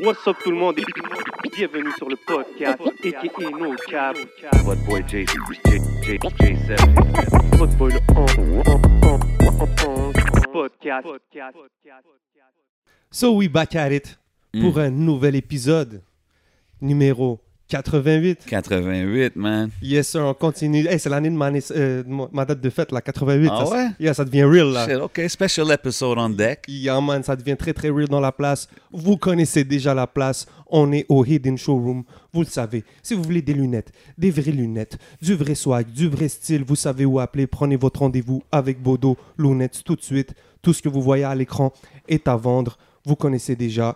What's up tout le monde et bienvenue sur le podcast a.k.a. No Cap. What boy J J J J7. Votre boy le on- podcast. So we back at it pour Mm. un nouvel épisode numéro 88. 88, man. Yes sir, on continue. Hey, c'est l'année de ma, naiss- euh, de mon- ma date de fête, la 88. Ah ça, ouais? Yeah, ça devient real là. Shit, okay, special episode on deck. Yeah man, ça devient très très real dans la place. Vous connaissez déjà la place. On est au Hidden Showroom. Vous le savez. Si vous voulez des lunettes, des vraies lunettes, du vrai swag, du vrai style, vous savez où appeler. Prenez votre rendez-vous avec Bodo Lunettes tout de suite. Tout ce que vous voyez à l'écran est à vendre. Vous connaissez déjà.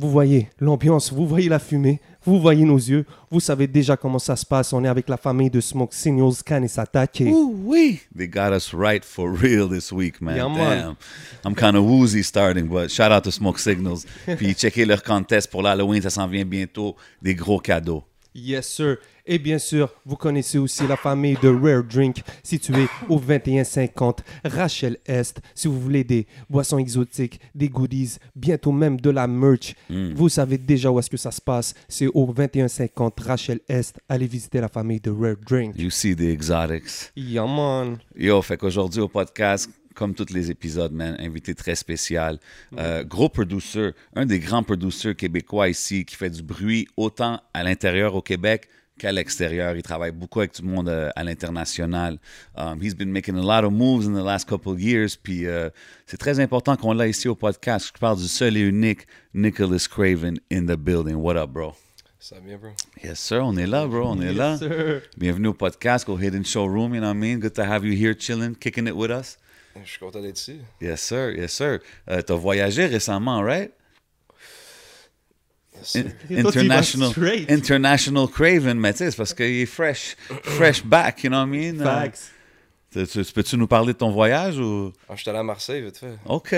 Vous voyez l'ambiance, vous voyez la fumée, vous voyez nos yeux. Vous savez déjà comment ça se passe. On est avec la famille de Smoke Signals, Can et Satake. Ooh-wee. They got us right for real this week, man. Yeah, Damn. man. I'm kind of woozy starting, but shout out to Smoke Signals. Puis checkez leur contest pour l'Halloween, ça s'en vient bientôt. Des gros cadeaux. Yes, sir. Et bien sûr, vous connaissez aussi la famille de Rare Drink, située au 2150 Rachel Est. Si vous voulez des boissons exotiques, des goodies, bientôt même de la merch, Mm. vous savez déjà où est-ce que ça se passe. C'est au 2150 Rachel Est. Allez visiter la famille de Rare Drink. You see the exotics. Yeah, man. Yo, fait qu'aujourd'hui au podcast, comme tous les épisodes, man, invité très spécial. Euh, gros producer, un des grands producers québécois ici qui fait du bruit autant à l'intérieur au Québec qu'à l'extérieur. Il travaille beaucoup avec tout le monde euh, à l'international. Um, he's been making a lot of moves in the last couple of years. Puis euh, c'est très important qu'on l'a ici au podcast. Je parle du seul et unique Nicholas Craven in the building. What up, bro? Ça vient, bro. Yes, sir. On est là, bro. On est là. sir. Bienvenue au podcast, au Hidden Showroom. You know what I mean? Good to have you here chilling, kicking it with us. Je suis content d'être ici. Yes, sir. Yes, sir. Euh, T'as voyagé récemment, right? Yes, In- sir. Il thought he international, was straight. international Craven, mais tu sais, c'est parce qu'il est fresh, fresh back, you know what I mean? Euh, Facts. tu- tu- Peux-tu nous parler de ton voyage ou? Ah, je suis allé à Marseille, vite fait. OK.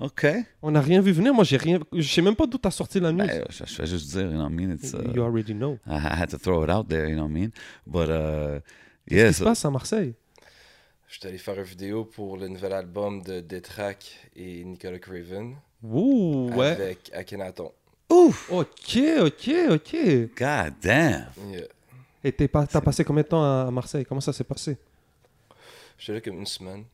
OK. On n'a rien vu venir. Moi, j'ai rien. Je sais même pas d'où t'as sorti la news. Ben, je, je vais juste dire, you know what I mean? It's, uh, you already know. I I had to throw it out there, you know what I mean? But, uh, Qu'est-ce yeah, qui se so- passe à Marseille? Je suis allé faire une vidéo pour le nouvel album de Detrack et Nicolas Craven Ouh, ouais. avec Akhenaton. Ah, ben. Ouf! Ok, ok, ok. God damn! Yeah. Et t'es pas- t'as passé combien de temps à à Marseille Comment ça s'est passé J'étais là comme une semaine.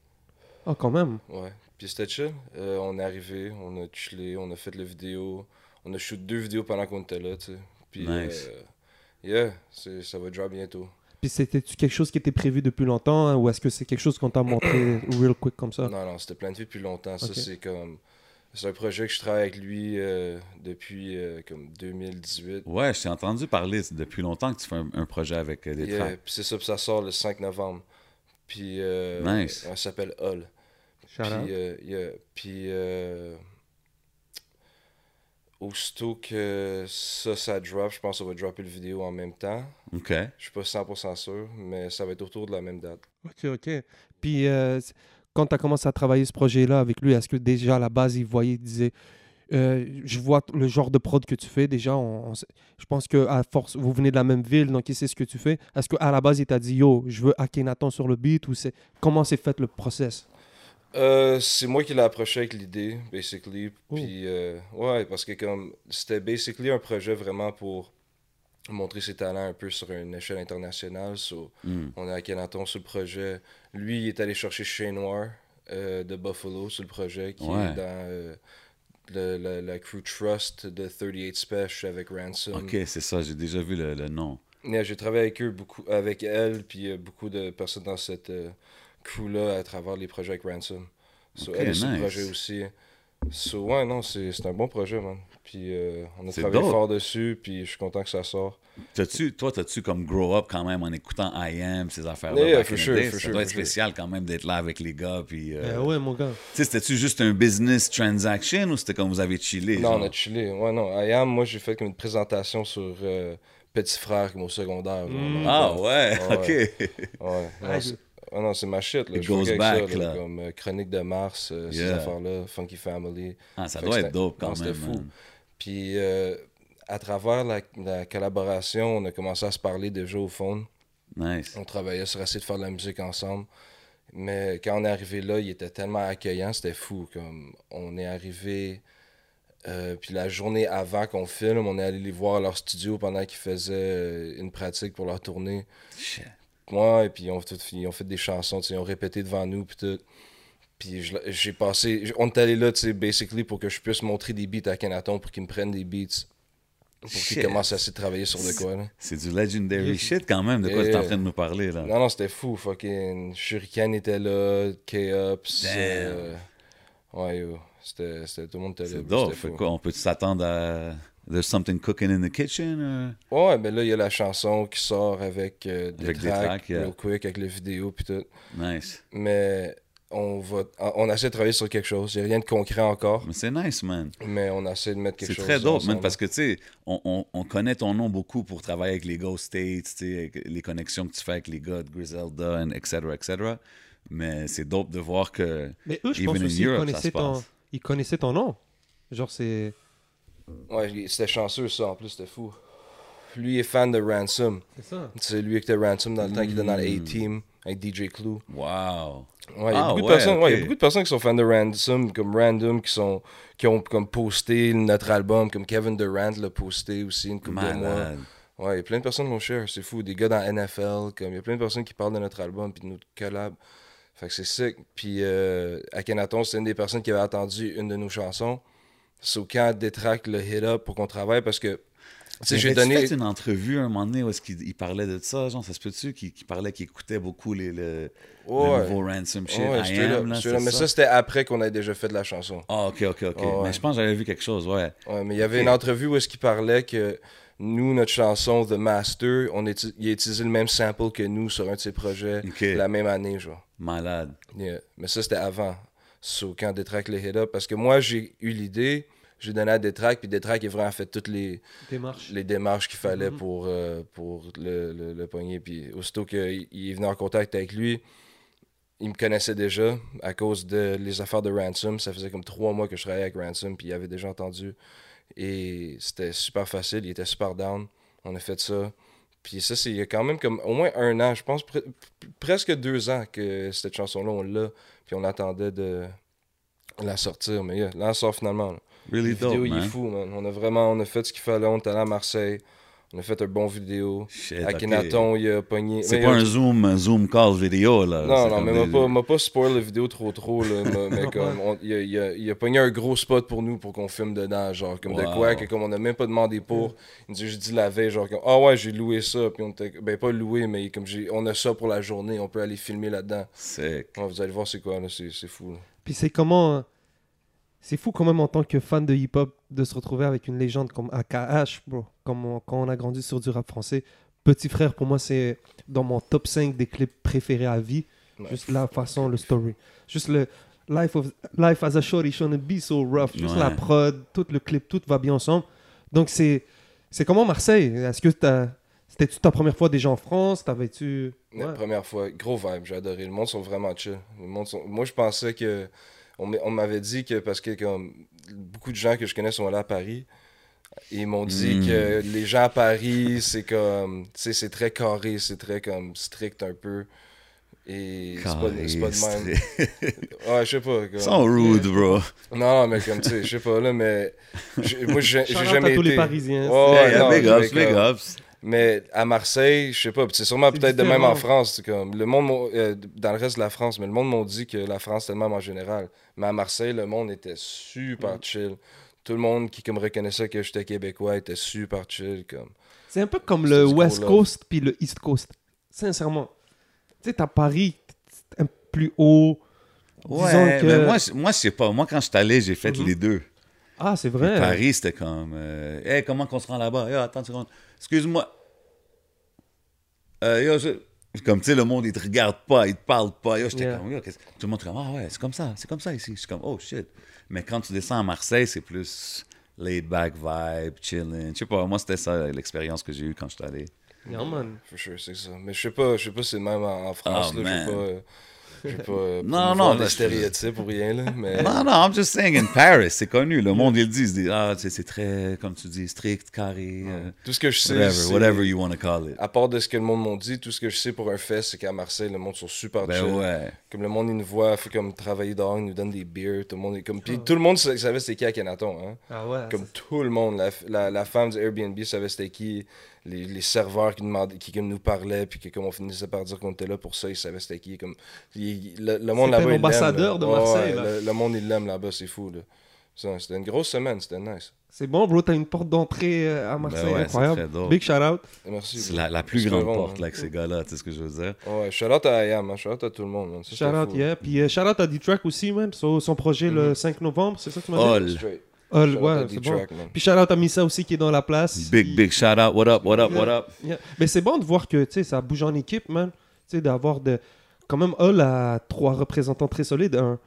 Oh, quand même. Ouais. Puis c'était chill. Euh, on est arrivé, on a chillé, on a fait la vidéo. On a shoot deux vidéos pendant qu'on était là, tu sais. Puis, Nice. euh, yeah, c'est- ça va drop bientôt. Puis c'était-tu quelque chose qui était prévu depuis longtemps hein, ou est-ce que c'est quelque chose qu'on t'a montré real quick comme ça Non, non, c'était planifié depuis longtemps. Ça, Ah. Ok. c'est comme. C'est un projet que je travaille avec lui euh, depuis euh, comme 2018. Ouais, je t'ai entendu parler c'est depuis longtemps que tu fais un, un projet avec euh, des Yeah, tracks. puis c'est ça, puis ça sort le 5 novembre. Puis euh, Nice. on s'appelle Hall. Shout Puis, out. euh, yeah, puis euh, aussitôt que ça, ça drop, je pense qu'on va dropper le vidéo en même temps. OK. Je suis pas 100% sûr, mais ça va être autour de la même date. Ok, ok. Puis euh, c- quand t'as commencé à travailler ce projet-là avec lui, est-ce que déjà à la base il voyait, il disait euh, Je vois t- le genre de prod que tu fais déjà, on- on s- je pense que à force, vous venez de la même ville, donc il sait ce que tu fais. Est-ce qu'à la base il t'a dit Yo, je veux Akhenaton sur le beat ou c'est comment s'est fait le process Euh, c'est moi qui l'ai approché avec l'idée, basically. Oh. Puis, euh, ouais, parce que comme c'était basically un projet vraiment pour montrer ses talents un peu sur une échelle internationale. So, Mm. On est à Kenaton sur le projet. Lui, il est allé chercher Chez Noir euh, de Buffalo sur le projet, qui Ouais. est dans euh, le- la, la crew Trust de 38 Special avec Ransom. OK, c'est ça, j'ai déjà vu le, le nom. Yeah, j'ai travaillé avec eux beaucoup, avec elle, puis euh, beaucoup de personnes dans cette euh, crew-là à travers les projets avec Ransom. So, Ok, elle est sur le nice. projet aussi. So, ouais, non, c'est c'est un bon projet, man. Puis euh, on a C'est travaillé dope. fort dessus, puis je suis content que ça sort. T'as-tu, toi, t'as-tu comme grow up quand même en écoutant I Am, ces affaires-là? Yeah, back for in the sure, day? for ça sure, Ben doit être for sure. spécial quand même d'être là avec les gars. Puis, euh, ouais, mon gars. Tu sais, c'était-tu juste un business transaction ou c'était comme vous avez chillé? Non, genre? on a chillé. Ouais, non. I Am, moi, j'ai fait comme une présentation sur euh, Petit Frère, comme au secondaire. Mm. Ah ouais, Ah ouais. OK. Ouais, non, Ah, c'est- ouais, non, c'est ma shit. Là. It Je fuck goes avec back, ça, là. Comme euh, Chronique de Mars, euh, ces Yeah. affaires-là, Funky Family. Ah, ça Fait que doit c'était- être dope quand non, c'était même. fou. man. Puis euh, à travers la, la collaboration, on a commencé à se parler déjà au fond. Nice. On travaillait sur essayer de faire de la musique ensemble. Mais quand on est arrivé là, il était tellement accueillant, c'était fou. Comme on est arrivé Euh, puis la journée avant qu'on filme, on est allé les voir à leur studio pendant qu'ils faisaient euh, une pratique pour leur tournée. Shit. Moi, et puis ils ont, tout- ils ont fait des chansons, tu sais, ils ont répété devant nous, puis tout. Puis je- j'ai passé, on est allé là, tu sais, basically pour que je puisse montrer des beats à Kenaton, pour qu'ils me prennent des beats, pour Shit. qu'ils commencent à s'y travailler sur de quoi, là. C'est du legendary shit quand même, de quoi tu es en train de nous parler, là. Non, non, c'était fou, fucking. Shuriken était là, K-Ups. Damn. euh, ouais, yo. C'était, c'était- tout le monde était là. C'est puis dope. c'était Fait fou. quoi, on peut s'attendre à... There's something cooking in the kitchen? euh? Ouais, ben là, il y a la chanson qui sort avec, euh, des, Avec des tracks, tracks, yeah. real quick, avec la vidéo, puis tout. Nice. Mais on va, on essaie de travailler sur quelque chose. Il n'y a rien de concret encore, Mais c'est nice, man. mais on essaie de mettre quelque C'est chose. très dope, man, ensemble. parce que, tu sais, on, on- on connaît ton nom beaucoup pour travailler avec les Ghost States, tu sais, avec les connexions que tu fais avec les gars de Griselda, and etc., etc. Mais c'est dope de voir que... Mais eux, je Even pense in aussi qu'ils Europe, ça connaissaient se ton... passe. Ils connaissaient ton nom. Genre, c'est... Ouais, c'était chanceux, ça, en plus, c'était fou. Lui est fan de Ransom. C'est ça. C'est lui qui était Ransom dans le temps qu'il était dans Hmm. le A-Team, avec DJ Clue. Wow! Ouais, il y a Ah, beaucoup de ouais, personnes, ouais, il y a ok. beaucoup de personnes qui sont fans de Random, comme Random, qui sont qui ont comme posté notre album, comme Kevin Durant l'a posté aussi une couple de mois. Malade. Ouais, il y a plein de personnes qui l'ont share, c'est fou. Des gars dans NFL, comme il y a plein de personnes qui parlent de notre album puis de notre collab. Fait que c'est sick. Puis euh, Akhenaton, c'est une des personnes qui avait attendu une de nos chansons. So quand Détrac le hit up pour qu'on travaille parce que tu sais, Mais j'ai avais-tu donné. fait une entrevue un moment donné où est-ce qu'il il parlait de ça, genre, ça se peut-tu qu'il qu'il parlait qu'il écoutait beaucoup les, le, le Ouais. nouveau Ransom shit, Ouais, I straight up, Am, là, straight up. c'est mais ça, ça? c'était après qu'on ait déjà fait de la chanson. Ah, ok, ok, ok. Ouais. Mais je pense que j'avais vu quelque chose, ouais. Ouais, mais il y avait une entrevue où est-ce qu'il parlait que nous, notre chanson The Master, on est, il a utilisé le même sample que nous sur un de ses projets Ok. la même année, genre. Malade. Yeah. Mais ça, c'était avant. So, quand Detrack le hit up, parce que moi, j'ai eu l'idée, j'ai donné à Detrack, puis Detrack a vraiment fait toutes les, Démarche. les démarches qu'il fallait pour, euh, pour le, le, le pogner. Puis aussitôt qu'il il est venu en contact avec lui, il me connaissait déjà à cause de les affaires de Ransom. Ça faisait comme trois mois que je travaillais avec Ransom, puis il avait déjà entendu. Et c'était super facile, il était super down. On a fait ça. Puis ça, c'est il y a quand même comme au moins un an, je pense, pre- presque deux ans que cette chanson-là, on l'a. Puis on attendait de la sortir. Mais yeah, là, elle sort finalement. là. Really Le dope, vidéo, il est man. fou, man. On a vraiment on a fait ce qu'il fallait. On est allé à Marseille. On a fait un bon vidéo. Shit, ok. Akhenaton, il a pogné. C'est mais pas il un a- zoom, un zoom call vidéo, là. Non, C'est non, comme mais m'a des- pas, m'a pas spoil la vidéo trop trop, là, mais- mais comme, on- il, a, il a- il a pogné un gros spot pour nous pour qu'on filme dedans, genre, comme de Wow. Mm. quoi, que comme on a même pas demandé pour, il dit, j'ai dit la veille, genre, comme, ah ouais, j'ai loué ça, puis on était, ben pas loué, mais comme j'ai, on a ça pour la journée, on peut aller filmer là-dedans. Sick. Ouais, vous allez voir c'est quoi, là, c'est, c'est fou, là. Puis c'est comment... euh, C'est fou quand même en tant que fan de hip-hop de se retrouver avec une légende comme AKH, bro. Comme on- quand on a grandi sur du rap français. Petit frère, pour moi, c'est dans mon top 5 des clips préférés à vie. Ouais. Juste la façon, le story. Juste le Life, of, life as a shorty shouldn't be so rough. Juste Ouais. la prod, tout le clip, tout va bien ensemble. Donc c'est c'est comment Marseille Est-ce que t'as- c'était-tu ta première fois déjà en France T'avais-tu. La Ouais. première fois, gros vibe, j'ai adoré. Le monde sont vraiment chill. Le monde sont... Moi, je pensais que. On m'a- on m'avait dit que, parce que comme, beaucoup de gens que je connais sont allés à Paris, et ils m'ont dit Mm. que les gens à Paris, c'est comme. Tu sais, c'est très carré, c'est très comme strict un peu. Et c'est pas, c'est pas de même. Ouais, je sais pas. Ils comme- sont rude, bro. Non, non, mais comme, tu sais, je sais pas, là, mais. j'ai- Moi, j'ai j'ai Shout out jamais à tous été. les Parisiens. Ouais, Hey, non, big mais ups, big comme- ups. mais à Marseille, je sais pas, puis c'est sûrement C'est peut-être de même différent. en France, c'est comme le monde m'a- euh, dans le reste de la France, mais le monde m'a dit que la France c'était le même en général. Mais à Marseille, le monde était super Mm. chill. Tout le monde qui comme reconnaissait que j'étais québécois était super chill comme. C'est un peu comme C'est le du gros West love. Coast puis le East Coast. Sincèrement. Tu sais, t'as Paris c'est un plus haut. Ouais, que- mais moi, je- moi, je sais pas. Moi, quand je suis allé, j'ai fait Mhm. les deux. Ah, c'est Puis vrai. Paris, c'était comme... euh, hey, comment qu'on se rend là-bas? Yo, attends une seconde. Excuse-moi. Euh, yo, je- Comme, tu sais, le monde, il te regarde pas, il te parle pas. Yo, j'étais Yeah. comme... Yo, qu'est-ce- Tout le monde était comme... Ah ouais, c'est comme ça, c'est comme ça ici. Je suis comme... Oh, shit. Mais quand tu descends à Marseille, c'est plus laid-back vibe, chilling. Je sais pas, moi, c'était ça l'expérience que j'ai eue quand je suis allé. Yeah, man. For sure, c'est ça. Mais je sais pas, je sais pas si c'est le même en, en France Oh, là, je man. sais pas. euh, Je vais pas euh, Non, promouvoir non, des là, je- stéréotypes ou rien, là, mais Non, non, I'm just saying, in Paris, c'est connu. Le monde, ils le disent. Ils disent, Ah, tu sais, c'est très, comme tu dis, strict, Ah. carré, euh, tout ce que je sais, whatever, c'est- whatever you want to call it. à part de ce que le monde m'ont dit, tout ce que je sais pour un fait, c'est qu'à Marseille, le monde sont super Ben chill. ouais. Comme le monde, il nous voit, fait comme travailler dehors, il nous donne des beers, tout le monde est comme... Puis tout le monde sa- savait c'était qui à Kenaton, hein? Ah ouais. Comme tout le monde, la, la- la femme du Airbnb savait c'était qui, les, les serveurs qui, demandaient, qui, comme nous parlaient, puis que comme on finissait par dire qu'on était là pour ça, ils savaient c'était qui. Comme, il- le, le C'était monde là-bas, il l'aime, l'ambassadeur là. de Ouais, ouais, Marseille, là. Le, le monde, il l'aime là-bas, c'est fou. là. Ça, C'était une grosse semaine, c'était nice. C'est bon, bro, t'as une porte d'entrée euh, à Ben Marseille, Ben ouais, c'est incroyable. très drôle. Big shout out. Et Merci. C'est bro. la, la plus C'est grande bon, porte, hein. là, avec ces gars-là, tu sais ce que je veux dire? Ouais, shout-out à Ayam, hein, shout-out à tout le monde. man. Ça, c'était Shout out, fou, yeah. Puis euh, shout out à D-Track aussi, man. Son, son projet le 5 novembre, c'est ça que tu m'as dit? All. Straight. All, Ah Shout-out à ouais, c'est bon. D-Track, man. Puis shout out à Missa aussi qui est dans la place. Big, Il- big shout out. What up, what up, what Yeah. up? Yeah. Mais c'est bon de voir que tu sais, ça bouge en équipe, man. Tu sais, d'avoir de... quand même Hall a trois représentants très solides. Un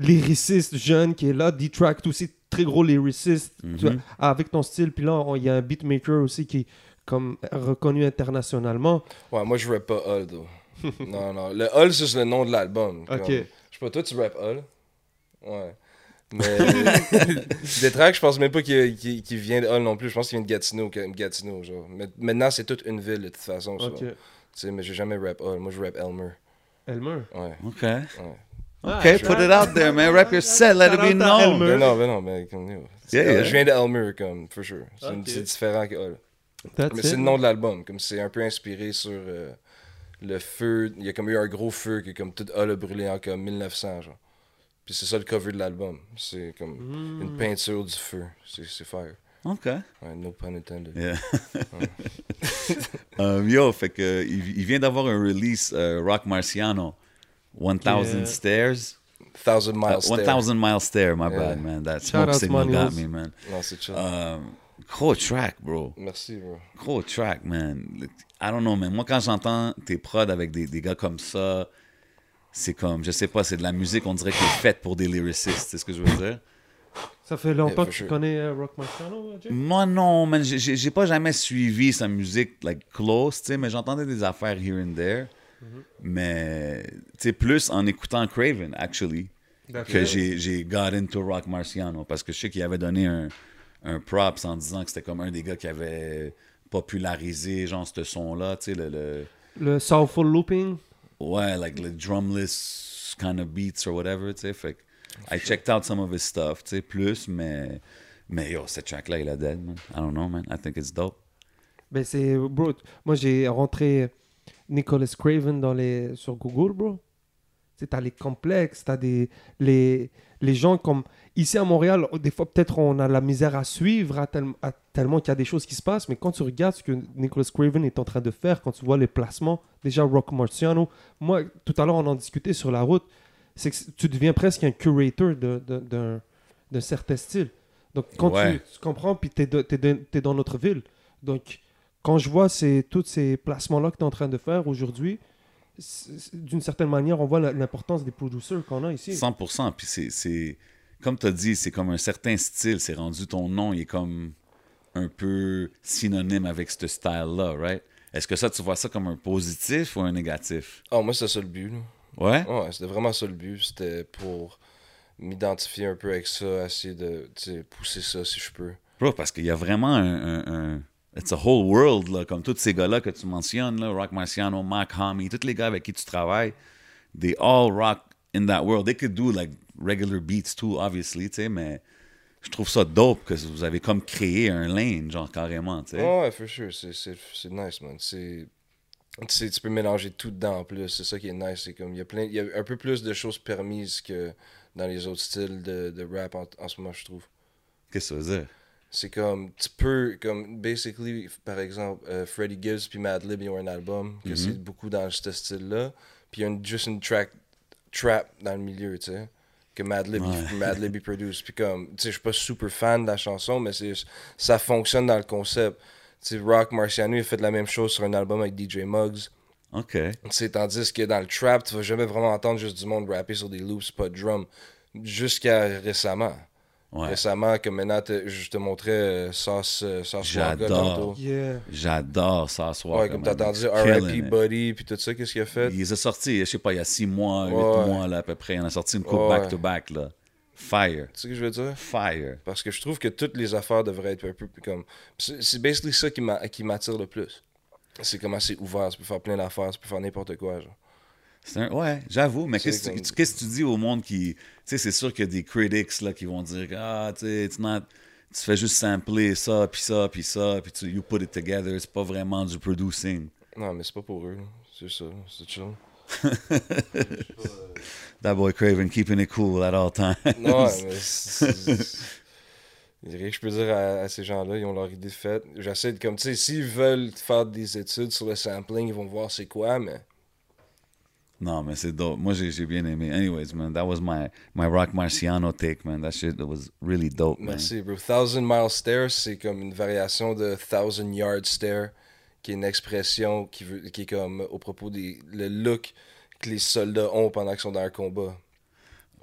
lyriciste jeune qui est là, D-Track aussi, très gros lyriciste tu vois, avec ton style. Puis là, on- il y a un beatmaker aussi qui est comme reconnu internationalement. Ouais, moi, je rappe pas Hull, though. non, non. Le Hull, c'est juste le nom de l'album. Ok. Comme- Je sais pas, toi, tu rappes Hull. Ouais. Mais. des tracks, je pense même pas qu'il qu'il- qu'il vient de Hull non plus. Je pense qu'il vient de Gatineau. que- Gatineau genre. Mais maintenant, c'est toute une ville, de toute façon. ça. Ok. Tu sais, mais j'ai jamais rap Hull. Moi, je rap Elmer. euh, Elmer. Ouais. OK. Ouais. OK, put it out there, man. Rap yourself, let it be Shout out à known. Elmer. Mais Ben non, mais non, mais. comme, yo. Yeah, yeah. Je viens de Elmer, comme, for sure. C'est une- Ah, Ok. c'est différent que Hull. That's Mais it. c'est le nom de l'album, comme c'est un peu inspiré sur euh, le feu. Il y a comme eu un gros feu que comme tout Hull a brûlé en comme 1900, genre. Puis c'est ça le cover de l'album. C'est comme une peinture du feu. C'est c'est fire. OK. Ouais, no pun intended. Yeah. Um, yo, fait que, il, il vient d'avoir un release euh, Rock Marciano. 1000 Yeah. Stairs. Thousand Miles Uh, 1000 Mile Stair, my Yeah. bad, man. That Shout smoke out signal got Manuels. me, man. Non, c'est chill. Um, gros track, bro. Merci, bro. Gros track, man. I don't know, man. Moi, quand j'entends tes prods avec des, des gars comme ça, c'est comme, je sais pas, c'est de la musique, on dirait qu'elle est faite pour des lyricistes, c'est ce que je veux dire. Ça fait longtemps Yeah, que for tu sure. connais euh, Rock Marciano, euh, Jay? Moi, non, man, j'ai- j'ai j'ai pas jamais suivi sa musique, like, close, tu sais, mais j'entendais des affaires here and there. Mais, tu sais, plus en écoutant Craven, actually, que j'ai j'ai got into Rock Marciano, parce que je sais qu'il avait donné un, un props en disant que c'était comme un des gars qui avait popularisé, genre, ce son-là, tu sais, le- le Le Soulful Looping. Ouais, like the drumless kind of beats or whatever, tu sais. Fait que I checked out some of his stuff, tu sais, plus, mais, mais yo, cette track-là, il a dead, man. I don't know, man. I think it's dope. Ben c'est bro, moi j'ai rentré Nicholas Craven dans les sur Google, bro. C'est t'as les complexes, t'as des les les gens comme ici à Montréal, oh, des fois peut-être on a la misère à suivre à tel- à tellement qu'il y a des choses qui se passent, mais quand tu regardes ce que Nicholas Craven est en train de faire, quand tu vois les placements, déjà Rock Marciano, moi tout à l'heure on en discutait sur la route, c'est que tu deviens presque un curator de- de- d'un d'un certain style. Donc quand Ouais. tu, tu comprends, puis t'es de- t'es de- t'es dans notre ville, donc quand je vois ces, tous ces placements-là que tu es en train de faire aujourd'hui, c'est- c'est- d'une certaine manière, on voit la- l'importance des producers qu'on a ici. 100%. Puis c'est- c'est, comme t'as dit, c'est comme un certain style. C'est rendu ton nom, il est comme un peu synonyme avec ce style-là, right? Est-ce que ça, tu vois ça comme un positif ou un négatif? Ah, moi, c'était ça le but, là. Ouais? Ouais, c'était vraiment ça le but. C'était pour m'identifier un peu avec ça, essayer de tu sais, pousser ça si je peux. Bro, parce qu'il y a vraiment un, un- un- It's a whole world, là, comme tous ces gars-là que tu mentionnes, là, Rock Marciano, Mac Homie, tous les gars avec qui tu travailles, they all rock in that world. They could do, like, regular beats too, obviously, tu sais, mais je trouve ça dope que vous avez comme créé un lane, genre, carrément, tu sais. Ouais, ouais, for sure. C'est, c'est, c'est nice, man. C'est, tu sais, tu peux mélanger tout dedans en plus. C'est ça qui est nice. C'est comme, il y a plein, il y a un peu plus de choses permises que dans les autres styles de, de rap en, en ce moment, je trouve. Qu'est-ce que ça veut dire? C'est comme, tu peux, comme, basically, par exemple, euh, Freddie Gibbs puis Madlib, ils ont un album que c'est beaucoup dans ce style-là. Puis il y a une- juste une track trap dans le milieu, tu sais. Que Madlib, il- Madlib, il produce. Puis comme, tu sais, je suis pas super fan de la chanson, mais c'est ça fonctionne dans le concept. Tu sais, Rock Marciano, il a fait la même chose sur un album avec DJ Muggs. OK. Tu sais, tandis que dans le trap, tu vas jamais vraiment entendre juste du monde rapper sur des loops, pas de drum, jusqu'à récemment. Ouais. Récemment, comme maintenant, te- je te montrais euh, Sauce, euh, sauce Waka J'adore. tantôt. Yeah. J'adore s'asseoir. Ouais, comme man. t'as entendu It's killing RIP it. Buddy, puis tout ça, qu'est-ce qu'il a fait? Il les a sortis, je sais pas, il y a six mois, huit Ouais. mois, là, à peu près. Il en a sorti une coupe Ouais. back-to-back, là. Fire. Tu sais ce que je veux dire? Fire. Parce que je trouve que toutes les affaires devraient être un peu plus comme. C'est c'est basically ça qui m'a- qui m'attire le plus. C'est comment c'est ouvert, tu peux faire plein d'affaires, tu peux faire n'importe quoi. Genre. C'est un- Ouais, j'avoue, mais C'est qu'est-ce que comme- tu- qu'est-ce que tu dis au monde qui. Tu sais, c'est sûr qu'il y a des critics là, qui vont dire Ah, tu sais, it's not- tu fais juste sampler ça, puis ça, puis ça, puis tu you put it together, c'est pas vraiment du producing. Non, mais c'est pas pour eux, là. c'est ça, c'est chill. That boy Craven, keeping it cool at all times. Non, mais. c'est- c'est- Il y a rien que je peux dire à, à ces gens-là, ils ont leur idée faite. J'essaie de, comme, tu sais, s'ils veulent faire des études sur le sampling, ils vont voir c'est quoi, mais. Non, mais c'est dope. Moi, j'ai j'ai bien aimé. Anyways, man, that was my, my Rock Marciano take, man. That shit that was really dope, man. Merci, bro. Thousand Mile Stare, c'est comme une variation de Thousand Yard Stare, qui est une expression qui, veut, qui est comme au propos des le look que les soldats ont pendant qu'ils sont dans un combat.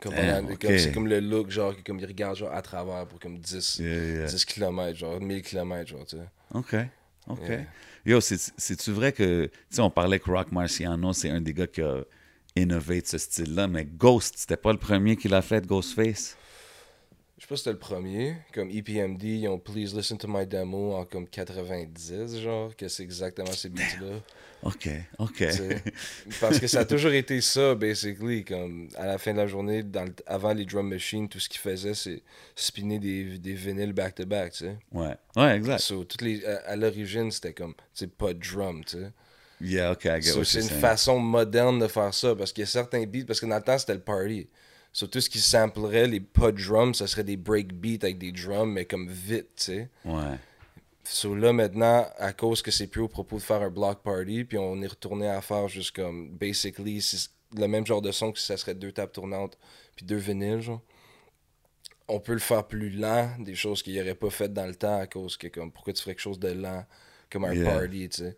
Comme Damn, pendant- ok. comme- C'est comme le look, genre, que comme ils regardent genre, à travers pour comme 10, Yeah, yeah. 10 km, genre 1000 km, genre, tu sais. OK. OK. Yeah. Yo, c'est- c'est-tu vrai que, tu sais, on parlait que Rock Marciano, c'est un des gars qui a innové ce style-là, mais Ghost, c'était pas le premier qui l'a fait, Ghostface? Je sais pas si c'était le premier. Comme E EPMD, ils ont Please Listen to My Demo en comme 90, genre, que c'est exactement ces beats-là. OK, OK. tu sais. Parce que ça a toujours été ça, basically. Comme à la fin de la journée, dans le- avant les drum machines, tout ce qu'ils faisaient, c'est spinner des, des vinyles back-to-back, tu sais. Ouais, ouais, exact. So, toutes les, à, à l'origine, c'était comme, tu sais, pas de drum, tu sais. Yeah, OK, I get So, what c'est you're une saying. façon moderne de faire ça, parce qu'il y a certains beats, parce que dans le temps, c'était le party. So, tout ce qui samplerait les pas de drum, ça serait des break beats avec des drums, mais comme vite, tu sais. Ouais. So là maintenant, à cause que c'est plus au propos de faire un block party, puis on est retourné à faire juste comme basically c'est le même genre de son que si ça serait deux tables tournantes puis deux vinyles genre. On peut le faire plus lent, des choses qu'il n'y aurait pas faites dans le temps à cause que comme pourquoi tu ferais quelque chose de lent comme un Yeah. party, tu sais.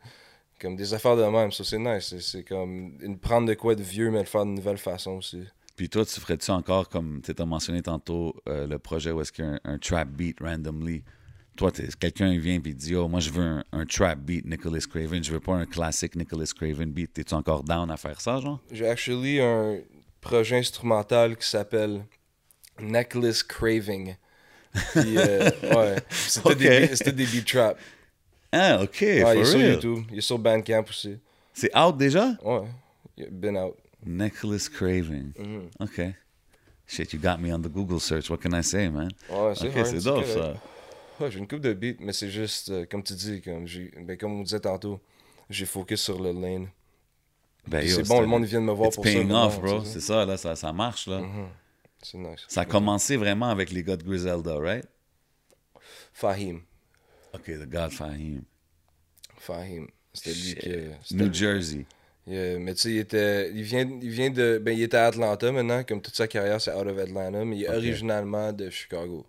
Comme des affaires de même, ça c'est nice, c'est- c'est comme une prendre de quoi de vieux mais le faire d'une nouvelle façon aussi. Puis toi, tu ferais-tu encore, comme tu as mentionné tantôt, euh, le projet où est-ce qu'il y a un, un trap beat randomly? Toi, t'es- quelqu'un vient et dit Oh, moi, je veux un, un trap beat Nicholas Craven, je veux pas un classique Nicholas Craven beat. T'es-tu encore down à faire ça, genre? J'ai actually un projet instrumental qui s'appelle Necklace Craving. Puis, euh, ouais, c'était des, Ok. beat- c'était des beat trap. Ah, ok, Ouais, il est for sur real. YouTube, il est sur Bandcamp aussi. C'est out déjà? Ouais, il a been out. Nicholas Craven. Mm-hmm. Ok. Shit, you got me on the Google search. What can I say, man? Ouais, c'est ok, hard, c'est c'est dope, ça. correct. Ouais, j'ai une coupe de beats, mais c'est juste, euh, comme tu dis, comme, j'ai- ben, comme on disait tantôt, j'ai focus sur le lane. Ben, Puis yo, c'est bon, le un- monde vient de me voir it's pour ça, paying maintenant, off, bro. tu sais. Mm-hmm. C'est ça, là, ça, ça marche, là. C'est nice. Ça a commencé vraiment avec les gars de Griselda, right? Fahim. Ok, The God Fahim. Fahim. C'était lui Shit. qui. euh, c'était New lui. Jersey. Il, euh, mais tu sais, il, était, il, vient, il vient de. Ben, il était à Atlanta maintenant, comme toute sa carrière, c'est out of Atlanta, mais il est Ok. originalement de Chicago.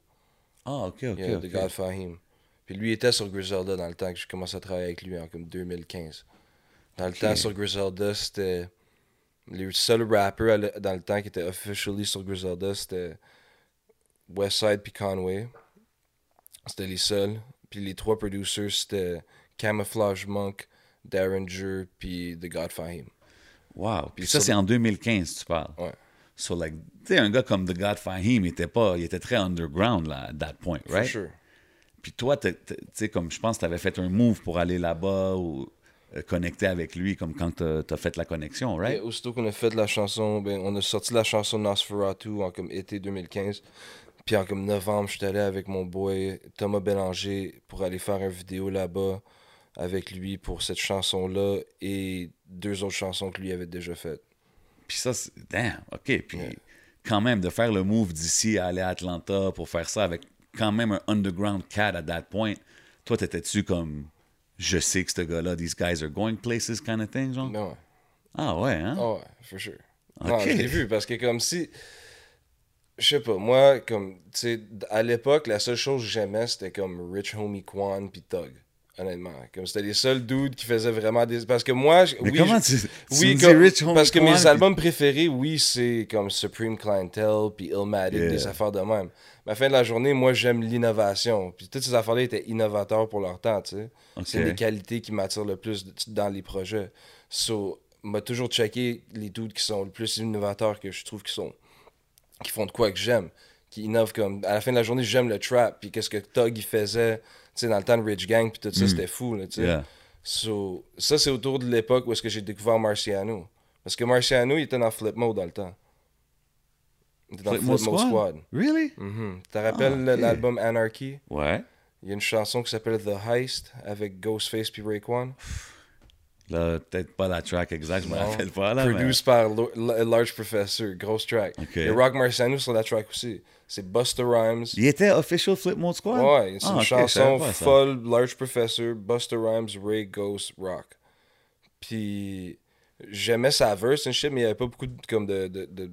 Ah, ok, ok. Il est ok. de God Fahim. Puis lui il était sur Griselda dans le temps que j'ai commencé à travailler avec lui en comme 2015. Dans le temps, sur Griselda, c'était. Les seuls rappeurs à le- dans le temps qui étaient officially sur Griselda, c'était Westside puis Conway. C'était les seuls. Puis les trois producers, c'était Camouflage Monk, Derringer, puis The God Fahim. Wow. Puis Puis ça, sur- c'est en 2015, tu parles. Ouais. So, like, tu sais, un gars comme The God Fahim, il était pas, il était très underground, là, at that point, For right? sure. Puis toi, t'as- t'as- tu sais, comme je pense, tu avais fait un move pour aller là-bas ou euh, connecter avec lui, comme quand tu as fait la connexion, right? Et aussitôt qu'on a fait la chanson, ben, on a sorti la chanson Nosferatu en comme été 2015. Puis en comme novembre, j'étais allé avec mon boy Thomas Bélanger pour aller faire une vidéo là-bas avec lui pour cette chanson-là et deux autres chansons que lui avait déjà faites. Puis ça, c'est. Damn, OK. Puis quand même, de faire le move d'ici à aller à Atlanta pour faire ça avec quand même un underground cat à that point, toi, t'étais-tu comme. Je sais que ce gars-là, these guys are going places kind of thing, genre? Mais Ben ouais. Ah ouais, hein? Ah ouais, for sure. Non, Mm. Ok. je l'ai vu parce que comme si. Je sais pas, moi, comme, tu sais, d- à l'époque, la seule chose que j'aimais, c'était comme Rich Homie Quan puis Thug. Honnêtement, comme c'était les seuls dudes qui faisaient vraiment des. Parce que moi, je- Mais oui, comment je- tu. tu me oui, dis comme- Rich Homie parce que mes Quan, albums préférés, oui, c'est comme Supreme Clientele, puis Illmatic, Yeah. des affaires de même. Mais à la fin de la journée, moi, j'aime l'innovation. Puis toutes ces affaires-là étaient innovateurs pour leur temps, tu sais. Ok. C'est les qualités qui m'attirent le plus d- dans les projets. So, m'a toujours checké les dudes qui sont le plus innovateurs que je trouve qui sont qui font de quoi que j'aime, qui innovent comme à la fin de la journée, j'aime le trap, puis qu'est-ce que Tug il faisait, tu sais dans le temps de Rich Gang, puis tout ça, c'était fou là, tu sais. Hmm. Yeah. So, ça, c'est autour de l'époque où est-ce que j'ai découvert Marciano. Parce que Marciano, il était dans Flip Mode dans le temps. Il était dans Flip Flip, Mode Mode Squad? Squad. Really? Mhm. Tu te rappelles ok. l'album Anarchy? Ouais. Il y a une chanson qui s'appelle The Heist avec Ghostface puis Raekwon. Là, peut-être pas la track exacte, je me Non. rappelle pas. Là, mais- Produced par Lo- La- Large Professor, grosse track. Ok. Il y a Rock Marciano sur la track aussi. C'est Buster Rhymes. Il était official Flip Mode Squad? Ouais, c'est Ah, une ok, je savais chanson pas ça. folle, Large Professor, Buster Rhymes, Ray Ghost Rock. Puis j'aimais sa verse and shit, mais il n'y avait pas beaucoup de, comme de, de- de-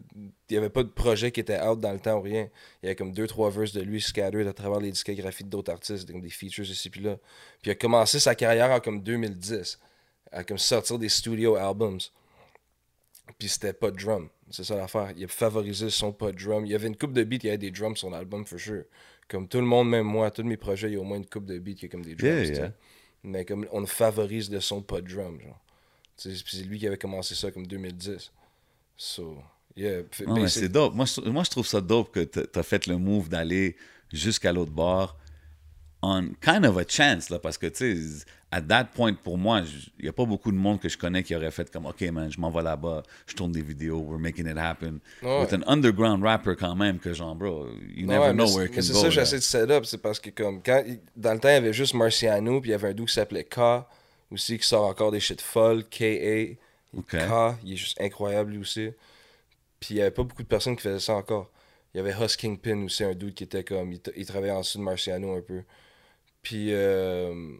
Il y avait pas de projet qui était out dans le temps ou rien. Il y avait comme deux, trois verses de lui scattered à travers les discographies d'autres artistes, comme des features ici puis là. Puis il a commencé sa carrière en comme 2010, à comme sortir des studio albums. Puis c'était pas de drum. C'est ça l'affaire. Il a favorisé le son pas de drum. Il y avait une coupe de beats, il y avait des drums sur l'album, for sure. Comme tout le monde, même moi, tous mes projets, il y a au moins une coupe de beats qui est comme des drums. Yeah, tu sais. yeah. Mais comme on favorise le son pas de drum, genre. Tu sais, Puis c'est lui qui avait commencé ça comme 2010. So, yeah. Fait- Non, Ah, mais basic- c'est dope. Moi je, moi, je trouve ça dope que tu as fait le move d'aller jusqu'à l'autre bord on kind of a chance, là, parce que, tu sais, at that point, pour moi, il n'y a pas beaucoup de monde que je connais qui aurait fait comme, OK, man, je m'en vais là-bas, je tourne des vidéos, we're making it happen. Ouais. With an underground rapper quand même, que genre, bro, you Ouais, never mais know c'est- where it mais can c'est go. ça que là. j'essaie de set up, c'est parce que comme quand il- dans le temps il y avait juste Marciano, puis il y avait un doux qui s'appelait K aussi qui sort encore des shit folles, KA, Ok. K, il est juste incroyable lui aussi. Puis il y avait pas beaucoup de personnes qui faisaient ça encore. Il y avait Huss Kingpin aussi un dude qui était comme il, t- il travaillait en dessous de Marciano un peu. Puis euh,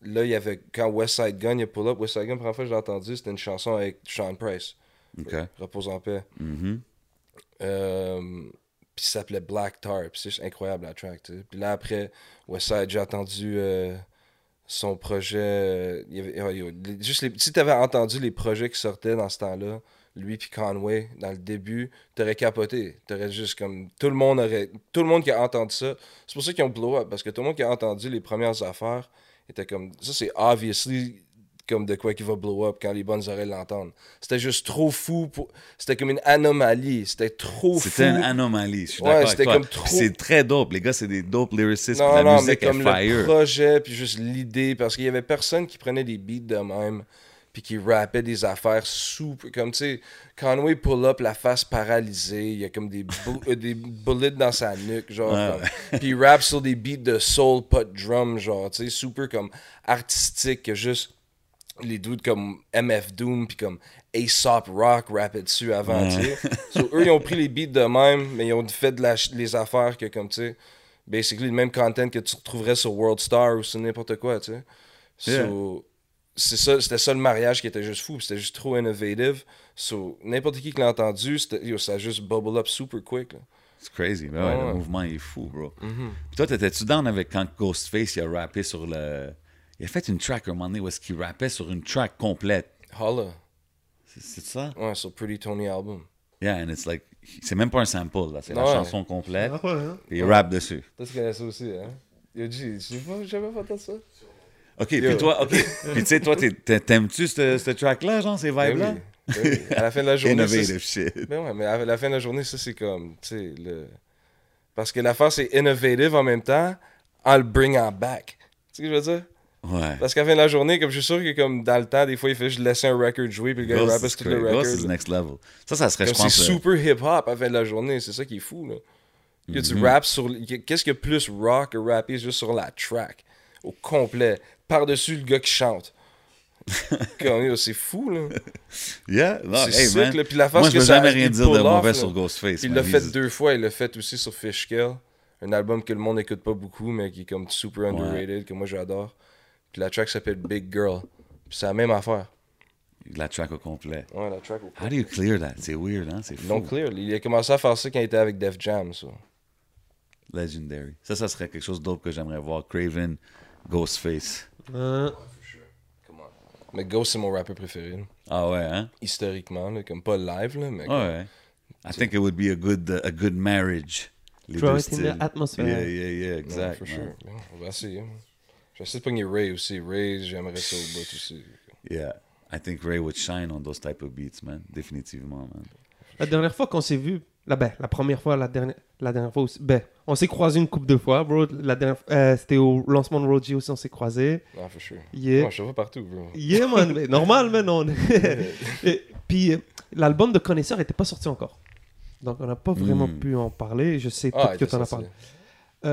là il y avait quand West Side Gun il a pull up, West Side Gun première fois que j'ai entendu, c'était une chanson avec Sean Price. OK. Repose en paix. Mhm. Euh, puis ça s'appelait Black Tar. Puis c'est juste incroyable la track. tu sais. Puis là, après, Westside, j'ai entendu euh, son projet. euh, il y avait- oh, yo, les- juste les, si t'avais entendu les projets qui sortaient dans ce temps-là, lui puis Conway, dans le début, t'aurais capoté. T'aurais juste comme. Tout le monde aurait. Tout le monde qui a entendu ça. C'est pour ça qu'ils ont blow up. Parce que tout le monde qui a entendu les premières affaires était comme. Ça, c'est obviously comme de quoi qui va blow up quand les bonnes oreilles l'entendent. C'était juste trop fou. Pour... C'était comme une anomalie. C'était trop fou. C'était une anomalie, je suis Ouais, d'accord avec c'était toi. comme trop- C'est très dope, les gars, c'est des dope lyricistes, puis Non, la non, mais musique est comme le fire. projet, puis juste l'idée, parce qu'il y avait personne qui prenait des beats de même, puis qui rappait des affaires super. Comme tu sais, Conway pull up la face paralysée, il y a comme des, bou- euh, des bullets dans sa nuque, genre. Ouais. comme- Puis il rappe sur des beats de soul, pas de drum, genre, tu sais, super comme artistique, que juste les dudes comme MF Doom puis comme Aesop Rock rappaient dessus avant, tu sais. So, eux, ils ont pris les beats de même, mais ils ont fait de la ch- les affaires que, comme, tu sais, basically le même content que tu retrouverais sur World Star ou sur n'importe quoi, tu sais. So, Yeah. c'est ça, c'était ça le mariage qui était juste fou, puis c'était juste trop innovative. So, n'importe qui qui l'a entendu, c'était- yo, ça a juste bubble up super quick, là. C'est crazy, mais ouais, Ouais, le ouais. Mhm. mouvement il est fou, bro. Puis toi, t'étais-tu down avec quand Ghostface il a rappé sur le. Il a fait une track à un moment donné où est-ce qu'il rappait sur une track complète. Holla, C'est- C'est ça? ouais, sur Pretty Tony Album. Yeah, and it's like. C'est même pas un sample, là. C'est la Ouais. chanson complète. Ah ouais, hein? Puis il rappe dessus. Toi, tu connais ça aussi, hein? Yo, G, j'ai pas- j'ai jamais entendu ça. Ok, puis toi, ok. puis tu sais, toi, t'es- t'es- t'aimes-tu ce, ce track-là, genre, ces Ben vibes-là? oui, ben oui. À la fin de la journée, ça, Innovative shit. Ben ouais, mais à la fin de la journée, ça, c'est comme, tu sais, le... Parce que l'affaire, c'est innovative en même temps, en le bringing back. Tu sais ce que je veux dire? Ouais. Parce qu'à la fin de la journée, comme je suis sûr que comme dans le temps, des fois, il fait juste laisser un record jouer, puis le gars il Ghost rappe is, sur tout le cra- Ghost is record. là. next level. Ça, ça serait, je Comme c'est pense. euh, le- super hip-hop à la fin de la journée, c'est ça qui est fou, là. Que tu rappes sur... Qu'est-ce que plus rock que rapper juste sur la track, au complet, par-dessus le gars qui chante. comme, yo, c'est fou, là. Yeah, non, C'est hey, sick, man. là, puis l'affaire, Moi, je c'est que veux ça- jamais rien il dire de pull off, mauvais là. sur Ghostface. Il man. l'a fait He's- deux fois, il l'a fait aussi sur Fishkill, un album que le monde n'écoute pas beaucoup, mais qui est comme super underrated, que moi j'adore. Puis la track s'appelle Big Girl. Puis c'est la même affaire. La track au complet. Ouais, la track au How do you clear that? C'est weird, hein? C'est fou. Non clear. Il a commencé à faire ça quand il était avec Def Jam, ça. Legendary. Ça, ça serait quelque chose d'autre que j'aimerais voir. Craven, Ghostface. Hein? Mais Ghost, c'est mon rappeur préféré, là. Ah ouais, hein? historiquement, là, comme pas live, là, mais Ah, Ouais, ouais. I think it would be a good, uh, a good marriage. Les Throw deux it in the styles. atmosphere. Yeah, yeah, yeah, comme- exact. for man. sure. Ouais, On va essayer. J'essaie de pogner Ray aussi. Ray, j'aimerais ça au bout aussi. Yeah. I think Ray would shine on those type of beats, man. Définitivement, man. La dernière fois qu'on s'est vu, là, ben, la première fois, la dernière, la dernière fois aussi, ben, on s'est croisé une couple de fois, bro. La dernière, euh, c'était au lancement de Roji aussi, on s'est croisé. Non, for sure. Yeah. Moi, Oh, je te vois partout, bro. Yeah, man, mais normal, man. on- Et Puis euh, l'album de Connaisseur n'était pas sorti encore. Donc on n'a pas vraiment Mm. pu en parler. Je sais Hmm. Ah, peut-être il que était tu en as sorti. parlé.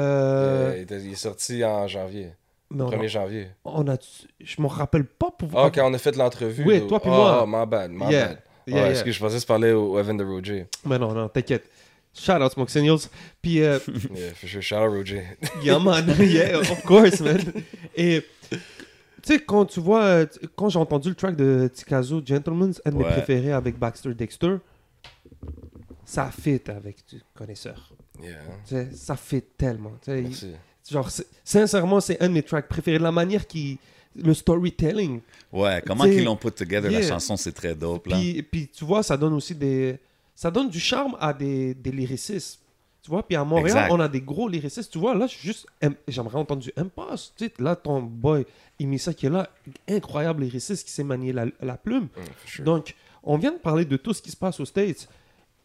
Euh, Euh, il, était- il est sorti en janvier. mais on a- 1er janvier. on a, je m'en rappelle pas pour Ah, quand on a fait l'entrevue. Oui, là. toi puis Ah, moi. Ah, my bad, my Yeah. bad. Yeah, ah, yeah. Excuse, je pensais que je parlais au, au Evan de Roger. Mais non, non, t'inquiète. Shout out Smoke Signals. Puis euh, Yeah, for sure. Shout out Roger. Yeah, man. Yeah, of course, man. Et tu sais, quand tu vois, euh, t- quand j'ai entendu le track de Tikazo, Gentleman's, un de mes Ouais. préférés avec Baxter Dexter, ça fit avec du connaisseur. Yeah. hein. Tu sais, ça fit tellement. tu sais, il- Merci. Genre, c'est- sincèrement, c'est un de mes tracks préférés. La manière qui. Le storytelling. Ouais, comment T'sais, qu'ils l'ont put together, la yeah. chanson, c'est très dope, là. Puis, puis tu vois, ça donne aussi des. Ça donne du charme à des, des lyricistes. Tu vois, puis à Montréal, Exact. on a des gros lyricistes. Tu vois, là, je suis juste. im- J'aimerais entendre du impasse. Tu sais, là, ton boy, Imissa, qui est là, incroyable lyriciste qui sait manier la, la plume. Mm, for sure. Donc, on vient de parler de tout ce qui se passe aux States.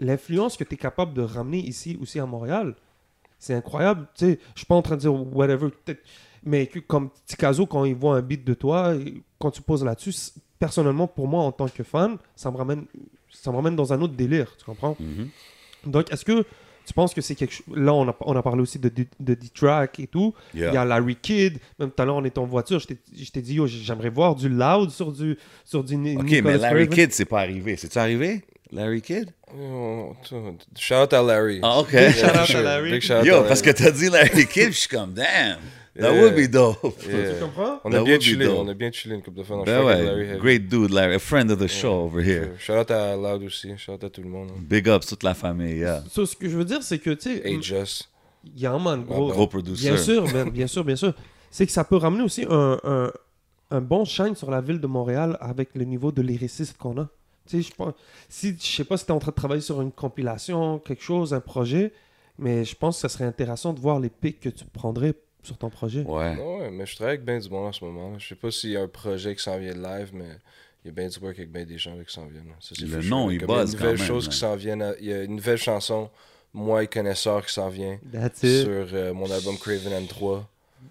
L'influence que tu es capable de ramener ici aussi à Montréal, c'est incroyable. Tu sais, je suis pas en train de dire whatever, peut-être, mais que- comme Tikazo, quand il voit un beat de toi, et quand tu poses là-dessus, c- personnellement, pour moi, en tant que fan, ça me ramène, ça me ramène dans un autre délire. Tu comprends? Mhm. Donc, est-ce que tu penses que c'est quelque chose. Là, on a, on a parlé aussi de, D- de D-Track et tout. Yeah. Il y a Larry Kidd. Même tout à l'heure, on était en voiture. Je t'ai- je t'ai dit, Yo, j'aimerais voir du loud sur du. Sur du Ni- OK, Nicolas mais Larry Cage. Kidd, c'est pas arrivé. C'est-tu arrivé? Larry Kidd? Oh, tout- Shout out à Larry. Ah, OK. Yeah, shout for out à sure. Larry. Big shout out Yo, à parce que Larry. t'as dit Larry Kidd, je suis comme, damn, that euh, Yeah. would be dope. Yeah. Tu comprends? On That a bien would be chillé, dope. on a bien chillé une couple de fois. dans Ben le show avec ouais, Larry. great dude, Larry, a friend of the show over here. Shout out à Loud aussi, shout out à tout le monde. hein. Big ups, toute la famille, yeah. So, ce que je veux dire, c'est que, tu sais, Hey Just. Yaman, gros. Gros producer. Bien sûr, man, bien sûr, bien sûr. C'est que ça peut ramener aussi un, un, un bon shine sur la ville de Montréal avec le niveau de lyricisme qu'on a. Tu sais, je pense, si, je sais pas si tu es en train de travailler sur une compilation, quelque chose, un projet, mais je pense que ça serait intéressant de voir les pics que tu prendrais sur ton projet. Ouais. Non, ouais, mais je travaille avec bien du monde en ce moment. là. Je sais pas s'il y a un projet qui s'en vient de live, mais il y a bien du work avec bien des gens là, qui s'en viennent. là. Ça, c'est Le for nom, sure. il Comme y a buzz une quand nouvelle même, chose là. qui s'en vient. à- Il y a une nouvelle chanson, Moi et Connaisseur, qui s'en vient That's it. sur euh, mon album Craven and 3.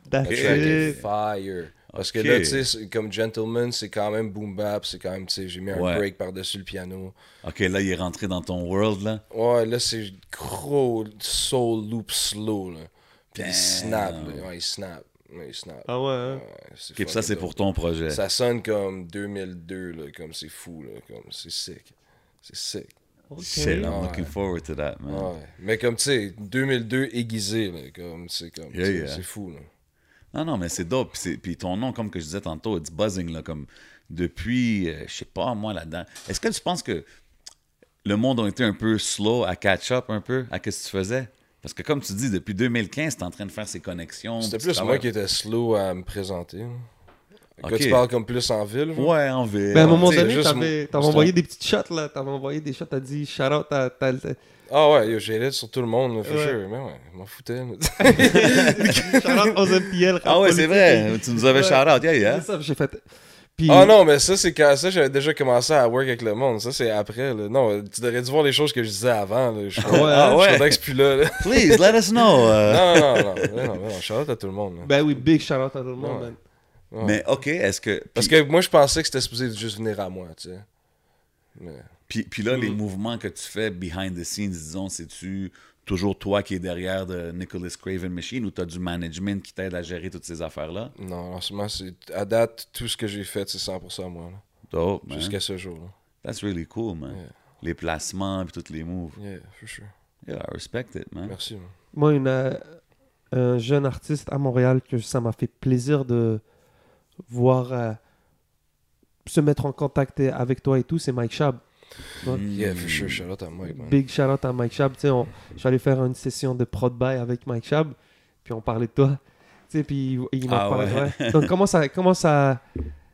That's La track est it. fire. Parce Ok. que là, tu sais, c'est- comme Gentleman, c'est quand même boom bap, c'est quand même, tu sais, j'ai mis un Ouais. break par-dessus le piano. OK, là, il est rentré dans ton world, là. Ouais, là, c'est gros soul loop slow, là. Puis il snap, là. Ouais, il snap. Ouais, il snap. Ah ouais, hein? Ouais, OK, puis ça, c'est fucking pour dope. ton projet. Ça sonne comme 2002, là, comme c'est fou, là, comme c'est sick. C'est sick. Ok. Shit, I'm Ouais. looking forward to that, man. Ouais. Mais comme, tu sais, 2002 aiguisé, là, comme c'est comme, Yeah, tu sais, yeah. c'est fou, là. Non, non, mais c'est dope. Puis, c'est- puis ton nom, comme que je disais tantôt, it's buzzing, là, comme depuis, euh, je sais pas, moi, là-dedans. Est-ce que tu penses que le monde a été un peu slow à catch-up un peu à qu'est-ce que tu faisais? Parce que comme tu dis, depuis 2015, t'es en train de faire ces connexions. C'était puis plus tu moi travailles- qui étais slow à me présenter. là. Quand Ok. tu parles comme plus en ville, genre. Ouais, en ville. Ben, à un moment Tu sais, donné, juste t'avais mon- t'avais envoyé des petites shots, là. T'avais envoyé des shots, t'as dit shout out à tel- tel- Ah ouais, yo, j'ai l'aide sur tout le monde, là, for Ouais. sure. Mais ouais, je m'en foutais. là. shout out aux MPL. Ah ouais, c'est politique. vrai. Tu nous avais Ouais. shout-out. Yeah, yeah. C'est ça, j'ai fait. Puis, Ah non, mais ça, c'est quand ça, j'avais déjà commencé à work avec le monde. Ça, c'est après. Là. Non, tu devrais dû voir les choses que je disais avant. Là. Je suis content- Ah ouais? Je suis content que c'est plus là. là. Please, let us know. euh. Non, non, non, non, non, non, non, shout out à tout le monde. là. Ben oui, big shout out à tout le monde, Ouais. man. Ouais. Mais OK, est-ce que... Parce que moi, je pensais que c'était supposé juste venir à moi, tu sais. Mais- Puis, puis là, Mm. les mouvements que tu fais behind the scenes, disons, c'est-tu toujours toi qui es derrière de Nicholas Craven Machine ou tu as du management qui t'aide à gérer toutes ces affaires-là? Non, en ce moment, c'est... à date, tout ce que j'ai fait, c'est 100% moi. là. Dope, man. Jusqu'à ce jour. là. That's really cool, man. Yeah. Les placements puis tous les moves. Yeah, for sure. Yeah, I respect it, man. Merci. man. Moi, une, euh, un jeune artiste à Montréal que ça m'a fait plaisir de voir euh, se mettre en contact avec toi et tout, c'est Mike Shab. Yeah, Mm. for sure. Shout out à Mike, man. Big shout out à Mike Shab. Tu sais, on- j'allais faire une session de prod by avec Mike Shab, puis on parlait de toi. Tu sais, puis il il Ah m'en parlait. ouais. ouais. Donc, comment ça. Comment ça...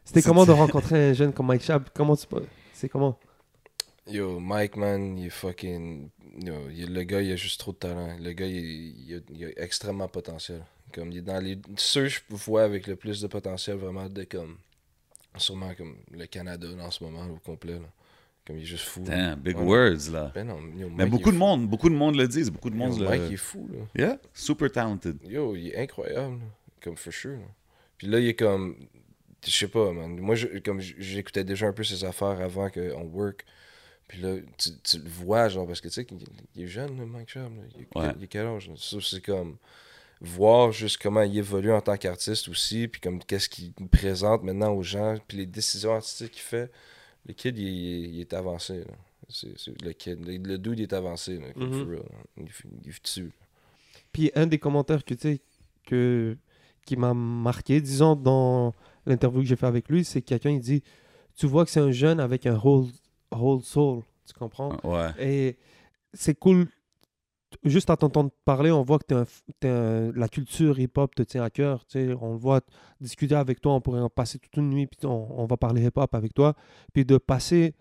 C'était C'est- comment de rencontrer un jeune comme Mike Chab Comment tu. C'est comment Yo, Mike, man, il est fucking. Yo, il- le gars, il a juste trop de talent. Le gars, il, il a, il a extrêmement de potentiel. Comme il est dans les. Ceux que je vois avec le plus de potentiel, vraiment, de comme. Sûrement comme le Canada là, en ce moment, au complet. Là. Comme il est juste fou. Damn, big Ouais. words, là. Ben non, yo, Mais Mike, il beaucoup est de fou. monde, beaucoup de monde le disent, beaucoup de Yo, monde euh, Mike, il le... est fou, là. Yeah, super talented. Yo, il est incroyable, là. comme for sure. là. Puis là, il est comme, je sais pas, man. Moi, je- comme j- j'écoutais déjà un peu ses affaires avant qu'on work. Puis là, tu, tu le vois, genre, parce que tu sais, qu'il il est jeune, le Mike Schaub, là. Il, Ouais. a il a quel âge? là? Ça, C'est comme voir juste comment il évolue en tant qu'artiste aussi, puis comme qu'est-ce qu'il présente maintenant aux gens, puis les décisions artistiques qu'il fait. Le kid, il, il- il est avancé, là. C'est- c'est le kid. Le, le dude, il est avancé, là, comme Mhm. for real, là. Il, il, il tue. Puis un des commentaires que tu sais que qui m'a marqué, disons dans l'interview que j'ai fait avec lui, c'est que quelqu'un il dit tu vois que c'est un jeune avec un whole whole soul, tu comprends Ouais. Et c'est cool juste à t'entendre parler, on voit que t'es un f- t'es un- la culture hip-hop te tient à cœur, tu sais, on le voit discuter avec toi, on pourrait en passer toute une nuit puis on, on va parler hip-hop avec toi, puis de passer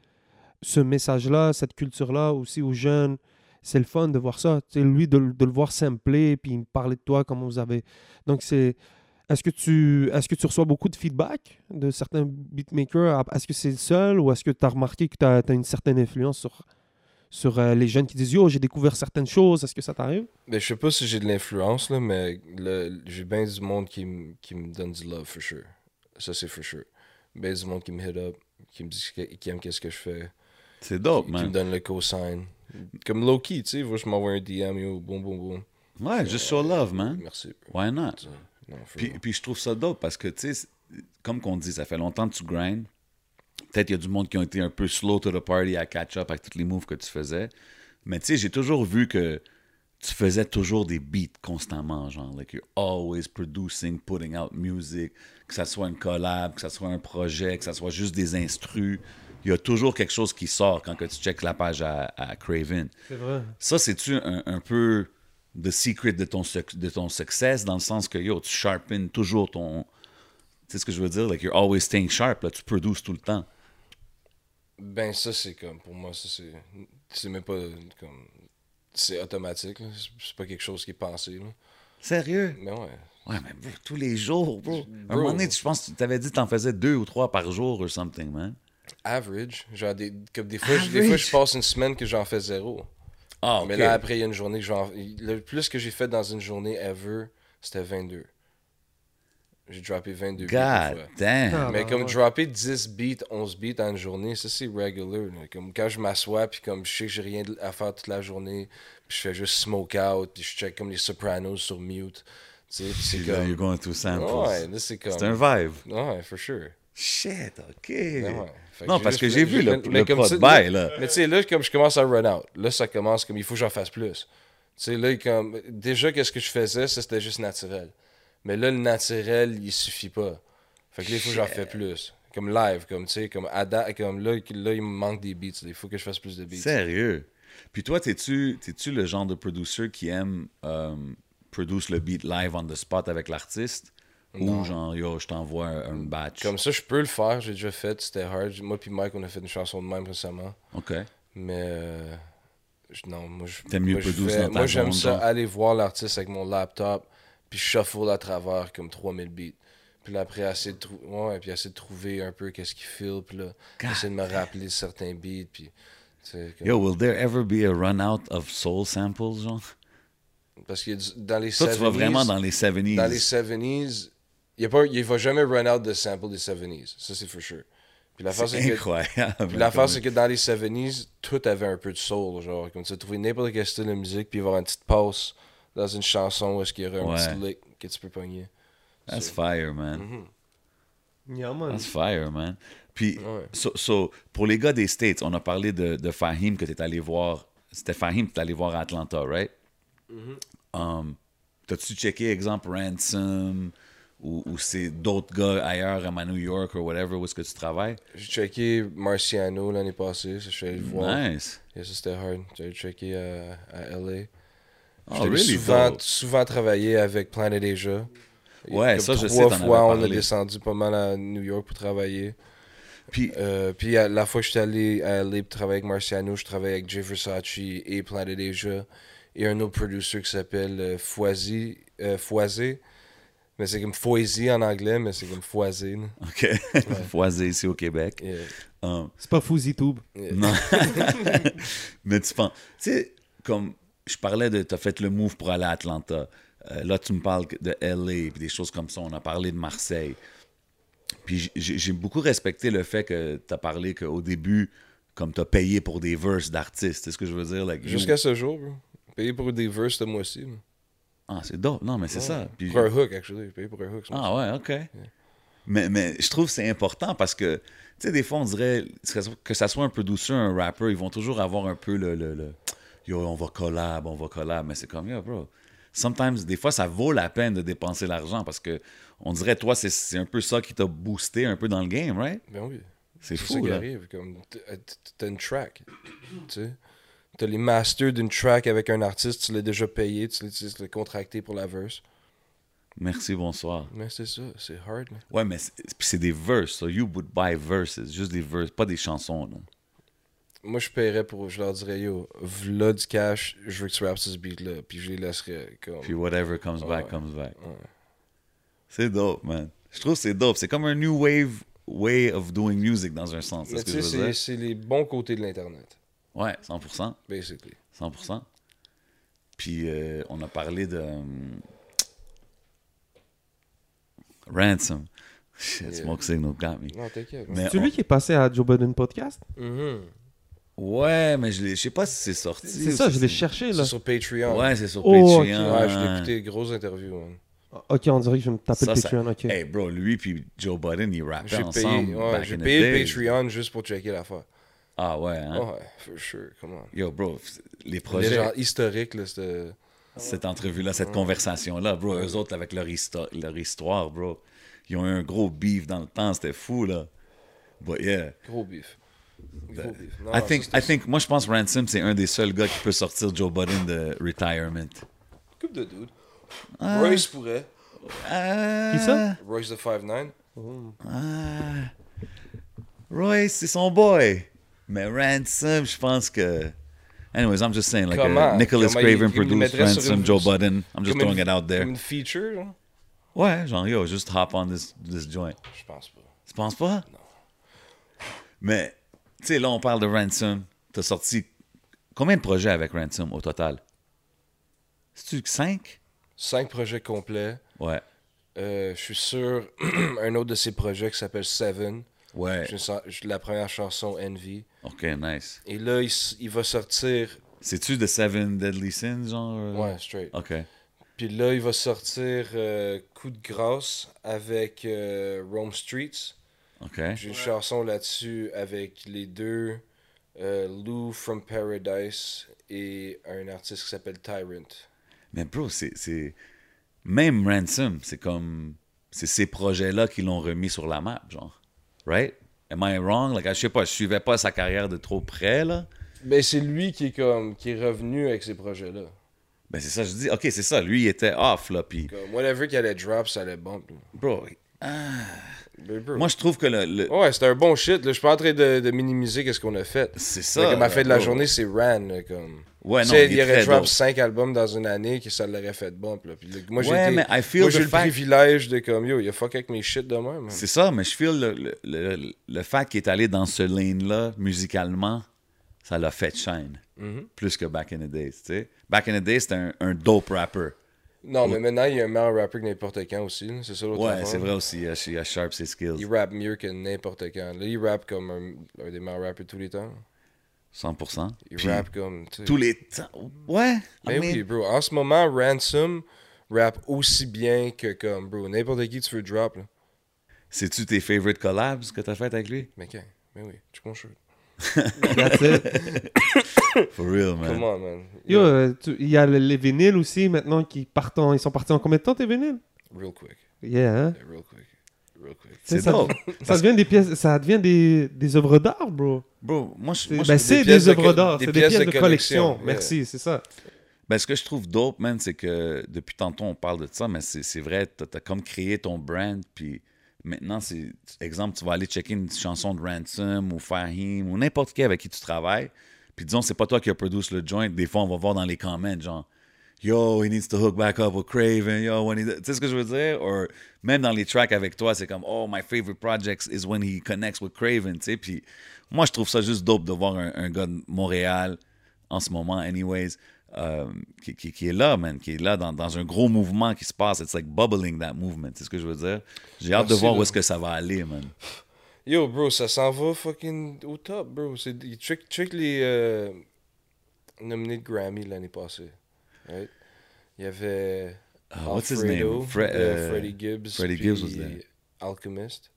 ce message-là, cette culture-là aussi aux jeunes c'est le fun de voir ça. Tu sais, lui, de, le- de le voir simpler, puis il me parlait de toi, comment vous avez. Donc, c'est. Est-ce que, tu, est-ce que tu reçois beaucoup de feedback de certains beatmakers Est-ce que c'est le seul ou est-ce que tu as remarqué que tu as, une certaine influence sur, sur euh, les jeunes qui disent Yo, j'ai découvert certaines choses, est-ce que ça t'arrive Ben, je sais pas si j'ai de l'influence, là, mais le- j'ai bien du monde qui, me- qui me donne du love, for sure. Ça, c'est for sure. Ben du monde qui me hit up, qui me dit ce que- qui aime qu'est-ce que je fais, C'est dope, qui me Oh, man. donne le co-sign. Comme low-key, tu sais, moi, je m'envoie un DM, yo, boum, boum, boum. Ouais, juste sur love, man. Merci. bro. Why not? Tu sais, Non, for Puis, real. puis je trouve ça dope parce que, tu sais, c'est- comme qu'on dit, ça fait longtemps que tu grinds. Peut-être il y a du monde qui ont été un peu slow to the party à catch up avec tous les moves que tu faisais. Mais tu sais, j'ai toujours vu que tu faisais toujours des beats constamment, genre, like you're always producing, putting out music, que ça soit une collab, que ça soit un projet, que ça soit juste des instrus. Il y a toujours quelque chose qui sort quand que tu checkes la page à, à Craven. C'est vrai. Ça, c'est-tu un, un peu the secret de ton, suc- de ton success, dans le sens que, yo, tu sharpines toujours ton... Tu sais ce que je veux dire? Like, you're always staying sharp, là, tu produces tout le temps. Ben, ça, c'est comme, pour moi, ça, c'est. C'est même pas comme. C'est automatique, là. C'est- C'est pas quelque chose qui est pensé, là. Sérieux? Mais ouais. Ouais, mais bro, tous les jours, bro. À un Bro. moment donné, tu- je pense que tu t'avais dit que t'en faisais deux ou trois par jour ou something, man. Average. Genre, des, comme des fois, je- des fois, je passe une semaine que j'en fais zéro. Ah, ok. Mais là, après, il y a une journée que j'en... Le plus que j'ai fait dans une journée ever, c'était 22. J'ai droppé 22 beats. des God fois. damn. Ah, Mais bah, comme ouais. dropper 10 beats, 11 beats en une journée, ça c'est regular. là. Comme quand je m'assois, puis comme je sais que j'ai rien à faire toute la journée, puis je fais juste smoke out, puis je check comme les Sopranos sur mute. Tu sais, puis c'est Puis là, you're comme. going to samples. Ouais, là c'est comme. C'est un vibe. Ouais, for sure. Shit, OK. Ben ouais. Fait Non, parce juste- que j'ai vu le, mais- mais le comme pas ça, de bail, là. Mais tu sais, là, comme je commence à run out, là, ça commence comme il faut que j'en fasse plus. Tu sais, là, comme, déjà, qu'est-ce que je faisais, ça, c'était juste naturel. Mais là, le naturel, il suffit pas. Fait que là, il faut que j'en fais plus. Comme live, comme, tu sais, comme, à date, comme là, que- là, il me manque des beats. Il faut que je fasse plus de beats. Sérieux. Puis toi, t'es-tu t'es-tu le genre de producer qui aime euh, produce le beat live on the spot avec l'artiste? Ou genre, yo, je t'envoie un, un batch. Comme ça, je peux le faire. J'ai déjà fait. C'était hard. Moi puis Mike, on a fait une chanson de même récemment. OK. Mais euh, je- non, moi je. T'aimes mieux moi, je produire fais- dans ta Moi zone, j'aime ça genre. aller voir l'artiste avec mon laptop, puis shuffle à travers comme 3000 beats. Puis là, après, essayer de, trou- ouais, puis essayer de trouver un peu qu'est-ce qu'il feel, puis là, essayer de me rappeler certains beats, puis. tu sais, comme- Yo, will there ever be a run out of soul samples, genre? Parce que dans les Toi, tu vas 70s, vraiment dans les 70s. dans les 70s, il y a pas- il va jamais run out de sample des 70s. Ça, c'est for sure. Puis la face, c'est incroyable. Puis l'affaire, c'est que dans les 70s, tout avait un peu de soul. Genre, comme tu trouver n'importe quel style de musique, puis avoir une petite pause dans une chanson où est-ce qu'il y aurait un Ouais. petit lick que tu peux pogner. That's fire, Mm-hmm. man. Yeah, man. That's fire, man. Puis, Ah Ouais. so, so, pour les gars des States, on a parlé de, de Fahim que tu allé voir. C'était Fahim que tu allé voir à Atlanta, right? Mm-hmm. Um, T'as-tu checké, exemple, Ransom ou, ou c'est d'autres gars ailleurs, à New York ou whatever, où est-ce que tu travailles? J'ai checké Marciano l'année passée, ça, je suis allé le voir. Nice. Et ça, c'était hard. J'ai allé checker à, à LA. Oh, J'ai Ah, really, souvent, though? souvent travaillé avec Planet Asia. Il y a Ouais, comme ça, je sais, trois t'en avais fois, on parlé. est descendu pas mal à New York pour travailler. Puis, Euh, puis à- la fois que j'étais allé à LA pour travailler avec Marciano, je travaillais avec Jay Versace et Planet Asia et un autre producer qui s'appelle euh, Foisy, euh, Foisé. Mais c'est comme Foisy en anglais, mais c'est comme Foisé. là. euh, OK, Foisé ici au Québec. Yeah. Hum, C'est pas Fousitube. non. Mais tu penses, tu sais, comme je parlais de, t'as fait le move pour aller à Atlanta. Euh, là, tu me parles que- de LA, puis des choses comme ça. On a parlé de Marseille. Puis j- j'ai j'ai beaucoup respecté le fait que t'as parlé qu'au début, comme t'as payé pour des verses d'artistes. C'est ce que je veux dire? like, you- Jusqu'à ce jour, bro. Payé pour des verses ce mois-ci. là. Ah, c'est dope. Non, mais c'est ça. Puis- Pour un hook, actually. Payé pour un hook ce Ah ouais, OK. Mais, mais je trouve que c'est important parce que, tu sais, des fois, on dirait que ça soit un peu douceur, un rapper, ils vont toujours avoir un peu le, le, le, Yo, on va collab, on va collab. Mais c'est comme, yo, bro. Sometimes, des fois, ça vaut la peine de dépenser l'argent parce que, on dirait, toi, c'est- c'est un peu ça qui t'a boosté un peu dans le game, right? Ben oui. C'est ça fou, qui là. arrive. Comme, t- t- t'as une track. Tu sais. T'as les masters d'une track avec un artiste, tu l'as déjà payé, tu l'as- tu l'as contracté pour la verse. Merci, bonsoir. Mais c'est ça, c'est hard. là. Ouais, mais c'est puis c'est des verses. so you would buy verses, juste des verses, pas des chansons, là. Moi, je paierais pour. Je leur dirais, yo, v'là du cash, je veux que tu rappes sur ce beat-là, puis je les laisserais. Comme... Puis whatever comes back, ouais. comes back. Ouais. C'est dope, man. Je trouve que c'est dope. C'est comme un new wave way of doing music dans un sens. C'est Mais ce que tu je sais, veux c'est- dire. c'est les bons côtés de l'Internet, Ouais, 100%. basically. 100%. Puis euh, on a parlé de. euh, Ransom. Shit, Yeah. Smoke Signal got me. Non, t'inquiète. Mais C'est lui qui est passé à Joe Budden Podcast. Mhm. on- Ouais, mais je l'ai- je sais pas si c'est sorti. C'est ou ça, si je l'ai cherché là. C'est sur Patreon. Ouais, c'est sur Oh, ok. Patreon. Ouais, je l'ai écouté, grosse interview, man. Ah, Ok, on dirait que je vais me taper Ça, le ça- Patreon, ok. Hey, bro, lui puis Joe Budden, ils rappaient J'ai ensemble. payé, ouais, back j'ai in the payé le days. Patreon juste pour checker l'affaire. Ah ouais, hein? Ouais, for sure, come on. Yo, bro, les projets. Des gens historiques, là, c'était... cette entrevue-là, cette conversation-là, bro. Eux autres, avec leur, histo- leur histoire, bro, ils ont eu un gros beef dans le temps. C'était fou, là. But yeah. Gros beef. Gros beef. Non, Ben, I non, think, ça, I think, moi, je pense Ransom, c'est un des seuls gars qui peut sortir Joe Budden de retirement. c'est une couple de dudes. Royce pourrait. Ah, Qui ça? Royce the 5'9". ah. Royce, c'est son boy. Mais Ransom, je pense que. Anyways, I'm just saying, like, uh, Comment? Nicholas Comment il- Craven il nous produced mettrait sur Ransom, une- Joe Budden. I'm just Comme une- throwing it out there. Comme une feature, genre? Ouais, genre, yo, just hop on this, this joint. Je pense pas. Tu penses pas? Non. Mais, tu sais, là, on parle de Ransom. T'as sorti combien de projets avec Ransom au total? C'est-tu 5? Cinq projets complets. Ouais. Euh, je suis sur un autre de ses projets qui s'appelle Seven. Ouais. Je sens- je- la première chanson, Envy. Ok, nice. Et là, il, s- il va sortir... C'est-tu The Seven Deadly Sins, genre? euh? Ouais, straight. Ok. Puis là, il va sortir euh, Coup de grâce avec euh, Rome Streets. Ok. J'ai une chanson là-dessus avec les deux, euh, Lou from Paradise et un artiste qui s'appelle Tyrant. Mais, bro, c'est- c'est. Même Ransom, c'est comme. C'est ces projets-là qui l'ont remis sur la map, genre. Right? Am I wrong? Like, je sais pas, je suivais pas sa carrière de trop près, là. Mais c'est lui qui est comme qui est revenu avec ces projets-là. Ben, c'est ça, je dis. Ok, c'est ça. Lui, il était off, là. Puis, Comme whatever qu'il allait drop, ça allait bump. là. bro, Mais bro. Moi, je trouve que le. le- Ouais, c'était un bon shit. Là. Je suis pas en train de, de minimiser qu'est-ce qu'on a fait. C'est Ça, ça. comme à la fin de la bro. journée, c'est Ran. là, comme. Ouais, Tu non, sais, il il est très aurait drop dope. 5 albums dans une année que ça l'aurait fait bump. Là. Puis, là, moi, j'ai Ouais, été- mais I feel moi, the j'ai le fact- privilège de comme yo, il a fuck avec mes shit de même. hein. C'est ça, mais je feel le, le, le, le fait qu'il est allé dans ce lane-là, musicalement, ça l'a fait shine. Mm-hmm. Plus que Back in the Days, tu sais. Back in the Days, c'était un, un dope rapper. Non, mais maintenant, il y a un meilleur rappeur que n'importe quand aussi. là. C'est ça l'autre Ouais, affaire. c'est vrai aussi. Il a, il a sharp ses skills. Il rappe mieux que n'importe quand. Là, il rappe comme un, un des meilleurs rappeurs de tous les temps. 100%. Il Puis, rappe comme. tu sais. tous les temps. Ouais. Mais I mean, oui, bro. En ce moment, Ransom rappe aussi bien que comme, bro, n'importe qui tu veux drop. Là. C'est-tu tes favorite collabs que t'as fait avec lui? Mais quand Mais oui, tu comprends. That's it. For real, Come man. on, man. Yo, Yo, euh, tu- il y a le- les vinyles aussi maintenant qui partent en- Ils sont partis en combien de temps tes vinyles Real quick. Yeah, hein? Yeah, Real quick. Real quick. Tu sais, C'est ça, dope. ça devient des pièces, ça devient des, des œuvres d'art, bro. Bro, moi, je. moi, C'est- je- ben, c'est des pièces de œuvres co- d'art, des c'est des pièces pièces de de collection. collection, yeah. Merci, c'est ça. Ben, ce que je trouve dope, man, c'est que depuis tantôt, on parle de ça, mais c'est c'est vrai, t'as as comme créé ton brand, puis maintenant, c'est exemple, tu vas aller checker une chanson de Ransom ou Fahim ou n'importe qui avec qui tu travailles, puis disons, c'est pas toi qui as produit le joint, des fois, on va voir dans les comments, genre, Yo, he needs to hook back up with Craven. Yo, when he. Tu sais ce que je veux dire? Or, même dans les tracks avec toi, c'est comme, oh, my favorite projects is when he connects with Craven, tu sais. Puis, moi, je trouve ça juste dope de voir un, un gars de Montréal, en ce moment, anyways, euh, qui, qui- qui est là, man, qui est là dans, dans un gros mouvement qui se passe. It's like bubbling that movement, c'est ce que je veux dire. J'ai hâte de Merci, voir où là. est-ce que ça va aller, man. Yo, bro, ça s'en va fucking au top, bro. C'est ils trick, trick les euh, nominés de Grammy l'année passée. Right? Il y avait Ah, what's his Alfredo name? Fre- de euh, Freddie Gibbs, Freddie puis Gibbs was there. Alchemist.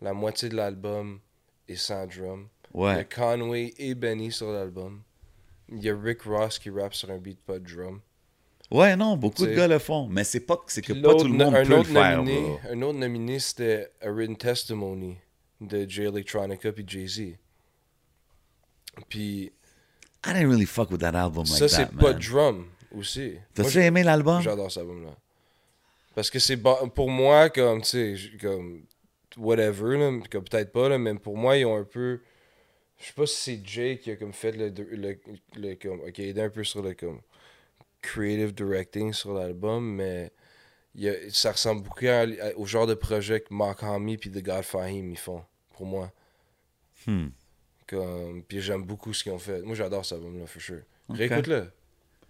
La moitié de l'album est sans drum. Il y a Ouais. Conway et Benny sur l'album. Il y a Rick Ross qui rappe sur un beat pas de drum. Ouais, non, beaucoup de C'est- gars le font, mais c'est pas c'est que Puis pas tout le l'autre- monde un peut le autre faire, nominé- bro. Un autre nominé, c'était A Written Testimony de Jay Electronica puis Jay-Z. Puis I didn't really fuck with that album ça, like c'est that, pas Oh man. drum aussi. Moi, T'as-tu j'ai- aimé l'album? J'adore cet album-là. Parce que c'est bon- pour moi, comme, tu sais, j- comme, whatever, là, comme peut-être pas, là, mais pour moi, ils ont un peu. Je sais pas si c'est Jay qui a comme fait le. le, le- comme, ok, aidé un peu sur le comme, creative directing sur l'album, mais il y a- ça ressemble beaucoup à- à- au genre de projet que Mark Hamill puis The God Fahim ils font, pour moi. Hmm. Comme, puis j'aime beaucoup ce qu'ils ont fait. Moi, j'adore cet album-là, for sure. Réécoute-le.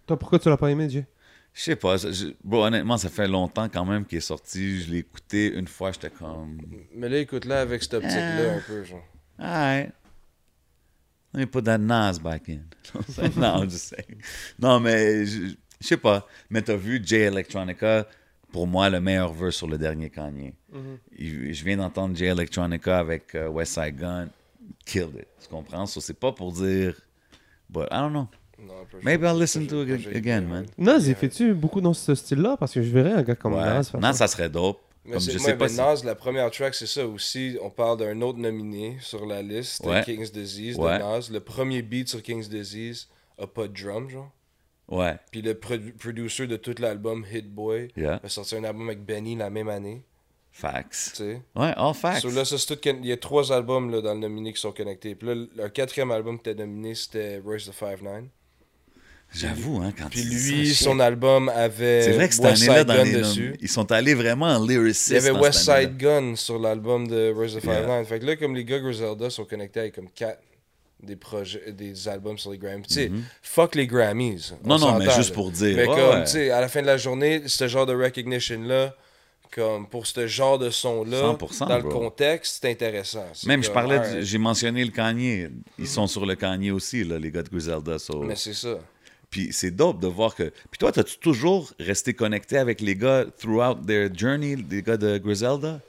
Toi, pourquoi tu l'as pas aimé, Jay Je sais pas. ça- je- bro, honnêtement, ça fait longtemps quand même qu'il est sorti. Je l'ai écouté une fois, j'étais comme. Mais là, écoute-le avec cette optique-là, un peu, genre. Alright. Let me put that Nas back in. non, je sais. Non, mais je je sais pas. Mais t'as vu Jay Electronica, pour moi, le meilleur vœu sur le dernier Kanye. Mm-hmm. Il- je viens d'entendre Jay Electronica avec euh, West Side Gun. Killed it. Tu comprends? So, c'est pas pour dire. But I don't know. Non, pas Maybe sûr. I'll listen to Pas it sûr. again, man. Naz, il fait-tu beaucoup dans ce style-là Parce que je verrais un gars comme Ouais. Naz. faire Non, ça ça. serait dope. Mais Comme c'est je moi, sais pas mais si. Nas, la première track, c'est ça aussi. On parle d'un autre nominé sur la liste, Ouais. King's Disease Ouais. de Nas. Le premier beat sur King's Disease a pas de drum, genre. Ouais. Puis le produ- producer de tout l'album, Hit Boy, Yeah. a sorti un album avec Benny la même année. Tu Facts. sais. Ouais, all facts. So là, ça, c'est tout con- Il y a trois albums là, dans le nominé qui sont connectés. Puis là, le quatrième album qui était nominé, c'était Royce the Five Nine. J'avoue, hein, quand Puis tu dis ça, lui, shit. son album avait C'est vrai que cette West année-là, Side dans Gun les noms, dessus. ils sont allés vraiment en lyricisme. Il y avait dans West cette année-là. Side Gun sur l'album de Rise of Yeah. Five Nine. Fait que là, comme les gars Griselda sont connectés avec comme quatre des projets, des albums sur les Grammys. Tu sais, fuck les Grammys. on Mhm. Non, non, mais s'entend, juste là. pour dire, Mais ouais, comme, ouais. tu sais, à la fin de la journée, ce genre de recognition-là, comme pour ce genre de son-là, 100%, dans le bro. contexte, c'est intéressant. C'est Même, je comme, parlais, du- alright, j'ai mentionné le Kanye. Ils sont sur le Kanye aussi, là, les gars de Griselda. so- Mais c'est ça. Puis c'est dope de voir que. Puis toi, t'as-tu toujours resté connecté avec les gars throughout their journey, les gars de Griselda?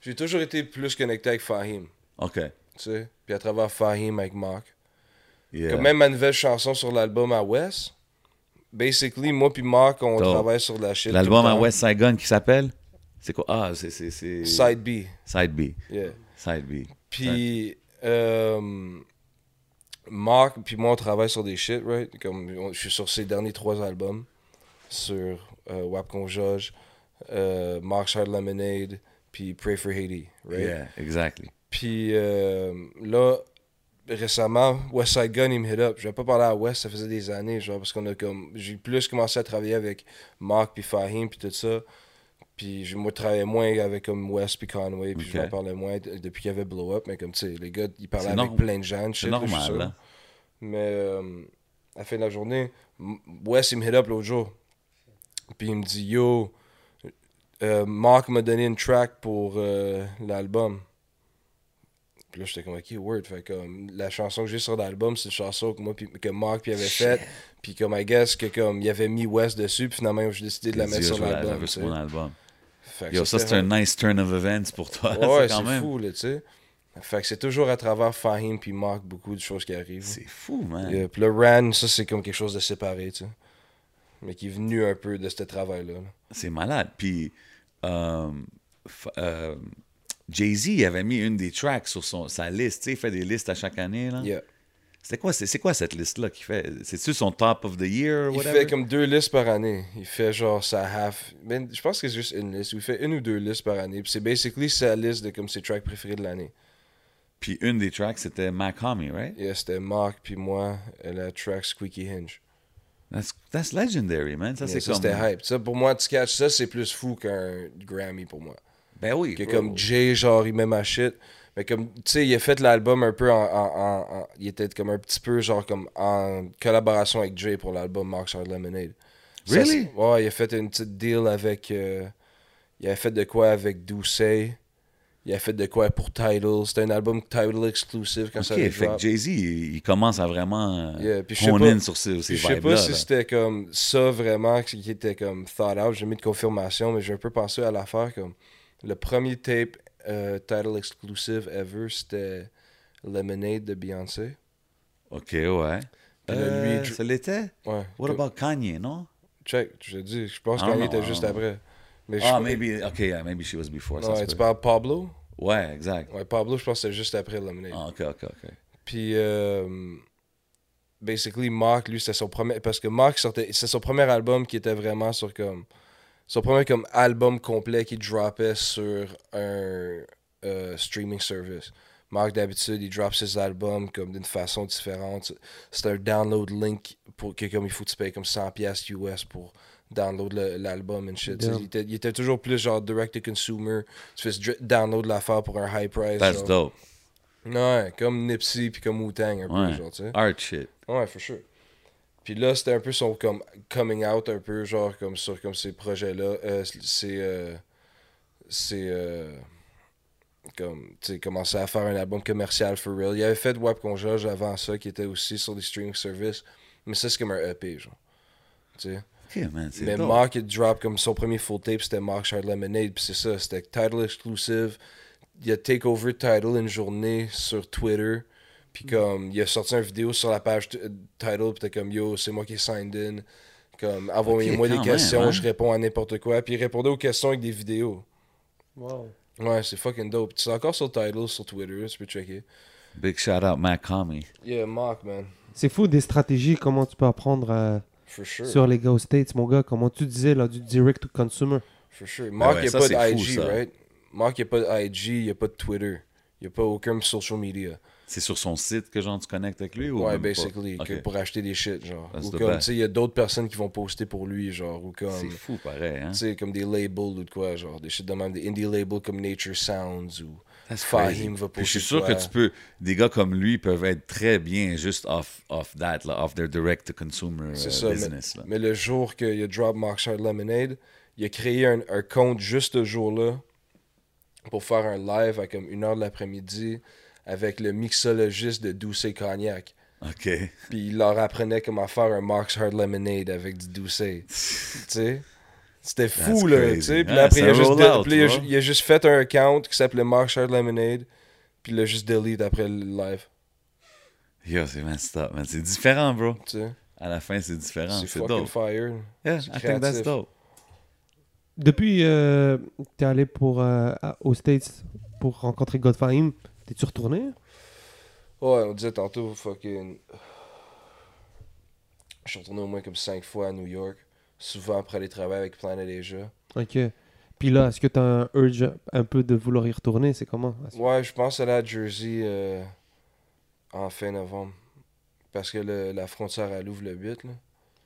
J'ai toujours été plus connecté avec Fahim, OK. tu sais. Puis à travers Fahim avec Mark. Yeah. Comme même ma nouvelle chanson sur l'album à West. Basically, moi puis Mark, on Dope. travaille sur la shit. L'album tout le à temps. West Saigon qui s'appelle? C'est quoi? Ah, c'est. c'est- c'est- Side B. Side B. Yeah. Side B. Puis, euh, Mark, puis moi, on travaille sur des shit, right? Comme on- je suis sur ses derniers trois albums, sur euh, Wap Conjoge, euh, Mark's Hard Lemonade, puis Pray for Haiti, right? Yeah, exactly. Puis euh, là, récemment, West Side Gun, il me hit up. Je pas parlé à West, ça faisait des années, genre, parce qu'on a comme. J'ai plus commencé à travailler avec Mark, puis Fahim, puis tout ça. Puis je moi, travaillais moins avec comme West, puis Conway, puis je Ok. leur parlais moins d- depuis qu'il y avait Blow Up, mais comme, tu sais, les gars, ils parlaient C'est avec norm- plein de gens, C'est shit, là, je suis normal, hein. sûr. là. Mais euh, à la fin de la journée, M- Wes, il me hit up l'autre jour. Puis il me dit Yo, euh, Mark m'a donné une track pour euh, l'album. Puis là, j'étais comme Ok, word. Fait que comme, la chanson que j'ai sur l'album, c'est une chanson que, moi, puis- que Mark puis il avait faite. Puis comme, I guess, que comme il avait mis Wes dessus. Puis finalement, j'ai décidé de la mettre Dieu, sur je veux la- la l'album. veux tu sur sais. mon album. Fait que Yo, ça, c'est c'était- un nice turn of events pour toi. là, Ouais, c'est quand c'est même. fou, là, tu sais. Fait que c'est toujours à travers Fahim puis Mark beaucoup de choses qui arrivent. C'est fou, man. Yeah, puis le RAN, ça, c'est comme quelque chose de séparé, tu sais. Mais qui est venu un peu de ce travail-là. là. C'est malade. Puis euh, f- euh, Jay-Z il avait mis une des tracks sur son, sa liste. Tu sais, il fait des listes à chaque année. Là. Yeah. C'est quoi, c'est, c'est quoi cette liste-là qu'il fait C'est-tu son top of the year Il whatever fait comme deux listes par année. Il fait genre sa half. Mais je pense que c'est juste une liste. Il fait une ou deux listes par année. Puis c'est basically sa liste de comme ses tracks préférés de l'année. Puis une des tracks, c'était Mac Homie, right Et c'était Mark puis moi, et la track Squeaky Hinge. That's, that's legendary, man. Ça, Mais c'est ça, comme. c'était hype. Ça, pour moi, tu catches ça, c'est plus fou qu'un Grammy pour moi. Ben oui. Que bro. comme Jay, genre, il met ma shit. Mais comme, tu sais, il a fait l'album un peu en, en- en- en- Il était comme un petit peu, genre, comme en collaboration avec Jay pour l'album Marks Hard Lemonade. Ça, Really? c'est- ouais, il a fait une petite deal avec. euh, il a fait de quoi avec Doucet. Il a fait de quoi pour Tidal. C'était un album Tidal exclusif quand Ok, ça allait fait que drop. Jay-Z, il il commence à vraiment euh, Yeah, puis je sais hone pas- in sur ces, ces Puis je sais vibes-là. pas là. si c'était comme ça vraiment que- qui était comme thought out. J'ai mis de confirmation, mais j'ai un peu pensé à l'affaire comme le premier tape euh, title exclusive ever, c'était Lemonade de Beyoncé. Ok, ouais. Puis là, Euh, lui, Dr- ça l'était? Ouais. What Ah comme- about Kanye, non? Check, je dis, je pense I don't qu'elle know, I était don't juste know. après. Mais Ah, je- maybe, ok, yeah, maybe she was before. ça se Ouais, peut. tu parles Pablo? Ouais, exact. Ouais, Pablo, je pense que c'était juste après Lemonade. Ah, ok, ok, ok. Puis, euh, basically, Mark, lui, c'était son premier. Parce que Mark sortait. C'est son premier album qui était vraiment sur comme. Son premier comme album complet qui dropait sur un euh, streaming service. Mark, d'habitude, il drop ses albums comme d'une façon différente. C'est un download link pour que comme il faut que tu payes comme 100$ piastres US pour download le- l'album and shit. Yeah. Il, était, il était toujours plus genre direct to consumer. Tu fais ce dr- download l'affaire pour un high price. That's genre. dope. Ouais, comme Nipsey puis comme Wu-Tang un peu, Ouais. genre, tu sais. Art shit. Ouais, for sure. Puis là, c'était un peu son comme coming out un peu, genre, comme sur comme ces projets-là. Euh, c'est... euh, c'est... euh, comme, tu sais, commencer à faire un album commercial for real. Il avait fait Wap Conjage avant ça, qui était aussi sur des streaming services. Mais ça, c'est comme un EP, genre. Tu sais. Ok, man, c'est Mais dope. Mark, il drop comme son premier full tape, c'était Mark Shard Lemonade, puis c'est ça, c'était title exclusive. Il a takeover title une journée sur Twitter, Mm. puis comme il a sorti une vidéo sur la page t- title, puis t'es comme yo, c'est moi qui ai signed in. Comme envoyez-moi Ok, quand des questions, même, hein. je réponds à n'importe quoi, puis il répondait aux questions avec des vidéos. Wow. Ouais, c'est fucking dope. C'est encore sur title, sur Twitter, tu peux checker. Big shout out, Mac Homie. Yeah, Mark, man. C'est fou des stratégies, comment tu peux apprendre euh, For sure. sur les gars aux States, mon gars. Comment tu disais, là, du direct to consumer. For sure. Mark, Ah ouais, il ça, a pas c'est fou, d'IG, ça. right? Mark, il a pas d'IG, il a pas de Twitter. Il a pas aucun social media. C'est sur son site que genre tu connectes avec lui ou Ouais, même pas? basically, Ok. que pour acheter des shit, genre. That's ou the comme, best. tu sais, il y a d'autres personnes qui vont poster pour lui, genre, ou C'est comme, tu fou, pareil, hein? sais, comme des labels ou de quoi, genre, des shit de même, des indie labels comme Nature Sounds ou That's crazy. Fahim va Puis poster. je suis sûr de que quoi. tu peux. Des gars comme lui peuvent être très bien juste off, off that, là, off their direct-to-consumer euh, C'est ça, mais- business. là. Mais, le jour qu'il a drop Mark Shard Lemonade, il a créé un, un compte juste ce jour-là pour faire un live à comme une heure de l'après-midi avec le mixologiste de Doucet Cognac. Ok. Puis il leur apprenait comment faire un Mark's Hard Lemonade avec du doucet. tu sais? C'était fou, là. crazy. Tu sais? Puis Ouais, après, c'est il a, un juste rollout, puis il a tu ju- vois. il a juste fait un account qui s'appelait Mark's Hard Lemonade. Puis il l'a juste delete après le live. Yo, c'est messed up, man. C'est différent, bro. Tu sais? À la fin, c'est différent. C'est Ah, C'est fucking dope. fire. Yeah, c'est I think that's créatif. dope. Depuis euh, t'es allé pour, euh, à- aux States pour rencontrer Godfahim, t'es-tu retourné Ouais, on disait tantôt, fucking. Je suis retourné au moins comme cinq fois à New York. Souvent après les travaux avec Planet Asia. Ok. Puis là, est-ce que t'as un urge un peu de vouloir y retourner C'est comment Ouais, je pense aller à Jersey euh, en fin novembre. Parce que le- la frontière, elle ouvre le 8, là.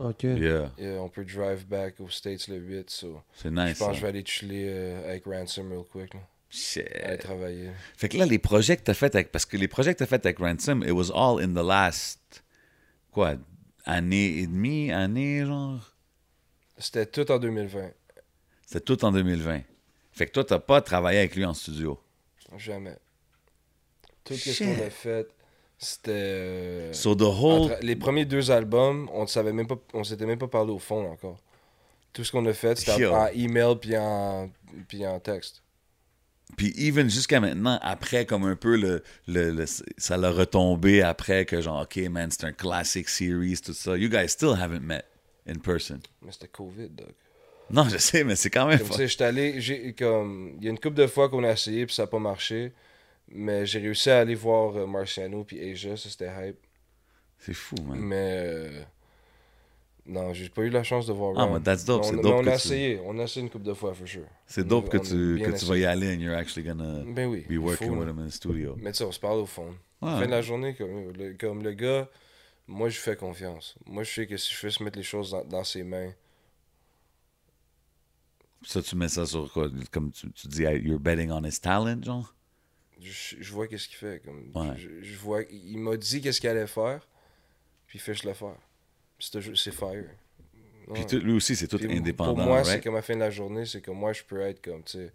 Ok. Yeah, Et euh, on peut drive back aux States le 8, so c'est je nice. hein. pense ça. que je vais aller chiller euh, avec Ransom real quick, là. aller Shit. travailler. Fait que là, les projets que t'as fait avec. Parce que les projets que t'as fait avec Ransom, it was all in the last. Quoi? Année et demie? Année, genre? C'était tout en 2020, C'était tout en 2020. Fait que toi, t'as pas travaillé avec lui en studio. jamais. Tout ce Shit. qu'on a fait, c'était... euh, So the whole. entre- les premiers deux albums, on ne savait même pas, on s'était même pas parlé au fond encore. Tout ce qu'on a fait, c'était Yo. en, en email puis en, puis en texte. Puis even jusqu'à maintenant, après, comme un peu, le, le, le- ça l'a retombé après que genre, OK, man, c'est un classic series, tout ça. You guys still haven't met in person. Mais c'était COVID, dog. Non, je sais, mais c'est quand même... Comme fun. tu sais, j'étais allé, j'ai comme il y a une couple de fois qu'on a essayé puis ça n'a pas marché, mais j'ai réussi à aller voir euh, Marciano puis Asia, ça c'était hype. C'est fou, man. Mais euh, non, j'ai pas eu la chance de voir Ah, Ron. mais that's dope, On- c'est mais dope On que a tu- essayé, on a essayé une couple de fois, for sure. C'est dope que On a tu, bien que tu vas essayé. y aller and you're actually gonna Ben oui. be il working faut, with là. him in the studio. Ah, Mais tu sais, on se parle au fond. Ouais. Fin de la journée, comme le, comme le gars, moi, je fais confiance. Moi, je sais que si je fais se mettre les choses dans, dans ses mains, Ça, tu mets ça sur quoi? Comme tu, tu dis, hey, you're betting on his talent, genre? Oh. je, je vois qu'est-ce qu'il fait. Comme, Ouais. je, je vois, il m'a dit qu'est-ce qu'il allait faire, puis fait je le faire. C'est toujours- c'est fire. Puis Ouais. tout- lui aussi, c'est tout Puis indépendant, Pour moi, c'est right? comme à la fin de la journée, c'est que moi, je peux être comme, tu sais,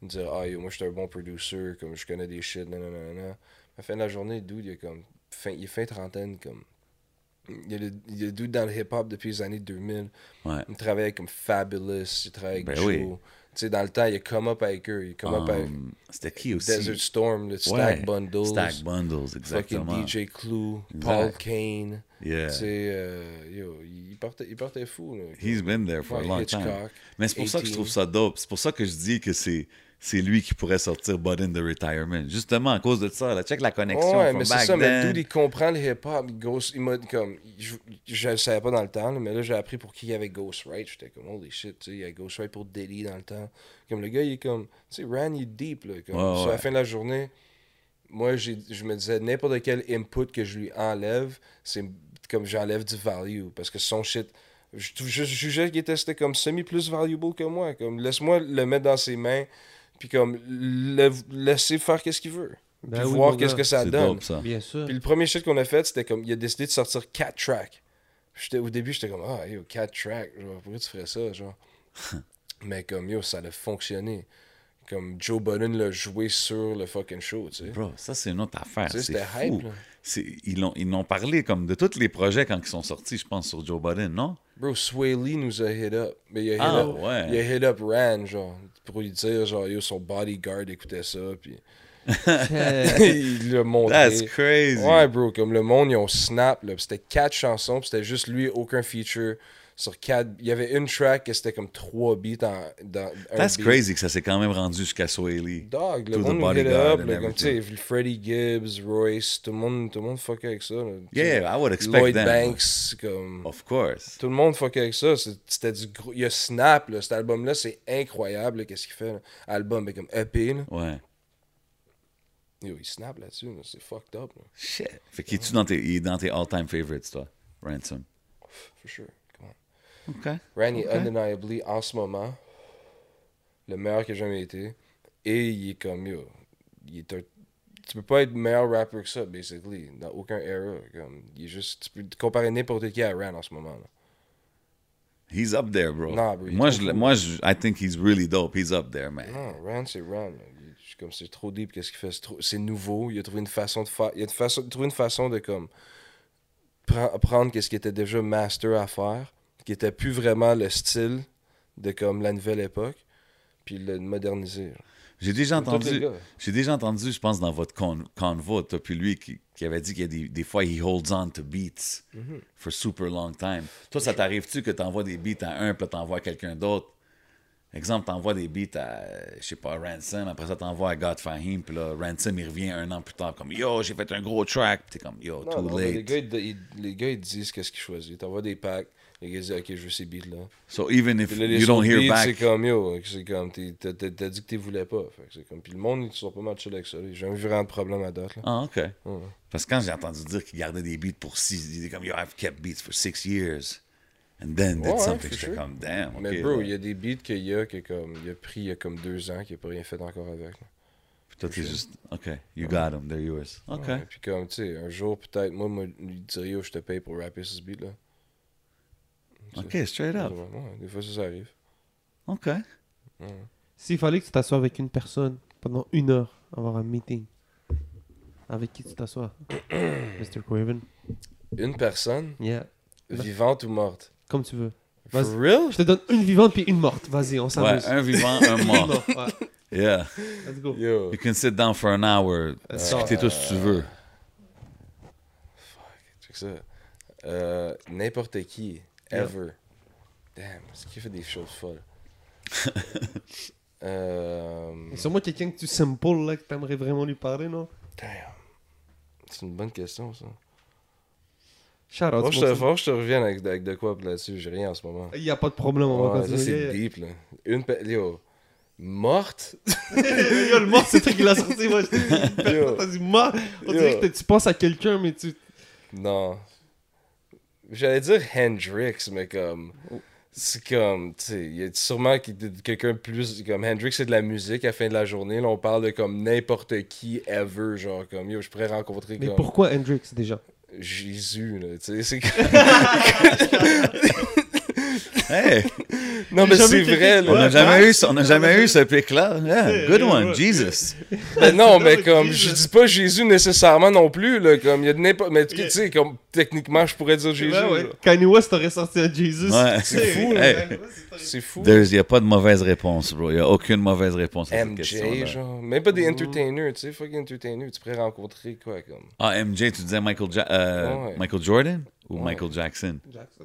me dire, ah, yo, moi, je suis un bon producer, comme je connais des shit, non, non, non, non. À la fin de la journée, dude, il est comme, fin, il est fin trentaine, comme. Il est, le, il est dude dans le hip-hop depuis les années 2000. Ouais. Il travaille comme Fabulous, il travaille avec Ben Joe. oui. Tu sais, dans le temps, il est come up avec eux, il est come up avec Um, C'était qui aussi? Desert Storm, le Ouais. Stack Bundles. Stack Bundles, exactement. Fucking DJ Clue, Exact. Paul Kane. Yeah. Tu sais, euh, yo, il partait, il partait fou. Là, He's been there for Ouais, a long time. Hitchcock, Mais c'est pour ça que je 18. trouve ça dope. C'est pour ça que je dis que c'est c'est lui qui pourrait sortir Bud in the Retirement. Justement, à cause de ça. Là. Check la connexion Ouais, from mais c'est back ça, mais le then. dude, il comprend le hip-hop. il Ghost, il m'a comme. Je, je le savais pas dans le temps, là, mais là, j'ai appris pour qui il y avait Ghostwrite. J'étais comme, holy shit, tu sais, il y a Ghostwrite pour Diddy dans le temps. Comme le gars, il est comme. Tu sais, Ran, il est deep, là. Comme, Ouais, Sur ouais. la fin de la journée, moi, j'ai- je me disais, n'importe quel input que je lui enlève, c'est comme j'enlève du value. Parce que son shit. Je, trou- je jugeais qu'il était c'était comme semi plus valuable que moi. Comme, laisse-moi le mettre dans ses mains, puis comme, le, laisser faire qu'est-ce qu'il veut. Ben puis oui, voir mon qu'est-ce gars. que ça C'est donne. dope, ça. Bien sûr. Puis le premier shit qu'on a fait, c'était comme, il a décidé de sortir 4 tracks. J'étais, au début, j'étais comme, ah, yo, 4 tracks, genre, pourquoi tu ferais ça, genre? Mais comme, yo, ça a fonctionné. Comme Joe Budden l'a joué sur le fucking show, tu sais. Bro, ça, c'est une autre affaire. Tu sais, C'est c'était fou. hype, là. C'est- Ils l'ont- ils n'ont parlé comme de tous les projets quand ils sont sortis, je pense, sur Joe Biden, non? Bro, Sway Lee nous a hit up. Mais il a hit Ah, up. ouais. Il a hit up Ran, genre, pour lui dire, genre, yo, son bodyguard écoutait ça, puis il l'a montré. That's crazy. Ouais, bro, comme le monde, ils ont snap, là. puis C'était quatre chansons, puis c'était juste lui, aucun feature. Sur quatre, il y avait une track que c'était comme trois beats en, dans un That's beat. crazy que ça s'est quand même rendu jusqu'à Swaley. Dog, le To the monde nous hit bodyguard up, and là, comme tu sais, everything. Freddie Gibbs, Royce, tout le monde, tout le monde fuckait avec ça. là. Tu sais, Yeah, I would expect Lloyd them. Banks, comme. Of course. Tout le monde fuckait avec ça. C'est- C'était du gros. Il y a Snap, là. Cet album-là, c'est incroyable, là, qu'est-ce qu'il fait. là. Album, mais comme EP, là. Ouais. Yo, il snap là-dessus, là. C'est fucked up, là. Shit. Fait qu'il est-tu dans tes, il est dans tes all-time favorites, toi? Ransom. For sure. Come on. OK. Ran est undeniably en ce moment le meilleur que j'ai jamais été. Et il est comme yo. Il est un- Tu peux pas être meilleur rapper que ça, basically, dans aucun era. Comme, il est juste, tu peux te comparer n'importe qui à Ran en ce moment. là. He's up there, bro. Non, bro, il est moi, trop je, le- cool. moi je, I think he's really dope. He's up there, man. Non, Ran, c'est Ran. là. Il- je suis Comme c'est trop deep, qu'est-ce qu'il fait? C'est, trop- c'est nouveau. Il a trouvé une façon de faire. Il a une façon, trouvé une façon de comme pre- prendre qu'est-ce qui était déjà master à faire, qui était plus vraiment le style de comme la nouvelle époque, puis le moderniser. genre. J'ai déjà Tous les entendu, gars. j'ai déjà entendu, je pense, dans votre con, convo, toi puis lui, qui, qui avait dit qu'il y a des, des fois, he holds on to beats Mhm. for super long time. Toi, ça t'arrive-tu que t'envoies des beats à un, puis là, t'envoies à quelqu'un d'autre? Exemple, t'envoies des beats à, euh, je sais pas, Ransom, après ça, t'envoies à God Fahim, puis là, Ransom, il revient un an plus tard, comme, yo, j'ai fait un gros track, puis t'es comme, yo, Non, too Ah, non, mais late. Les gars, ils, ils- les gars, ils disent qu'est-ce qu'ils choisissent. T'envoies des packs. Les gars disent, OK, je veux ces beats-là. So even if Puis là, les you don't autres hear beats, back, C'est comme, yo, c'est comme, t'es- t'as t'as- t'as dit que t'es voulais pas. Fait que c'est comme, puis le monde, ils sont pas mal chill avec ça. là. J'ai jamais vu vraiment de problème à d'autres. là. Ah, OK. Parce que quand j'ai entendu dire qu'il gardait des beats pour six, il était comme, yo, I've kept beats for six years. And then did Ouais, something. for J'étais sure. comme, damn. OK. Mais bro, là. il y a des beats qu'il y a, que comme, il a pris il y a comme deux ans, qu'il a pas rien fait encore avec. là. Puis toi, t'es juste, OK, you got them, they're yours. OK. Ouais, puis comme, tu sais, un jour, peut-être, moi, moi, lui dire, yo, je te paye pour rapper sur ce beat-là. OK, straight up. Ouais, des fois, ça, ça arrive. OK. S'il fallait que tu t'assoies avec une personne pendant une heure, avoir un meeting, avec qui tu t'assois Mr. Craven. Une personne, Yeah. Ben. Non. vivante ou morte. Comme tu veux. For Vas-y. real? Je te donne une vivante puis une morte. Vas-y, on s'amuse. Ouais, un vivant, un Une mort. morte, ouais. Yeah. Let's Oh. go. Yo. You can sit down for an hour, discuter tout euh, ce que tu veux. Check ça. Euh, N'importe qui, ever. Damn, est-ce qu'il fait des choses folles? euh, C'est sûrement quelqu'un que tu simple là, que t'aimerais vraiment lui parler, non damn. C'est une bonne question, ça. Shout Faut out, que c'est je te- pour ça. faut que je te revienne avec, avec de quoi là-dessus, j'ai rien en ce moment. Il n'y a pas de problème, on va Ouais, ça, continuer. c'est deep, là. Une... pe- Yo, morte? Yo, le mort, c'est toi qui l'a sorti. Moi, Yo. je t'as dit mort. On Yo. dirait que tu penses à quelqu'un, mais tu. Non. J'allais dire Hendrix, mais comme. C'est comme, tu sais, il y a sûrement qui- de- quelqu'un de plus. Comme Hendrix, c'est de la musique à la fin de la journée. Là, on parle de comme n'importe qui ever. Genre, comme, yo, je pourrais rencontrer Mais comme pourquoi Hendrix déjà Jésus, là. Tu sais, c'est comme- Hey, Non, mais jamais c'est quelqu'un vrai, qui on là. n'a jamais eu, ce- on n'a jamais eu ce pic-là. Yeah, good one, Ouais. Jesus. Mais non, mais Non, comme, Jésus. je dis pas Jésus nécessairement non plus, là. Comme, il y a de n'importe. Mais tu sais, comme, techniquement, je pourrais dire Jésus. Ouais, ouais. là. Kanye West aurait sorti un Jesus. Ouais. C'est fou. Hey. Kanye West, il aurait- C'est fou. Il n'y a pas de mauvaise réponse, bro. Il n'y a aucune mauvaise réponse à cette MJ, question-là. genre. Même pas Mm-hmm. des entertainers, tu sais. Fucking entertainers, tu pourrais rencontrer quoi, comme. Ah, MJ, tu disais Michael, Ja- euh, Ouais. Michael Jordan ou Ouais. Michael Jackson? Jackson.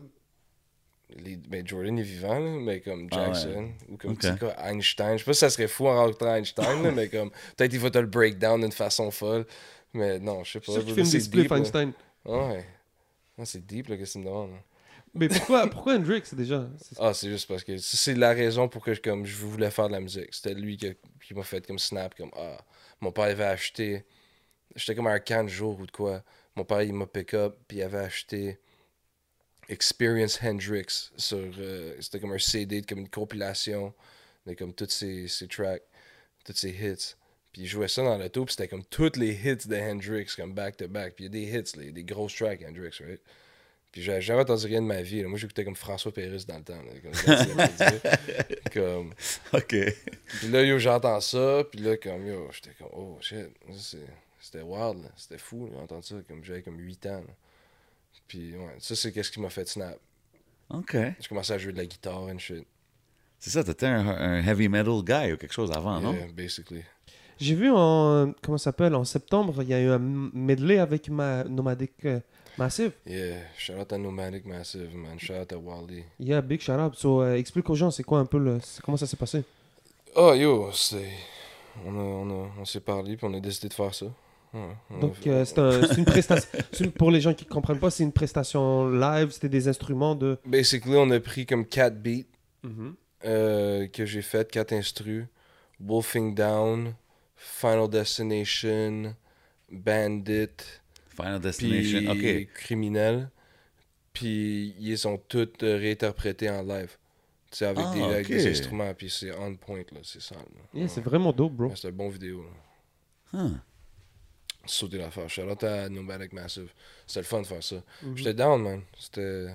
Les- ben Jordan est vivant, là, mais comme Ah ouais. Jackson ou comme Ok. tu sais quoi, Einstein. Je sais pas si ça serait fou en rencontrant Einstein, là, mais comme peut-être il va te le breakdown d'une façon folle. Mais non, je sais Je suis pas. sûr qu'il bro, filme des c'est spliffs, deep, là. Einstein. Ouais. Non, c'est deep là, qu'est-ce que tu me demandes. là. Mais pourquoi, pourquoi Hendrix déjà C'est- Ah, c'est juste parce que ça, c'est la raison pour que je, comme, je voulais faire de la musique. C'était lui qui, qui m'a fait comme snap, comme ah, mon père il avait acheté. J'étais comme à un camp de jour ou de quoi. Mon père il m'a pick up, puis il avait acheté Experience Hendrix sur. euh, C'était comme un CD, de- comme une compilation de comme tous ses, ses tracks, tous ses hits. Puis il jouait ça dans l'auto, puis c'était comme tous les hits de Hendrix, comme back to back. Puis il y a des hits, les- des grosses tracks Hendrix, right? Puis j'avais jamais entendu rien de ma vie. là. Moi, j'écoutais comme François Pérusse dans le temps. là, comme ça, tu l'avais dit. Comme- OK. Puis là, yo, j'entends ça. Puis là, comme yo, j'étais comme, oh shit, ça, c'est- c'était wild. là. C'était fou là, d'entendre ça. Comme j'avais comme 8 ans. là. Puis ouais, ça, c'est qu'est-ce qui m'a fait snap. OK. J'ai commencé à jouer de la guitare and shit. C'est ça, t'étais un, un heavy metal guy ou quelque chose Ah avant, non? Yeah, basically. J'ai vu en. Comment ça s'appelle En septembre, il y a eu un medley avec ma Nomadic euh, Massive. Yeah, shout out à Nomadic Massive, man. Shout out à Wally. Il y a Big Sharab. So, euh, explique aux gens, c'est quoi un peu le. c'est- Comment ça s'est passé Oh yo, c'est. On, a- on, a- on s'est parlé, puis on a décidé de faire ça. Ouais, on a- Donc, euh, c'est un- c'est une prestation. c'est une- pour les gens qui ne comprennent pas, c'est une prestation live. C'était des instruments de. Basically, on a pris comme 4 beats Mm-hmm. euh, que j'ai fait, 4 instrus. Wolfing Down, Final Destination, Bandit, Final Destination, puis OK. Criminel. Puis ils sont toutes euh, réinterprétés en live. Tu sais, avec, Ah, des, avec ok. des instruments, puis c'est on point, là, c'est ça. là. Yeah, c'est vraiment dope, bro. Ouais, C'est un bon vidéo. là. Huh. Sauter l'affaire. Shout out à Nomadic Massive. C'était le fun de faire ça. Mm-hmm. J'étais down, man. C'était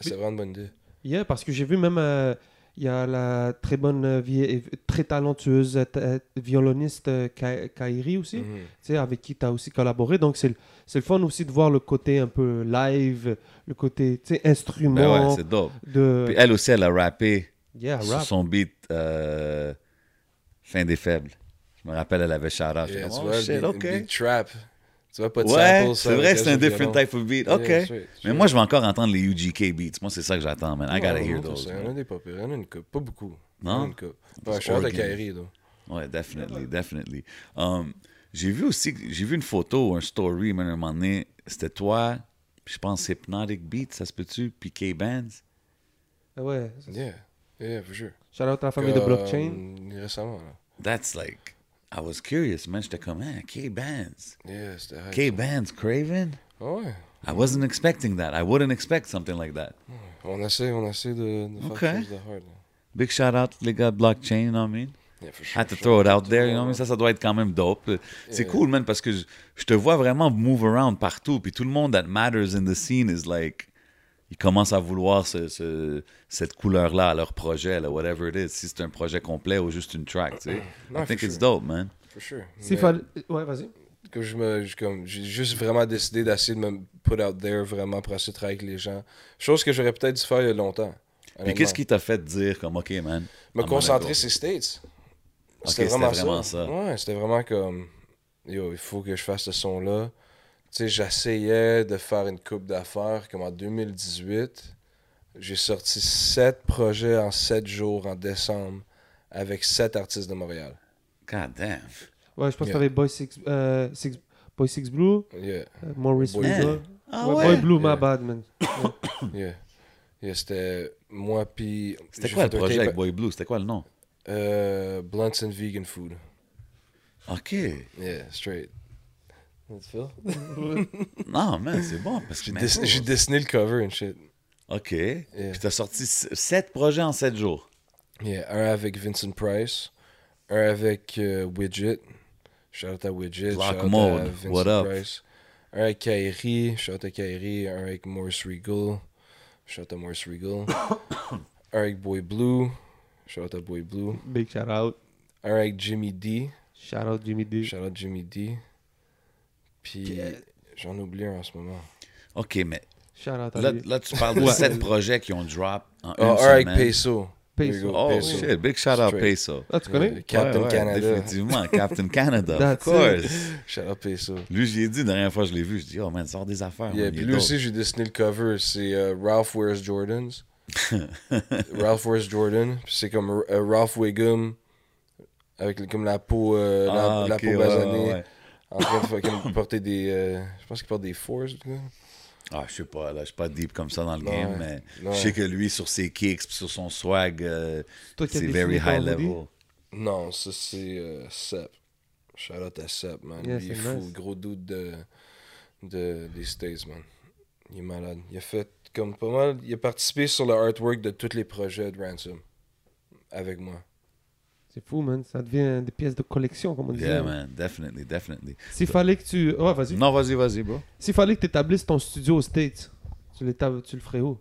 c'était vraiment une bonne idée. Yeah, parce que j'ai vu même, euh, il y a la très bonne, euh, vie- très talentueuse euh, t- euh, violoniste euh, Ka- Kairi aussi, Mm-hmm. tu Mhm. sais, avec qui tu as aussi collaboré. Donc c'est le- c'est le fun aussi de voir le côté un peu live, le côté tu sais, Ben instrument ouais, c'est dope. Puis de. elle aussi, elle a rappé Yeah, sur rap. son beat euh, Fin des faibles. Je me rappelle, elle avait shout out. Yeah, J'étais tu comme, vois, oh, le shit, beat- OK. le beat trap. Tu vois, pas de Ouais, sample, ça, c'est vrai, avec c'est un un seul different violon. type of beat. Yeah, OK. straight, straight. Mais moi, je vais encore entendre les UGK beats. Moi, c'est ça que j'attends, man. I gotta Ouais, hear on a those. ça, man. On a des pas pires, on a une coupe, pas beaucoup. Non? On a une coupe. Ouais, Just je suis hâte de organ. Kairi, là. Ouais, definitely, definitely. Um, j'ai vu aussi, j'ai vu une photo, un story, mais à un moment donné, c'était toi, je pense Hypnotic Beat, ça se peut-tu, puis K-Bands. Ah Ouais, Yeah, yeah, for sure. shout out à la famille de euh, Comme, euh, Blockchain. Récemment, là. That's like, I was curious, man. J'étais comme, hein, K-Bands. Yeah, c'était hype. K-Bands, Craven? Ouais, I wasn't expecting that. I wouldn't expect something like that. on essaie, on essaie de, de Ok. faire quelque chose de hard, là. Big shout out, les gars, Blockchain, you know what I mean? Yeah, for sure. Had to sure. throw it out there, you know what I mean? Ça, ça doit être quand même dope. C'est cool, man, parce que je, je te vois vraiment move around partout, puis tout le monde that matters in the scene is like, ils commencent à vouloir ce- ce- cette couleur-là à leur projet, là, whatever it is, si c'est un projet complet ou juste une track, tu sais. Non, I think for it's sure. dope, man. For sure. S'il Mais- fallait- Ouais, vas-y. que je me je- comme j'ai juste vraiment décidé d'essayer de me put out there vraiment pour essayer de travailler avec les gens chose que j'aurais peut-être dû faire il y a longtemps Puis honnêtement. qu'est-ce qui t'a fait dire, comme, OK, man? me I'm gonna concentrer go. c'est States Ok, c'était vraiment ça. ouais c'était vraiment comme yo il faut que je fasse ce son là tu sais j'essayais de faire une coupe d'affaires comme en 2018 j'ai sorti sept projets en sept jours en décembre avec sept artistes de Montréal God damn. Ouais, je pense que Yeah. t'avais Boy Six, euh, Six- Boy Six Blue, Yeah, euh, Maurice Boy Rizzo. Blue. Ah Ouais, ouais? Boy Blue, Yeah. my bad, man. yeah. Yeah, c'était moi, puis. Hmm. C'était j'ai quoi le fait ben- un projet tape- avec Boy Blue? C'était quoi le nom? Euh, Blunts and Vegan Food. OK. Yeah, straight. That's Phil? Non, man, c'est bon. Parce que, J'ai man, dess- j'ai dessiné le cover and shit. OK. Puis t'as sorti s- sept projets en sept jours. Yeah, un avec Vincent Price, un avec euh, Widget. Shout out à Widget. Black shout out à Mode, Vincent what up? Price. Un avec Kairi, shout out à Kairi. Un avec Morris Regal, shout out à Morris Regal. un avec Boy Blue, shout out à Boy Blue. Big shout out. Un avec Jimmy D, Shout out Jimmy D. shout out Jimmy D. Puis j'en oublie un en ce moment. OK, mais Shout out à là, lui. là, tu parles de Ouais. sept projets qui ont drop en Ah, une un avec semaine. Peso. There you Peso. go, Oh, Peso. shit. Big shout-out Straight. Peso. Ah, tu Yeah, connais? Captain Ouais, ouais, Canada. Définitivement, Captain Canada, of That's it. course. Shout out Peso. Lui, j'ai dit, la dernière fois que je l'ai vu, je dis, oh man, sort des affaires. man, Yeah, il puis est lui dope. aussi, j'ai dessiné le cover. C'est euh, Ralph Wears Jordans. Ralph Wears Jordan. Puis c'est comme euh, Ralph Wiggum avec le- comme la peau, euh, la, Ah, la ok, peau ouais, basanée. ouais, ouais. En train de fucking porter des. euh, je pense qu'il porte des fours. en tout cas. Ah, je sais pas, là, je suis pas deep comme ça dans le Non, game, ouais. mais Non. je sais que lui, sur ses kicks, pis sur son swag, euh, Toi qui as c'est dessiné very ton high hoodie. level. Non, ça c'est euh, Sep. Shout out à Sep, man. Yeah, Lui, il est c'est fou, nice. gros doute de, de, des States, man. Il est malade. Il a fait comme pas mal. Il a participé sur le artwork de tous les projets de Ransom avec moi. C'est fou, man. Ça devient des pièces de collection, comme on dit. Yeah, man, definitely, definitely. S'il fallait que tu. Ouais, vas-y. Non, vas-y, vas-y, bro. S'il fallait que tu établisses ton studio aux States, tu, l'étab- tu le ferais où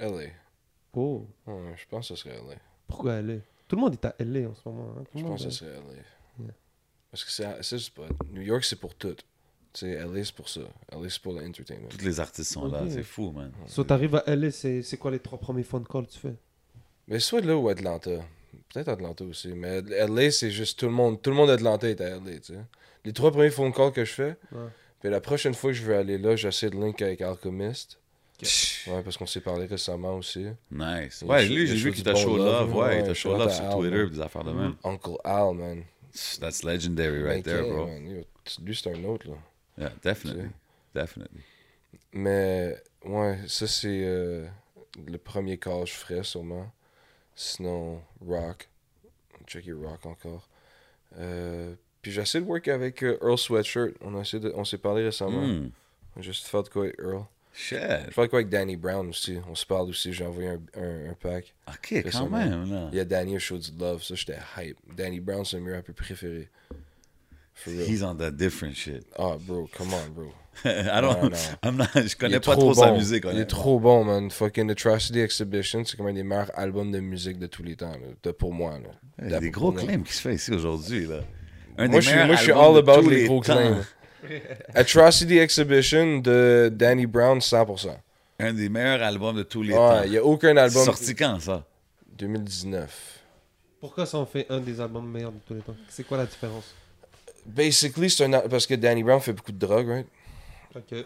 LA. Oh, Ouais, je pense que ce serait LA. pourquoi LA Tout le monde est à LA en ce moment. hein. Tout le Je monde pense que est- ce serait LA. Yeah. Parce que c'est c'est le spot. New York, c'est pour tout. Tu sais, LA, c'est pour ça. LA, c'est pour l'entertainment. Tous les artistes sont là, Ok. c'est fou, man. So, t'arrives à LA, c'est c'est quoi les trois premiers phone calls que tu fais Mais soit là ou Atlanta. Peut-être Atlanta aussi. Mais LA, c'est juste tout le monde. Tout le monde d'Atlanta est à LA, tu sais. Les trois premiers phone calls que je fais. Ouais. Puis la prochaine fois que je vais aller là, j'essaie de link avec Alchemist. Ouais, parce qu'on s'est parlé récemment aussi. Nice. Il Ouais, y a lui, j'ai chaud- vu du qu'il t'a bon show love, love. Ouais, ouais, il t'a show shout love out Mm. à sur Al, Twitter, man. pis des affaires de même. Uncle Al, man. That's legendary right Mike there, Hill, bro. man. Yo, t- Lui, c'est un autre, là. Yeah, definitely. Definitely. Mais ouais, ça c'est euh, le premier call que je ferais sûrement. Sinon, rock. Checker rock encore. Euh, puis j'essaie de work avec euh, Earl Sweatshirt. On, a essayé de- on s'est parlé récemment. Hmm. J'ai juste fait de quoi avec Earl. Shit. Je fais de quoi avec Danny Brown aussi. On se parle aussi. J'ai envoyé un, un- un pack. OK, quand sûrement. même, là. Il y a Danny au show du Love. Ça, j'étais hype. Danny Brown, c'est mes rappeurs préférés. For real. He's on that different shit. Ah, bro, come on, bro. I don't, Non, non. I'm not, je Il connais est pas trop, sa bon. musique. Il est honnêtement. trop bon, man. Fucking Atrocity Exhibition, c'est comme un des meilleurs albums de musique de tous les temps, là. De- pour moi. Là. Il y a D'après des gros moi. claims qui se fait ici aujourd'hui. Là. Un Moi, des je suis, meilleurs moi, je suis albums all de about tous les gros temps. claims. Atrocity Exhibition de Danny Brown, 100%. Un des meilleurs albums de tous les Ouais, il temps. n'y a aucun album. Sorti quand, ça? 2019. Pourquoi ça en fait un des albums meilleurs de tous les temps C'est quoi la différence Basically, c'est un. al- Parce que Danny Brown fait beaucoup de drogue, right? Ok.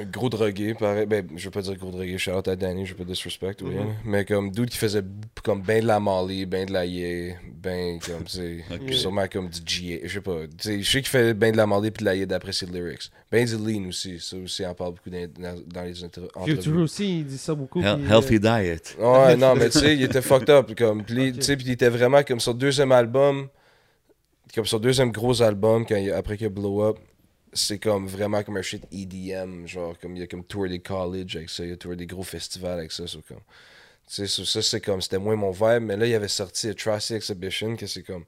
Un Gros drogué, pareil. Ben, je veux pas dire gros drogué, shout out à Danny, je veux pas disrespect ou rien. Mais comme dude qui faisait b- comme ben de la Molly, ben de la Yé, ben comme, tu sais, sûrement comme du GA, je sais pas. Tu sais, je sais qu'il fait ben de la Molly puis de la Yé d'après ses lyrics. Ben du lean aussi, ça aussi, on parle beaucoup dans, dans- dans les inter- Future entrevues. aussi, il dit ça beaucoup. Hel- puis, euh, Healthy Diet. Ouais, non, mais tu sais, il était fucked up. Comme, puis, Ok. tu sais, puis il était vraiment comme son deuxième album, comme son deuxième gros album, quand il- après qu'il a blow up, c'est comme vraiment comme un shit EDM. Genre, comme il y a comme tour des college avec ça, il y a tour des gros festivals avec ça. so comme, tu sais, so ça, c'est comme, c'était moins mon vibe, mais là, il avait sorti Tracy Exhibition, que c'est comme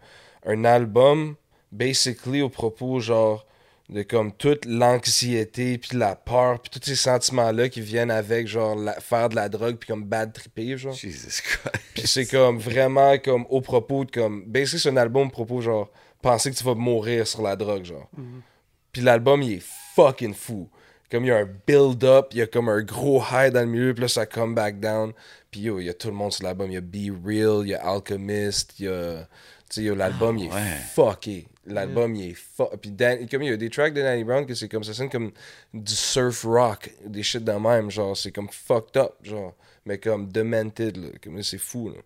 un album, basically, au propos, genre, de comme toute l'anxiété, puis la peur, puis tous ces sentiments-là qui viennent avec, genre, la- faire de la drogue, puis comme bad tripper, genre. Jesus Christ. Puis c'est comme vraiment comme au propos de comme. Basically, c'est un album propos genre penser que tu vas mourir sur la drogue, genre. Puis l'album, il est fucking fou. Comme il y a un build-up, il y a comme un gros high dans le milieu, puis là ça come back down. Puis yo, il y a tout le monde sur l'album. Il y a Be Real, il y a Alchemist, il y a. Tu sais, yo, l'album, il est ouais. fucké. L'album, il est fuck. Puis Dan- comme il y a des tracks de Danny Brown que c'est comme ça sonne comme du surf rock, des shit de même, genre, c'est comme fucked up, genre, mais comme demented, là. Comme là, c'est fou, là.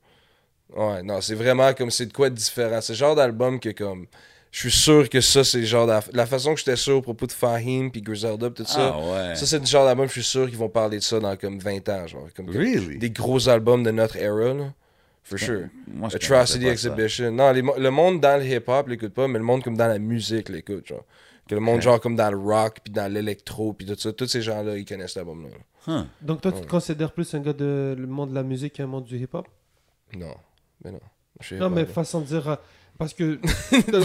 Ouais, non, c'est vraiment comme c'est de quoi de différent. C'est le genre d'album que comme Je suis sûr que ça, c'est le genre d'aff- La façon que j'étais sûr au propos de Fahim puis Griselda pis tout ça. Ah ouais. Ça, c'est le genre d'album, je suis sûr qu'ils vont parler de ça dans comme 20 ans, genre. Comme que- Really? Des gros albums de notre era, là. For sure. Moi, je Atrocity connaissais pas ça. Exhibition. Non, les mo- le monde dans le hip-hop l'écoute pas, mais le monde comme dans la musique l'écoute, genre. Que le monde, genre, comme dans le rock, puis dans l'électro, puis tout ça, tous ces gens-là, ils connaissent cet album-là. là. Huh. Donc toi, tu te considères plus un gars de le monde de la musique qu'un monde du hip-hop Non, mais non. Je suis Non, pas, mais là. façon de dire... euh, Parce que,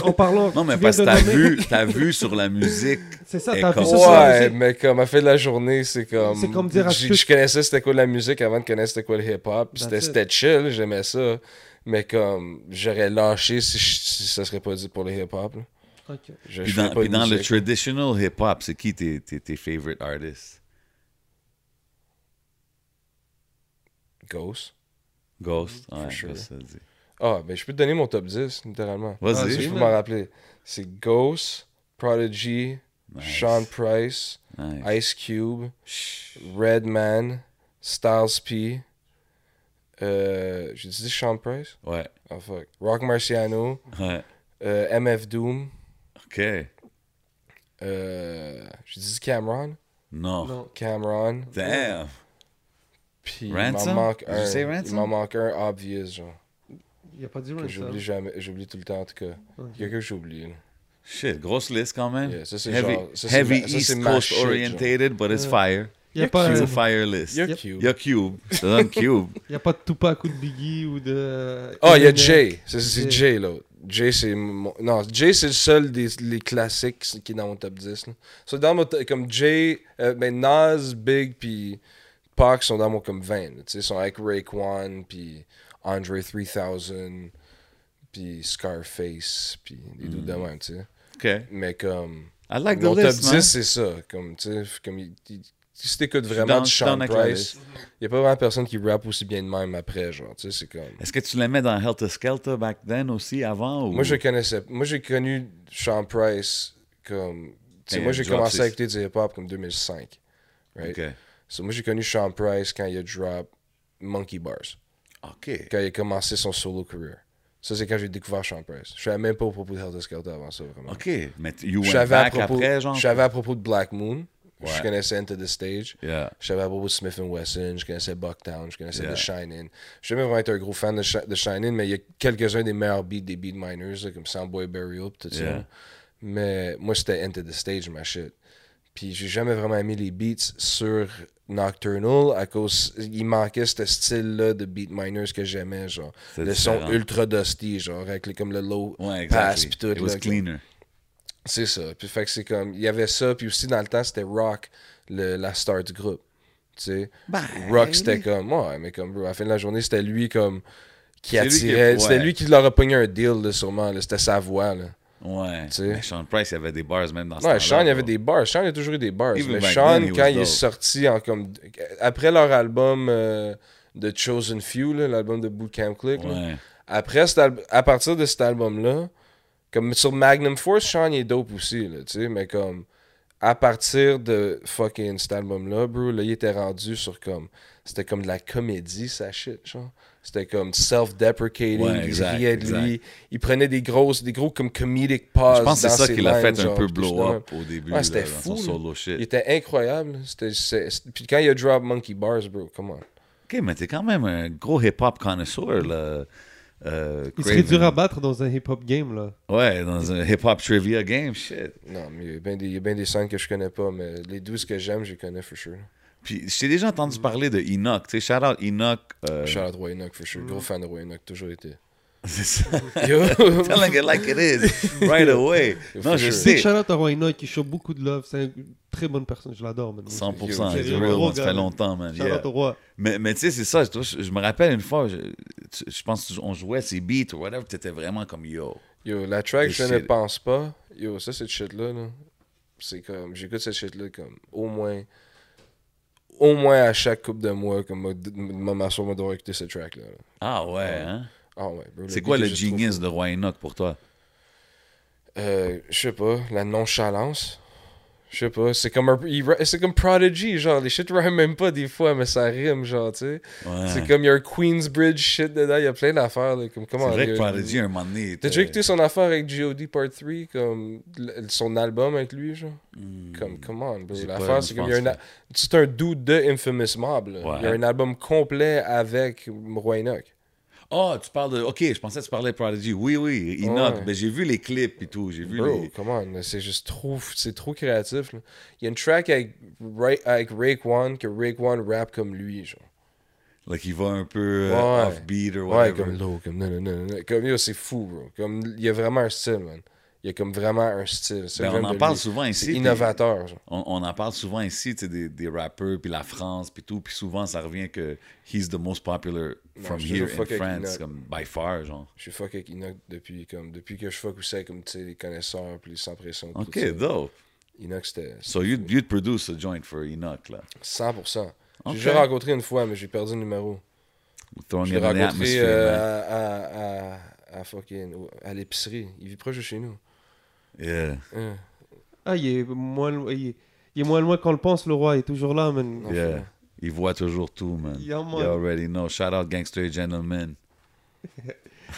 en parlant... Non, mais tu viens parce que de t'as nommer- vu, t'as vu sur la musique. C'est ça, Et t'as vu comme- ça sur la Ouais, musique. mais comme à fait de la journée, c'est comme. C'est comme dire à j- tout- Je connaissais c'était quoi la musique avant de connaître c'était quoi le hip-hop. That's puis C'était it. c'était chill, j'aimais ça. Mais comme, j'aurais lâché si, je- si ça serait pas dit pour le hip-hop. là. Ok. Je, Puis je fais dans, pas de puis dans le musique. traditional hip-hop, c'est qui tes, tes, tes favorite artists? Ghost. Ghost? Ouais, sure. qu'est-ce que ça dit? Ah, ben je peux te donner mon top 10, littéralement. Vas-y. Si je peux man. m'en rappeler. C'est Ghost, Prodigy, Sean Price, Nice. Ice Cube, Redman, Styles P. Euh, J'ai dit Sean Price? Ouais, Oh fuck. Rock Marciano, ouais. euh, MF Doom. OK. Euh, J'ai dit Cameron. Non. Non. Cameron. Damn. Puis il Ransom? m'en manque Did you un. say Il Ransom? m'en manque un obvious, genre. Il n'y a pas hein. du Que rap, ça. j'oublie jamais. J'oublie tout le temps, en tout cas. Il y a quelqu'un que j'oublie. là. Shit, grosse liste quand même. Yeah, ça, c'est heavy genre- ça, c'est heavy ma- ça, c'est East ma Coast shit, genre. orientated, but it's fire. Il n'y a, pas It's euh, a fire list. Il y a Y'a Cube. Cube. Ça donne Cube. y a pas de Tupac ou de Biggie ou de... Ah, il y a E Eminem. Jay. C'est- C'est Jay. Jay, l'autre. Jay, c'est mon... Non, Jay, c'est le seul des les classiques qui est dans mon top 10. là. So, dans mon top- comme Jay, euh, ben Nas, Big, puis Pac sont dans mon comme 20. là, tu sais, Ils sont avec Raekwon, puis Andre 3000, puis Scarface, puis des Mm. doutes de même, tu sais. OK. Mais comme... I like the mon top list, 10, man. c'est ça. Comme, tu sais, comme... il- il- si t'écoutes suis vraiment down- du je suis Sean down avec la Price, liste. il n'y a pas vraiment personne qui rappe aussi bien de même après, genre, tu sais, c'est comme... Est-ce que tu l'aimais dans Helter Skelter back then aussi, avant? Ou... Moi, je connaissais. Moi, j'ai connu Sean Price comme. tu sais, Ben, moi, j'ai Drop, commencé à c'est- écouter du hip-hop comme 2005. Right? OK. So, moi, j'ai connu Sean Price quand il a drop Monkey Bars, OK. quand il a commencé son solo career. Ça, c'est quand j'ai découvert Sean Price. Je savais même pas au propos de Helter Skelter avant ça, vraiment. OK. Mais t- you Je went savais à back propos- après, genre? je savais à propos de Black Moon. Je Ouais. connaissais Enter the Stage. Yeah. Je savais à propos de Smith Wesson, je connaissais Bucktown, je connaissais Yeah. The Shining. Je n'ai jamais vraiment été un gros fan de, Shi- de Shining, mais il y a quelques-uns des meilleurs beats des Beat Miners, là, comme Soundboy Burial, pis tout ça. Yeah. Mais moi, c'était Enter the Stage, ma shit. Puis j'ai jamais vraiment aimé les beats sur Nocturnal à cause. Il manquait ce style-là de Beat Miners que j'aimais, genre. C'est Le différent. son ultra dusty, genre, avec les- comme le low Ouais, pass, exactly. puis tout. It was là, cleaner. c'est ça. Puis fait que c'est comme il y avait ça puis aussi dans le temps c'était rock le, la star du groupe. Tu sais, Ben, rock c'était comme ouais, mais comme bro, à la fin de la journée, c'était lui comme qui C'est lui qui- attirait, c'était ouais. lui qui leur a pogné un deal là, sûrement, là. c'était sa voix là. Ouais. sais. Mais Sean Price, il y avait des bars même dans ce Ouais, temps-là, Sean, il y avait bro. des bars. Sean, il a toujours eu des bars. Even mais back Sean, then, he was quand il est dope. sorti en comme. Après leur album euh, The Chosen Few, là, l'album de Bootcamp Click, là, Ouais. après cet al- à partir de cet album-là, comme sur Magnum Force, Sean il est dope aussi, là, tu sais, mais comme. À partir de fucking cet album-là, bro, là, il était rendu sur comme. C'était comme de la comédie, sa shit, genre. C'était comme self-deprecating, Ouais, il exact, riait de lui. exact. Il prenait des grosses, des gros comme comedic pauses. Je pense que c'est dans ça ses qui l'a lines, fait un genre, peu puis tout de même. blow-up au début, Ouais, là, c'était dans son fou, là. solo shit. Il était incroyable. C'était, c'est- c'est- puis quand il a drop Monkey Bars, bro, come on. OK, mais t'es quand même un gros hip-hop connoisseur, là. Euh, Il serait Craven. dur à battre dans un hip-hop game, là. Ouais, dans un hip-hop trivia game, shit. Non, mais il y a bien des, il y a bien des scènes que je connais pas, mais les 12 que j'aime, je les connais for sure. Puis j'ai déjà entendu parler de Enoch, tu sais, shout-out Enoch. euh, Shout out Roy Enoch for sure. Gros fan de Roy Enoch, toujours été. c'est ça. Yo! Telling it like it is, right away. Non, For je sure. C'est sais. Charlotte Arwaina qui show beaucoup de love. C'est une très bonne personne. Je l'adore maintenant. 100%, C'est it's un real, gros man, ça gars, fait man. longtemps, man. Charlotte yeah. au roi. Mais, mais tu sais, c'est ça, toi, je, je me rappelle une fois, je, tu- je pense qu'on jouait ces beats ou whatever, t'étais vraiment comme yo. Yo, la track, This je ne shit. pense pas. Yo, ça, cette shit-là, là, c'est comme. J'écoute cette shit-là comme au moins. Au moins à chaque coupe de mois, comme ma- ma ma soeur m'a devoir écouter cette track-là. là. Ah ouais, hein? Ah ouais, bro, C'est beat quoi est le juste trop genius de Roy Enoch pour toi? Euh, je sais pas, la nonchalance. Je sais pas, c'est comme, un- il ra- c'est comme Prodigy, genre, les shit riment même pas des fois, mais ça rime, genre, tu sais. Ouais. C'est comme, il y a un Queensbridge shit dedans, il y a plein d'affaires, là, comme C'est comment... vrai que il y a- Prodigy, un moment donné. T'as était- déjà écouté son affaire avec G.O.D. Part 3, comme l- son album avec lui, genre? Comme, come on, bro. J'ai pas- L'affaire, Hmm. je c'est comme, il y a pense un a- c'est un dude de Infamous Mob, là. Ouais. Il y a un album complet avec Roanoke. Ah, tu parles de. Ok, je pensais que tu parlais de Prodigy. Oui, oui, Enoch. Ouais. Ben, j'ai vu les clips et tout. J'ai vu Bro, les. come on, là, c'est juste trop, c'est trop créatif. là. Il y a une track avec, Ray, avec Rake One que Rake One rappe comme lui, genre. Like, il va un peu euh, Ouais. offbeat ou Ouais, whatever. comme low, comme non, non, non, non, non. Comme yo, c'est fou, bro. Comme il y a vraiment un style, man. Il y a comme vraiment un style. C'est Ben, le on genre en de parle lui. souvent ici, C'est puis- innovateur, genre. on, on en parle souvent ici, tu sais, des, des rappeurs, puis la France, puis tout. Puis souvent, ça revient que he's the most popular from je suis here toujours in fuck avec France, Enoch. comme by far, genre. Je suis fuck avec Enoch depuis, comme, depuis que je fuck ou c'est comme, tu sais, les connaisseurs, puis les sans pression. tout Ok, ça. dope. Enoch, c'était So you'd, you'd produce a joint for Enoch, là. 100%. Ok. J'ai déjà rencontré une fois, mais j'ai perdu le numéro. Throwing Je it l'ai in the rencontré atmosphere, euh, man. à, à, à, à fucking- au- à l'épicerie. Il vit proche de chez nous. Yeah. Hein, Ah, il est moins, lo- il est, il est moins loin qu'on le pense, le roi. Il est toujours là, man. non, Yeah. faut- Il voit toujours tout, man. Yeah, man. You already know. Shout out Gangster Gentleman.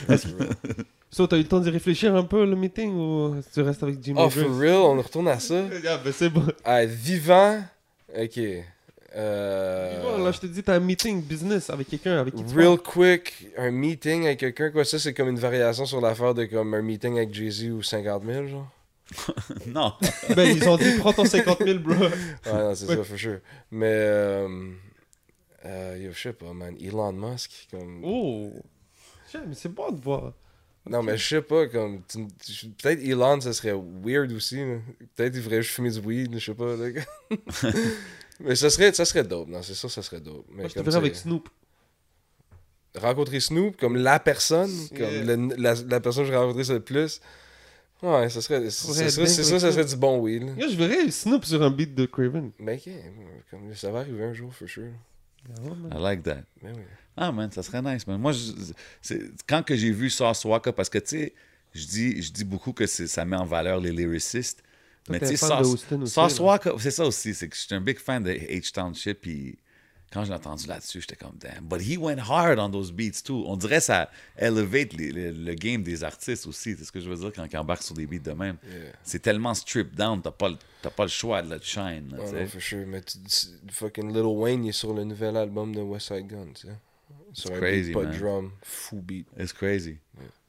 So, t'as eu le temps d'y réfléchir un peu, le meeting, ou tu restes avec Jimmy Oh, for real, on retourne à ça. Ah, ben c'est bon. À vivant. Ok. Euh, Bon, Là, je te dis, t'as un meeting business avec quelqu'un, avec qui tu Real quick, un meeting avec quelqu'un, quoi. Ça, c'est comme une variation sur l'affaire de comme un meeting avec Jay-Z ou 50 000, genre. non. parles. Ben, ils ont dit, prends ton 50 000, bro. Ouais, non, c'est ça, for sure. Mais. Euh, euh, yo, je sais pas, man. Elon Musk, comme. Oh. Tiens, mais c'est bon de voir. Ben, Non, mais je sais pas, comme. tu- tu- Peut-être Elon, ça serait weird aussi. là. Peut-être il faudrait juste fumer du weed, je sais pas. là. mais ça serait, ça serait dope, non, c'est sûr, ça serait dope. Mais Moi, je te verrai comme, tu sais, avec Snoop. Rencontrer Snoop comme la personne, Yeah. comme le- la, la personne que je rencontrerais le plus. Ouais, ça serait. ça Faudrait être serait- bien C'est avec sûr, ça Snoop. serait du bon weed. là. Yo, je verrais Snoop sur un beat de Craven. Mais ok, comme, ça va arriver un jour, for sure. Ah I like that. Mais oui. Ah, man, ça serait nice, man. Moi, je- c'est- quand que j'ai vu Sauce Walker, parce que, tu sais, je dis, je dis beaucoup que c'est- ça met en valeur les lyricistes. Toi, mais t'es tu sais, fan de Sauce, Austin aussi, Sauce là. Walker, c'est ça aussi, c'est que je suis un big fan de H-Township, puis quand j'ai entendu là-dessus, j'étais comme, damn. But he went hard on those beats, too. On dirait que ça elevate les- le, le game des artistes aussi, c'est ce que je veux dire quand ils embarquent sur des beats de même. C'est tellement strip down, t'as pas, le- t'as pas le choix de la shine, là, tu Ouais, Ah non, sais. for sure. Mais tu- tu- fucking Lil Wayne, il est sur le nouvel album de West Side Gun, tu sais. Sur un crazy, beat, pas de man. drum, fou beat. It's crazy.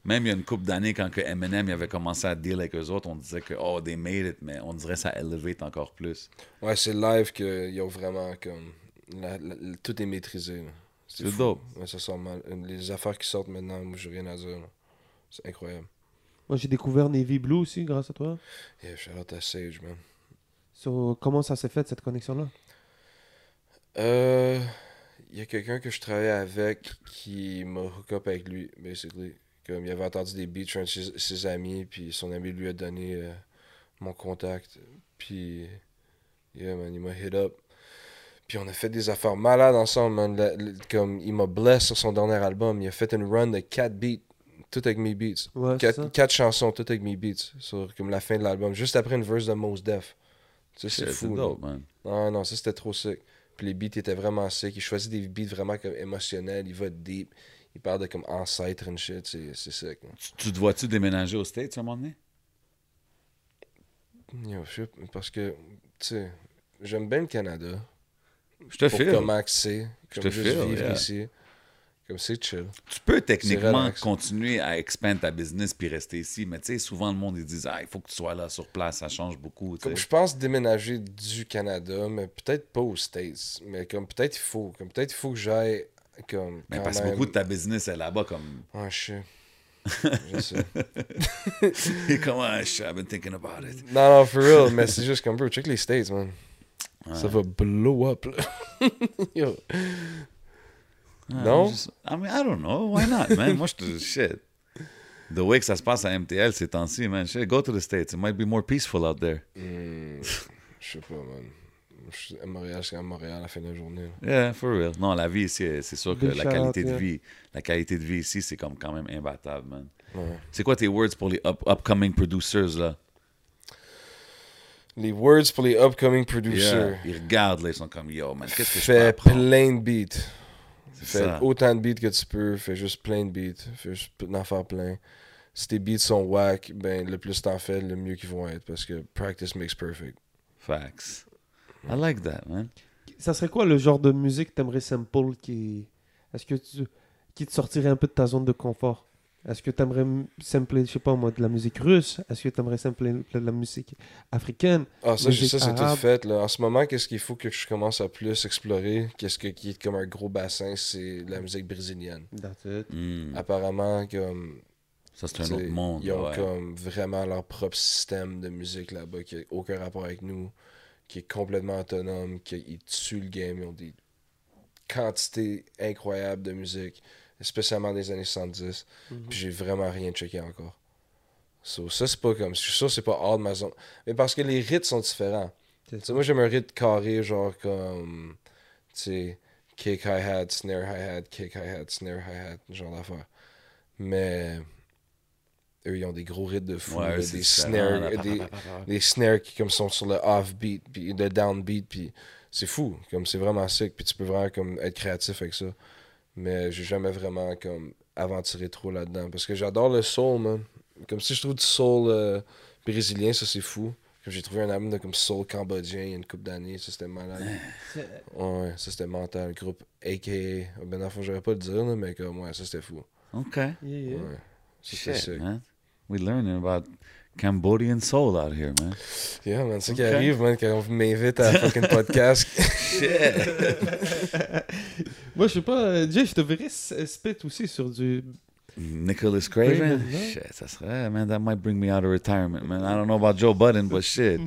Même il y a une couple d'années, quand que Eminem il avait commencé à deal avec eux autres, on disait que, oh, they made it, mais on dirait que ça elevate encore plus. Ouais, c'est live qu'ils ont vraiment comme. la- la- la- tout est maîtrisé. là. C'est fou. dope. Ouais, ça sort mal. Les affaires qui sortent maintenant, moi, j'ai rien à dire. là. C'est incroyable. Moi, j'ai découvert Navy Blue aussi, grâce à toi. Yeah, shout out à Sage, man. So, comment ça s'est fait, cette connexion-là Euh. Il y a quelqu'un que je travaillais avec qui m'a hook up avec lui, basically. Comme il avait entendu des beats de ses, ses amis, puis son ami lui a donné euh, mon contact. Puis, yeah, man, il m'a hit up. Puis on a fait des affaires malades ensemble, man. La- la- comme il m'a blessé sur son dernier album. Il a fait une run de 4 beats, tout avec mes beats. Ouais, c'est ça. 4, quatre chansons, tout avec mes beats, sur comme la fin de l'album, juste après une verse de Mos Def. Tu sais, c'est fou. là. dope, man. Ah non, ça c'était trop sick. Puis les beats étaient vraiment sick. Il choisit des beats vraiment comme émotionnels. Il va deep. Il parle de comme ancêtre and shit. C'est c'est sick. man. Tu, tu te vois-tu déménager aux States à un moment donné? Yo, je sais pas, parce que, tu sais, j'aime bien le Canada. Je te Pour file. comment que c'est. Je Comme te juste file, vivre yeah. ici. Comme c'est chill. Tu peux techniquement relax. continuer à expandre ta business puis rester ici, mais tu sais, souvent le monde, ils disent, ah, il faut que tu sois là sur place, ça change beaucoup. tu Comme sais. je pense déménager du Canada, mais peut-être pas aux States. Mais comme peut-être il faut. Comme peut-être il faut que j'aille. Comme. Mais quand parce que même- beaucoup de ta business est là-bas, comme, Ouais, je sais. je sais. comme ah, shit, I've been thinking about it. Non, non, for real, mais c'est juste comme, bro, check les States, man. Ça va blow up, là. Yo. non? I'm just- I mean, I don't know. Why not, man? Moi, je te. Shit. The way que ça se passe à MTL ces temps-ci, man. Shit, go to the States. It might be more peaceful out there. Je sais pas, man. Je suis à Montréal, c'est à Montréal à la fin de la journée. là. Yeah, for real. Non, la vie ici, c'est sûr que Big la shout-out, qualité de yeah. vie, la qualité de vie ici, c'est comme quand même imbattable, man. Ouais. C'est quoi tes words pour les up- upcoming producers, là? les words pour les upcoming producers. Yeah. Ils regardent, là, ils sont comme Yo, man, qu'est-ce que je peux Fais apprendre? plein de beats. C'est Fais ça. autant de beats que tu peux. Fais juste plein de beats. Fais juste p- en faire plein. Si tes beats sont whack, ben le plus t'en fais, le mieux qu'ils vont être. Parce que practice makes perfect. Facts. I like that, man. Ça serait quoi le genre de musique que t'aimerais sample qui... Est-ce que tu... qui te sortirait un peu de ta zone de confort Est-ce que t'aimerais m- sampler, je sais pas moi, de la musique russe Est-ce que t'aimerais sampler de la musique africaine Ah, ça, je- Musique ça c'est tout arabe. fait. Là. En ce moment, qu'est-ce qu'il faut que je commence à plus explorer Qu'est-ce que- qui est comme un gros bassin C'est la musique brésilienne. Hmm. Apparemment, comme. Ça, c'est un T'sais, autre monde. Ils ont ouais. comme vraiment leur propre système de musique là-bas qui n'a aucun rapport avec nous, qui est complètement autonome, qui ils tuent le game. Ils ont des quantités incroyables de musique, spécialement des années 70. Puis j'ai vraiment rien checké encore. So, ça, c'est pas comme. Je suis sûr que c'est pas hors de ma zone. Mais parce que les rites sont différents. C'est Tu sais, moi, j'aime un rythme carré, genre comme. Tu sais, kick, hi-hat, snare, hi-hat, kick, hi-hat, snare, hi-hat, genre d'affaire. Mais. Eux, ils ont des gros rythmes de fou, Ouais, là, eux, c'est des différent, snares, là, pa, pa, des, des snares qui comme sont sur le off-beat, puis le down-beat, puis c'est fou, comme c'est vraiment sick, puis tu peux vraiment comme être créatif avec ça. Mais j'ai jamais vraiment comme aventuré trop là-dedans, parce que j'adore le soul, man. Comme si je trouve du soul euh, brésilien, ça c'est fou. Comme j'ai trouvé un album de comme soul cambodgien il y a une couple d'années, ça c'était malade. Ouais, ça c'était mental, le groupe AKA. Ben, dans le fond, j'aurais pas le dire, là, mais comme, ouais, ça c'était fou. OK. Yeah, yeah. Ouais. Hmm. Ça c'était sick. man. We learning about Cambodian soul out here, man. Yeah, man, c'est ça qui Ok. arrive, man, quand on m'invite à fucking podcast. Moi, je sais pas, euh, Jay, je te verrais s- spit aussi sur du. euh, Nicholas Craven? Craven, yeah. Shit, ça serait, man, that might bring me out of retirement, man. I don't know about Joe Budden, but shit.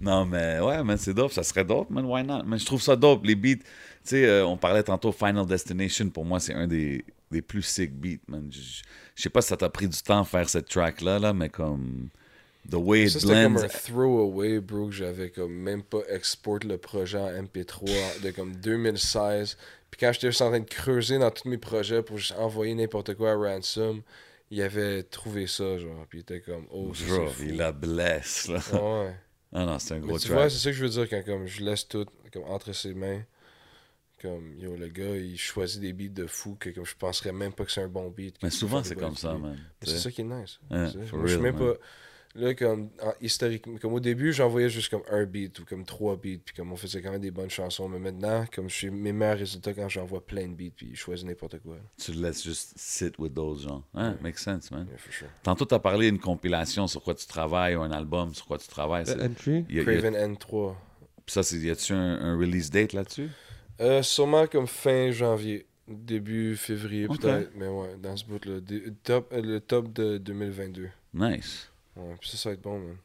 non, mais ouais, man, c'est dope. Ça serait dope, man, why not? Man, je trouve ça dope. Les beats, tu sais, euh, on parlait tantôt Final Destination, pour moi, c'est un des, des plus sick beats, man. Je je sais pas si ça t'a pris du temps à faire cette track-là, là, mais comme. The way Ça, it c'était comme blends. un throwaway, bro, que j'avais comme même pas export le projet en MP3 de comme 2016. Puis quand j'étais juste en train de creuser dans tous mes projets pour juste envoyer n'importe quoi à Ransom, il avait trouvé ça, genre. Puis il était comme, oh, ça, Bro, c'est il fou. la blesse, là. Ouais. Ah non, c'est un Mais gros tu vois, track. c'est ça que je veux dire quand comme, je laisse tout comme, entre ses mains. Comme, yo, le gars, il choisit des beats de fou que comme, je penserais même pas que c'est un bon beat. Mais que souvent, fucking c'est bon comme ça, beat. man. Mais C'est ça qui est nice. Yeah, Tu sais, for moi, je suis real, même man. pas. Là, comme en- historiquement, comme au début, j'envoyais juste comme un beat ou comme trois beats, puis comme on faisait quand même des bonnes chansons. Mais maintenant, comme je suis mes meilleurs résultats quand j'envoie plein de beats, puis je choisis n'importe quoi. là. Tu le laisses juste sit with those gens. Hein, makes sense, man. Yeah, for sure. Tantôt, tu as parlé d'une compilation sur quoi tu travailles ou un album sur quoi tu travailles. C'est- euh, entry. y a- y a- Craven N3. ça, c'est- y a-tu un, un release date là-dessus? Euh, sûrement comme fin janvier, début février, Ok. peut-être. Mais ouais, dans ce bout-là. Dé- Top, euh, le top de 2022. Nice. Ouais, puis ça, ça va être bon, man.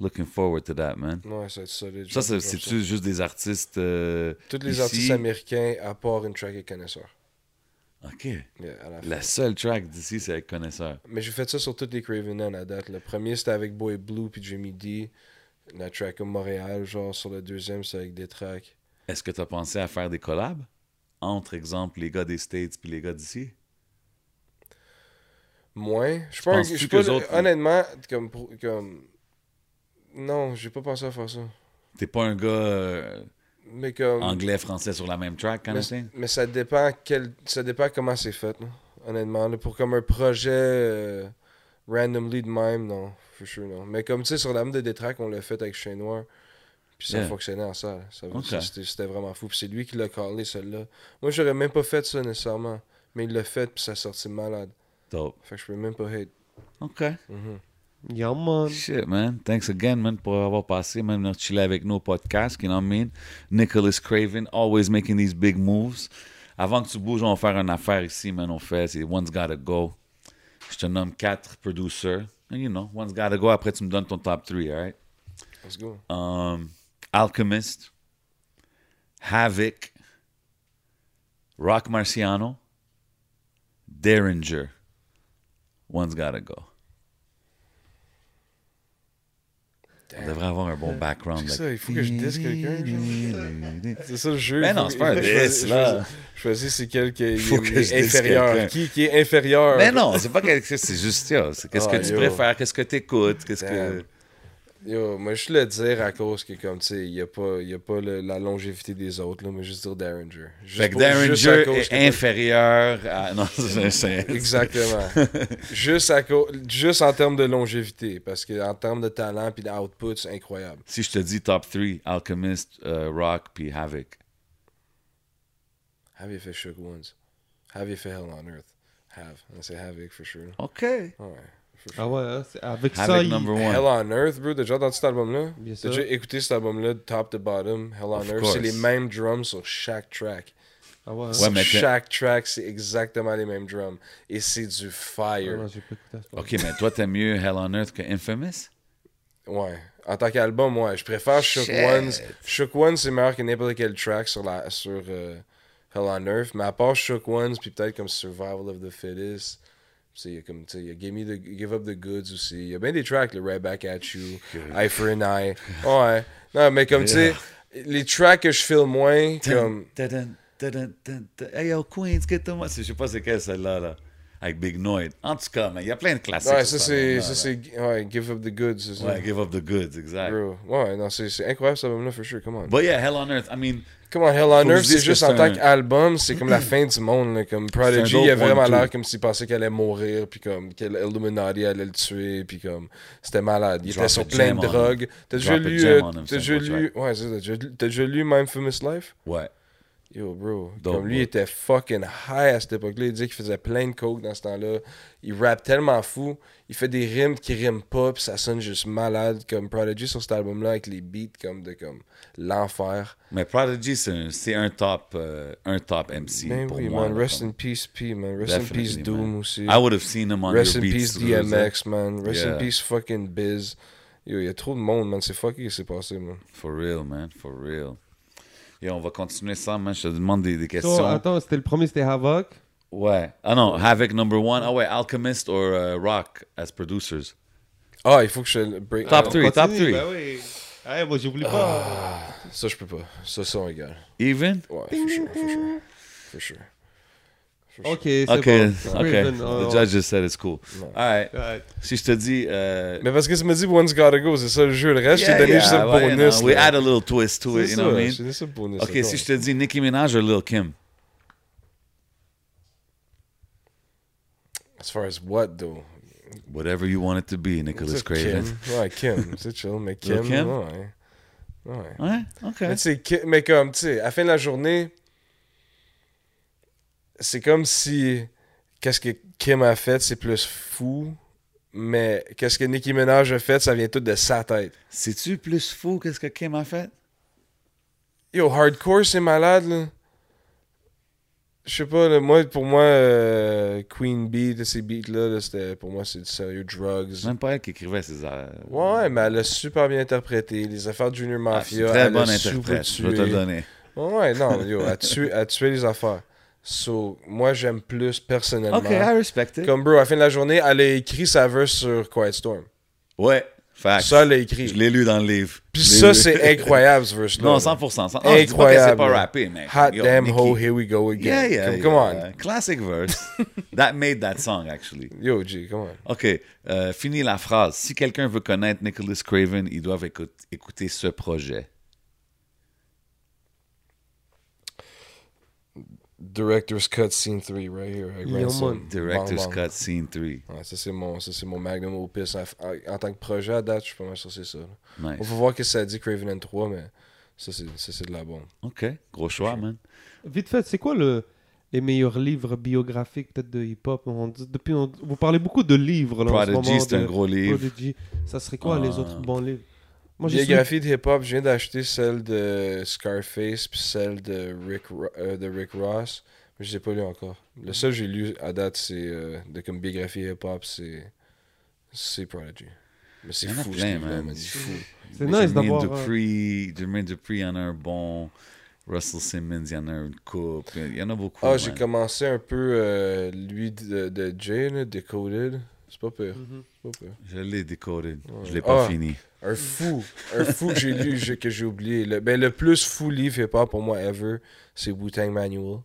Looking forward to that, man. Ouais, ça va être solide. Ça, J'aime- c'est- j'aime c'est-tu juste des artistes. euh, Tous les ici? artistes américains, à part une track et connaisseurs. OK. Yeah, à la fin. La seule track d'ici, c'est avec Connaisseur. Mais j'ai fait ça sur toutes les Craven N à date. Le premier, c'était avec Boy Blue puis Jimmy D. La track comme Montréal, genre sur le deuxième, c'est avec des tracks. Est-ce que tu as pensé à faire des collabs entre, exemple, les gars des States puis les gars d'ici? Moins. Je suis pas, un- penses-tu je suis pas- qu'eux autres- Honnêtement, comme. pour- comme... Non, j'ai pas pensé à faire ça. T'es pas un gars euh, Mais comme. anglais-français sur la même track, kind mais, of thing? mais ça dépend quel ça dépend comment c'est fait, là. honnêtement. là. pour comme un projet euh, randomly de même, non, for sure, non. Mais comme tu sais, sur l'âme de Détrac, on l'a fait avec Chien Noir. Puis ça Yeah. fonctionnait en salle. Ça, Ok. ça, c'était, c'était vraiment fou. Puis c'est lui qui l'a callé, celle-là. Moi, j'aurais même pas fait ça nécessairement. Mais il l'a fait, puis ça a sorti malade. Dope. Fait que je peux même pas hate. OK. Mhm. Yeah, man. Shit, man. Thanks again, man, pour avoir passé, man, venir chiller avec nos podcasts, you know what I mean? Nicholas Craven, always making these big moves. Avant que tu bouges, on va faire une affaire ici, man, on fait, c'est One's Gotta Go. Je te nomme quatre producers. And you know, One's Gotta Go, après tu me donnes ton top 3, alright? Let's go. Um, Alchemist, Havoc, Rock Marciano, Derringer. One's Gotta Go. On devrait avoir un bon background. C'est like- ça, il faut que je dise quelqu'un, C'est ça le jeu. Mais il faut Ben non, que- c'est pas un il faut que- 10, je- là. je- Choisis c'est quel qui est, Faut que je dise quelqu'un. inférieur. Qui, qui est inférieur. Mais non, c'est pas quelque chose, c'est juste, yo, c'est qu'est-ce Ah, que tu yo. préfères, qu'est-ce que t'écoutes, qu'est-ce Damn. que... Yo, moi, je le dire à cause que, comme, tu sais, il n'y a pas, il y a pas le- la longévité des autres, là, mais juste dire Derringer. Juste Fait que pour- juste à Derringer cause est que- inférieur à. Non, c'est- c'est. Exactement. juste, à cause- juste en termes de longévité, parce que en termes de talent puis d'output, c'est incroyable. Si je te dis top 3, Alchemist, euh, Rock, puis Havoc. Have you fait Shook Ones? Have you fait Hell on Earth? Have. C'est Havoc, for sure. OK. Ouais, for sure. Ah ouais, hein, c'est- avec ça, Havoc il- number Hell one. on Earth, bro, t'as déjà entendu cet album-là? Bien T'as sûr. déjà écouté cet album-là, de top to bottom, Hell on Of Earth? C'est les course. mêmes drums sur chaque track. Ah ouais, hein. Ouais, mais t'as- chaque track, c'est exactement les mêmes drums. Et c'est du Ah fire. non, j'ai pas écouté à ce moment-là. OK, mais toi, t'aimes mieux Hell on Earth que Infamous? Ouais. En tant qu'album, ouais. Je préfère Shook Ones. Shook Ones, c'est meilleur que n'importe quel track sur, la, sur euh, Hell on Earth. Mais à part Shook Ones, puis peut-être comme Survival of the Fittest. tu sais, Il y a comme, tu sais, il y a Give, Me the, Give Up the Goods aussi. Il y a bien des tracks, le Right Back at You, Eye for an Eye. Ouais. Non, mais comme, tu sais, les tracks que je file moins, comme. Tadam, tadam, tadam, tadam. Hey, yo, Queens, get them. Je sais pas c'est quelle celle-là, là. Avec Big Noid. En tout cas, mais il y a plein de classiques. Ouais, ça, sur cet c'est. album-là, Ça, là. c'est. Ouais, Give Up the Goods. c'est ça. Ouais, Give Up the Goods, exact. Bro. Ouais, non, c'est c'est incroyable cet album-là, for sure. Come on. But yeah, Hell on Earth, I mean, Comment Hell on Faut que je Earth, dise c'est juste que c'est en tant un- qu'album, c'est comme la fin du monde. là, Comme Prodigy, C'est un il a dope vraiment one-two. l'air comme s'il pensait qu'elle allait mourir, puis comme que l'Illuminati allait le tuer, puis comme c'était malade. Il Drop était sur a plein gem de on drogues. T'as Drop déjà a lu. gem euh, on him, T'as c'est déjà un bon lu. Ouais, c'est ça. t'as déjà- T'as déjà lu My Infamous Life? ouais. Yo, bro. Dope, comme lui, ouais. il était fucking high à cette époque-là. Il disait qu'il faisait plein de coke dans ce temps-là. Il rappe tellement fou. Il fait des rimes qui riment pas, puis ça sonne juste malade. Comme Prodigy sur cet album-là, avec les beats comme de comme l'enfer. Mais Prodigy, c'est un, c'est un top, euh, un top MC Ben pour oui, moi. man. là, Rest comme- in peace, P, man. Rest Definitely, in peace, Doom man. aussi. I would have seen him on Rest in your beats. peace, tu vois, DMX, man. Rest in Yeah. peace, fucking Biz. Yo, il y a trop de monde, man. C'est fucké qui s'est passé, man. For real, man. For real. Et on va continuer ça, man. Je te demande des, des So, questions. attends, c'était le premier, c'était Havoc. ouais. Ah non, Havoc number one. Ah ouais, Alchemist or euh, Rock as producers. Ah, il faut que je le break. Top Ah, three. Oui, top three. Continue, ben oui. Ah, moi, j'oublie pas. Ça, je peux pas. Ça, ça, on égale. Even? Ouais, for sure, for sure. For sure. Ok, c'est Ok, bon. ok. Raven, The uh, oh, judge just said it's cool. Non. All right. ouais. Si je te dis... euh, Mais parce que tu me dis One's Gotta Go, c'est ça le jeu. Le reste, je yeah, t'ai donné yeah, juste le ouais, you bonus. know, we là. add a little twist to C'est it, you know what I ça, je t'ai mean? donné ça le bonus. Ok, si je te dis Nicki Minaj or Lil Kim? As far as what, though? Whatever you want it to be, Nicholas C'est Craven. Kim. Ouais, Kim. C'est chill, mais Kim, Kim? ouais. Ouais. Ouais, ok. Mais, tu sais, que- mais comme, tu sais, à la fin de la journée, c'est comme si qu'est-ce que Kim a fait, c'est plus fou, mais qu'est-ce que Nicki Minaj a fait, ça vient tout de sa tête. C'est-tu plus fou que ce que Kim a fait? Yo, hardcore, c'est malade, là. Je sais pas, là, moi, pour moi, euh, Queen Bee, tous ces beats-là, là, c'était- pour moi, c'est du sérieux drugs. C'est même pas elle qui écrivait ses... euh, Ouais, mais elle a super bien interprété. Les affaires de Junior Ah, c'est une Mafia, très elle bonne a super interprète, je vais te tué. le donner. Ouais, non, yo, à tuer, à tuer les affaires. So, moi, j'aime plus personnellement. Ok, I respect it. Comme bro, à la fin de la journée, elle a écrit sa verse sur Quiet Storm. Ouais, fact. Ça, elle a je écrit. l'ai lu dans le livre. Puis Je l'ai ça, lu. c'est incroyable, ce verse-là. Non, là. 100%. cent- Non, je dis pas qu'elle s'est Incroyable. pas rappée, mais... Hot yo, damn Nicki. ho, here we go again. Yeah, yeah, Comme, yeah, come on. yeah. Classic verse. that made that song, actually. Yo, G, come on. OK, euh, fini la phrase. Si quelqu'un veut connaître Nicholas Craven, ils doivent écout- écouter ce projet. Director's Cut Scene 3, right here. avec Yo, Ransom. man. Director's Bang, bang. Cut Scene 3. Ouais, ça, c'est mon, ça, c'est mon magnum opus. En, en- en tant que projet à date, je suis pas mal sûr que c'est ça. là. On Nice. va voir ce que ça dit, Craven and 3, mais ça, c'est, ça, c'est de la bombe. OK, gros choix, man. Vite fait, c'est quoi le, les meilleurs livres biographiques peut-être de hip-hop on, dit- depuis, on- Vous parlez beaucoup de livres là, en ce Prodigy, moment. c'est un de gros livre. Prodigy. Ça serait quoi les Ah. autres bons livres Moi, j'ai su- Biographie de hip-hop, je viens d'acheter celle de Scarface puis celle de Rick, Ro- euh, de Rick Ross, mais je les ai pas lu encore. Le seul que j'ai lu à date, c'est euh, de comme biographie hip-hop, c'est c'est Prodigy. Mais c'est Il y en a fou, ce plein, livre-là, man. man, C'est fou. C'est nice Jermaine d'avoir. euh, Dupri, Jermaine Dupri, il y en a un bon. Russell Simmons, il y en a une coupe. Il y en a beaucoup. Ah, man. j'ai commencé un peu euh, lui de, de Jay, là, Decoded. C'est pas pire. mhm. c'est pas pire. Je l'ai décodé. Ouais. Je l'ai pas Ah. fini. Un fou, un fou que j'ai lu, j'ai- que j'ai oublié. Le, ben, le plus fou livre hip-hop pour moi ever, c'est Wu-Tang Manual.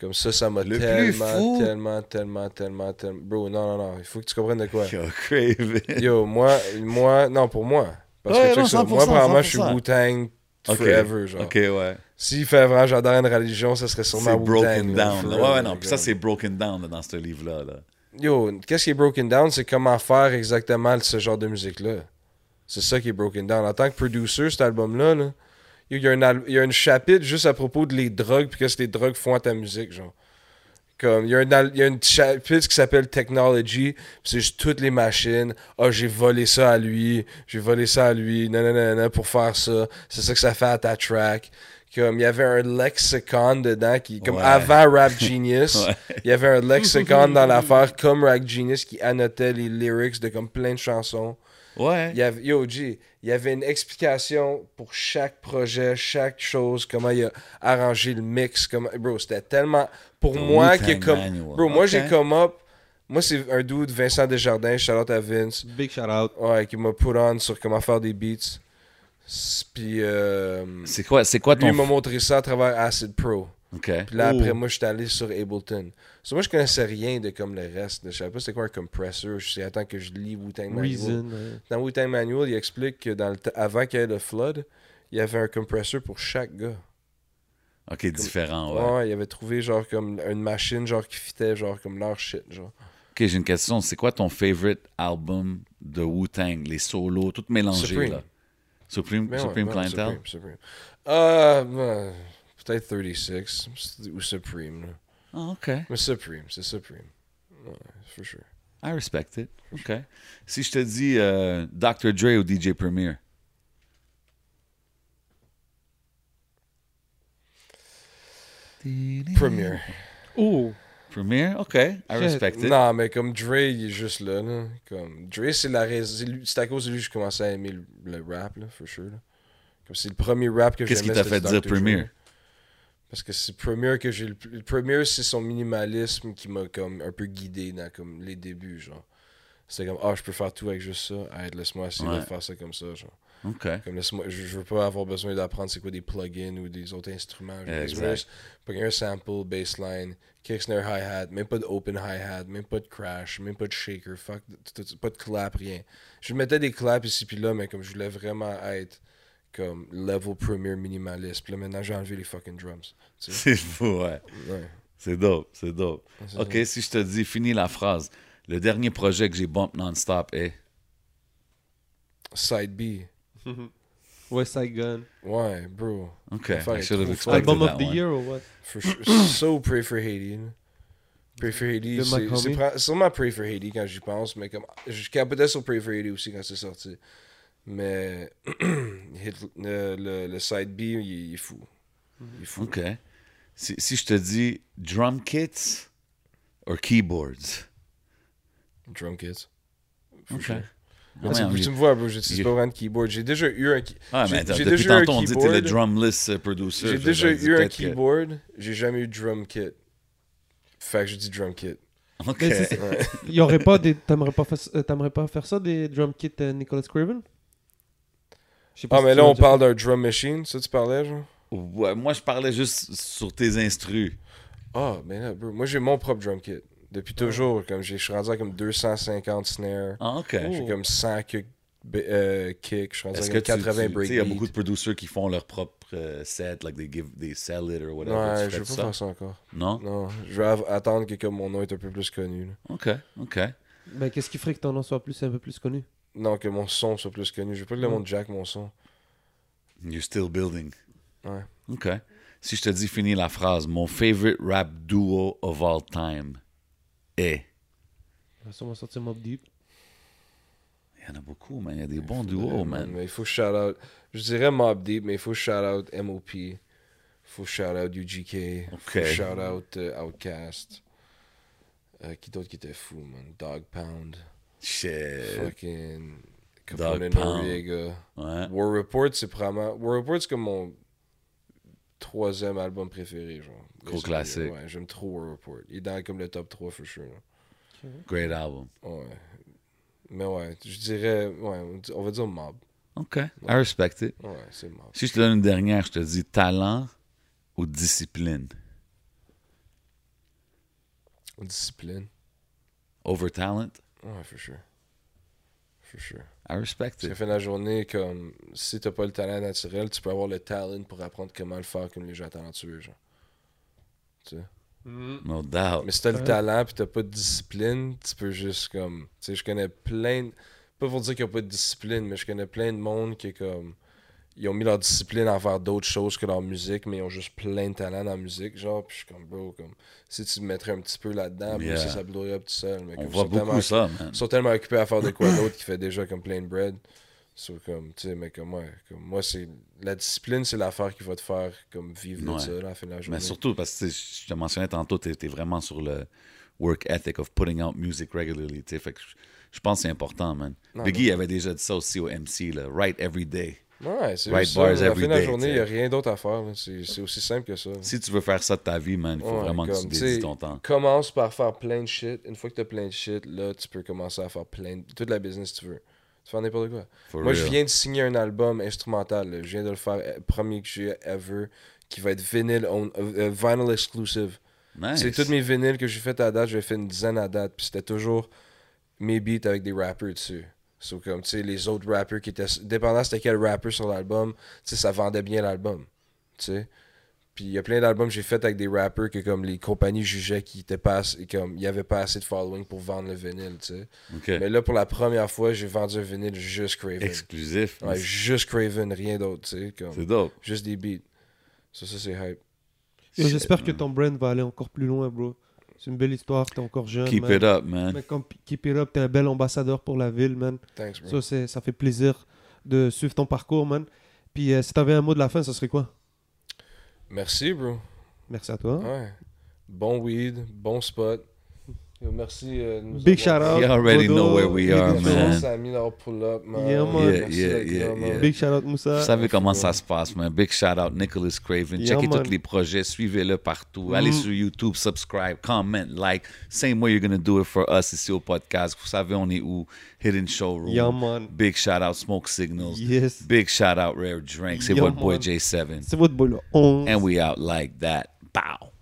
Comme ça, ça m'a Le plus tellement, fou- tellement, tellement, tellement, tellement. Bro, non, non, non, il faut que tu comprennes de quoi. Yo, crave it. Yo, moi, moi, non, pour moi. Parce Ouais, que check non, ça, 100%, moi, probablement, je suis 100%. Wu-Tang Ok. forever, genre. Ok, ouais. S'il fait vraiment, j'adore une religion, ça serait sûrement C'est Wu-Tang. broken là, down. là. forever, Ouais, ouais, non. Puis ça, genre. c'est broken down là, dans ce livre-là. là. Yo, qu'est-ce qui est broken down, c'est comment faire exactement ce genre de musique-là. C'est ça qui est broken down. En tant que producer, cet album-là, là, yo, il y a un al- il y a un chapitre juste à propos de les drogues puis qu'est-ce que les drogues font à ta musique, genre. Comme, il y a un, al- il y a un chapitre qui s'appelle Technology, puis c'est juste toutes les machines. Ah, j'ai volé ça à lui, j'ai volé ça à lui, nanana, pour faire ça. C'est ça que ça fait à ta track. Comme, il y avait un lexicon dedans qui, comme Ouais. avant Rap Genius, Ouais. il y avait un lexicon dans l'affaire comme Rack Genius qui annotait les lyrics de comme plein de chansons. Ouais. Il y avait, yo, G, il y avait une explication pour chaque projet, chaque chose, comment il a arrangé le mix. Comment... Bro, c'était tellement. Pour The moi, que Wu-Tang comme. Manual. Bro, moi, Ok. j'ai comme up. Moi, c'est un dude, Vincent Desjardins, Charlotte à Vince, Big shout out. ouais, qui m'a put on sur comment faire des beats. S- Puis, euh, lui C'est quoi, c'est quoi ton. il m'a montré ça à travers Acid Pro. Ok. Puis là, Oh. après, moi, je suis allé sur Ableton. So, moi, je connaissais rien de comme le reste. Je savais pas c'était quoi un compressor. Je sais, attends que je lis Wu-Tang Manual. Reason. euh, Dans Wu-Tang Manual, il explique que dans le t- avant qu'il y ait le flood, il y avait un compressor pour chaque gars. Ok, différent, ouais. Ouais, il avait trouvé genre comme une machine genre qui fitait genre comme leur shit. Genre. Ok, j'ai une question. C'est quoi ton favorite album de Wu-Tang Les solos, tout mélangé, Supreme. là. Supreme, Mais ouais, Supreme non, Clientele Supreme, Supreme. Euh, ben, Peut-être 36 ou Supreme. là. Ah, ok. Mais Supreme, c'est Supreme. Ouais, for sure. I respect it. Ok. Si je te dis euh, Dr. Dre ou DJ Premier Premier. Oh, Premier, ok. I respect it. Non, mais comme Dre, il est juste là. là. Comme, Dre, c'est la raison. c'est lui- C'est à cause de lui que j'ai commencé à aimer le, le rap, là, for sure. là. Comme c'est le premier rap que j'ai Qu'est-ce qui t'a fait dire Premier? Parce que c'est Premier que j'ai le plus. le Premier, c'est son minimalisme qui m'a comme un peu guidé dans comme, les débuts, genre. C'était comme, ah, je peux faire tout avec juste ça. Arrête, laisse-moi essayer Ouais. de faire ça comme ça, genre. Ok. Comme laisse-moi, je, je veux pas avoir besoin d'apprendre c'est quoi des plugins ou des autres instruments. Je veux Exact. laisse-moi juste pogner un sample, bassline, kick, snare, hi-hat, même pas de open hi-hat, même pas de crash, même pas de shaker, fuck, tout- tout- pas de clap, rien. Je mettais des claps ici puis là, mais comme je voulais vraiment être comme level premier minimaliste. Puis là maintenant j'ai enlevé les fucking drums. tu sais. C'est fou, ouais. Ouais. C'est dope, c'est dope. c'est Ok, si je te dis, finis la phrase. Le dernier projet que j'ai bump non-stop est. Side B. West Side Gun. Ouais, bro. Ok. L'affaire I est should have trop expected forte. Album that of the one. Year ou what? For sure. so Pray for Haiti. là. Pray for Haiti, De c'est Mac c'est Homie. pra- sûrement Pray for Haiti quand j'y pense, mais comme je capotais sur Pray for Haiti aussi quand c'est sorti. Mais Hit- le, le- le side B, il, il est fou. Il est fou. Ok. Si, si je te dis drum kits ou keyboards. Drum kit. For Ok. sure. Ah, Ah, ouais, tu, on tu est- me vois, bro, j'utilise Il- pas vraiment de keyboard. J'ai déjà eu un key- Ah, j'ai- mais attends, j'ai depuis déjà eu un tantôt, on dit que t'es le keyboard. drumless euh, producer. J'ai Je- déjà j'aurais dit eu un peut-être que- keyboard, j'ai jamais eu de drum kit. Fait que je dis drum kit. Ah, Ok. Mais c'est- c'est- y aurait pas des. T'aimerais pas, fa- euh, t'aimerais pas faire ça des drum kits euh, Nicholas Craven? Je sais pas Ah, si mais tu là, l'as on déjà parle d'un drum machine, ça tu parlais, genre? Ouais, moi, je parlais juste sur tes instrus. Ah, mais là, bro, moi j'ai mon propre drum kit. Depuis toujours, comme j'ai- je suis rendu à comme 250 snares, Ah, ok. j'ai comme 100 kick- b- euh, kicks, je suis rendu à Est-ce comme que tu- 80 tu- tu sais, Il y a beaucoup breakbeats. de producers qui font leur propre euh, set, like they give, they sell it or whatever. Ouais, tu je fais vais pas ça? faire ça encore. Non? Non, je vais av- attendre que comme mon nom est un peu plus connu. là. Ok, ok. Mais qu'est-ce qui ferait que ton nom soit plus un peu plus connu Non, que mon son soit plus connu. Je veux pas que le Mm. monde jack mon son. You're still building. Ouais. Ok. Si je te dis, finis la phrase. Mon favorite rap duo of all time est. On va sûrement sortir Mob Deep. Il y en a beaucoup, man. Il y a des bons duos, Oh, man. Mais il faut shout out. Je dirais Mob Deep, mais il faut shout out MOP. Faut shout out UGK. Ok. Faut shout out Outcast. qui d'autre qui était fou, man? Dog Pound. Shit. Fucking Euh, Dog Capone and Pound. Noriega. Ouais. War Report, c'est vraiment. War Report, c'est comme mon troisième album préféré, genre. Gros Et c'est- classique. Ouais, j'aime trop War Report. Il est dans comme le top 3 for sure. là. Great album. Ouais. Mais ouais, je dirais. Ouais, on dit- on va dire Mob. Ok. I respect it. Ouais, c'est Mob. Si je te donne une dernière, je te dis talent ou discipline. Discipline. Over talent. Ouais, for sure. For sure. I respect it. Parce qu'à la fin de la journée, comme si t'as pas le talent naturel, tu peux avoir le talent pour apprendre comment le faire comme les gens talentueux, genre. Tu sais. No doubt. Mais si t'as le Ouais. talent pis t'as pas de discipline, tu peux juste comme. Tu sais, je connais plein. de- Pas pour dire qu'il n'y a pas de discipline, mais je connais plein de monde qui est comme. Ils ont mis leur discipline à faire d'autres choses que leur musique, mais ils ont juste plein de talent dans la musique, genre. Puis je suis comme, bro, comme. Si tu me mettrais un petit peu là-dedans, puis Yeah. aussi ça blow up tout seul. Mais On comme, voit ils sont tellement- beaucoup ça, man. Ils sont tellement occupés à faire de quoi d'autre qui fait déjà comme plein de bread. So, comme, tu sais, mais comme, ouais, comme moi, c'est. La discipline, c'est l'affaire qui va te faire comme vivre de Ouais. ça, là, à la fin de la journée. Mais surtout, parce que tu sais, je te mentionnais tantôt, tu étais vraiment sur le work ethic of putting out music regularly. tu sais. Fait que je- je pense que c'est important, man. Non, Biggie avait déjà dit ça aussi au MC, là. Write every day. Ouais, c'est Right juste ça. bars À la fin every de la day, journée, t'sais. il n'y a rien d'autre à faire. là. C'est c'est aussi simple que ça. Si tu veux faire ça de ta vie, man, il faut Ouais, vraiment que tu comme, t'sais, dédies ton temps. Commence par faire plein de shit. Une fois que tu as plein de shit, là, tu peux commencer à faire plein de... toute la business que tu veux. Tu fais n'importe quoi. For Moi, je real. viens de signer un album instrumental. là. Je viens de le faire, euh, premier que j'ai ever, qui va être vinyle, on- euh, euh, vinyl exclusive. Nice. C'est toutes mes vinyles que j'ai fait à date, j'ai fait une dizaine à date, puis c'était toujours mes beats avec des rappers dessus. So, comme, tu sais, les autres rappers qui étaient... Dépendant c'était quel rapper sur l'album, tu sais, ça vendait bien l'album, tu sais. Puis il y a plein d'albums que j'ai fait avec des rappers que comme les compagnies jugeaient qu'ils étaient pas assez- comme il y avait pas assez de following pour vendre le vinyle, tu sais. Ok. Mais là pour la première fois, j'ai vendu un vinyle juste Craven. Exclusif. Ouais, juste Craven, rien d'autre, tu sais, comme C'est dope. juste des beats. Ça ça c'est hype. Yo, J'espère que ton brand va aller encore plus loin, bro. C'est une belle histoire, t'es encore jeune. Keep man. it up, man. Mais comme Keep It Up, t'es un bel ambassadeur pour la ville, man. Thanks bro. Ça, c'est- ça fait plaisir de suivre ton parcours, man. Puis euh, si t'avais un mot de la fin, ça serait quoi Merci bro. Merci à toi. Ouais. Bon weed, bon spot. Yo, merci euh, de nous Big shout avoir- out. You already know where we are, Merci, man. Samy, d'avoir pull up, man. Yeah, man. Yeah, Merci yeah, d'être là, yeah, man. yeah. Big shout out Vous Moussa. savez comment ça se passe, man. Big shout out, Nicholas Craven. Yeah, Checkez man. tous les projets, suivez-le partout. Mhm. Allez sur YouTube, subscribe, comment, like. Same way you're gonna do it for us ici au podcast. Vous savez, on est où? Hidden Showroom. Yeah, man. Big shout out, Smoke Signals. Yes. Big shout out, Rare Drink. C'est Yeah, votre boy man. J7. C'est votre boy, là. On- And we out like that. Bow.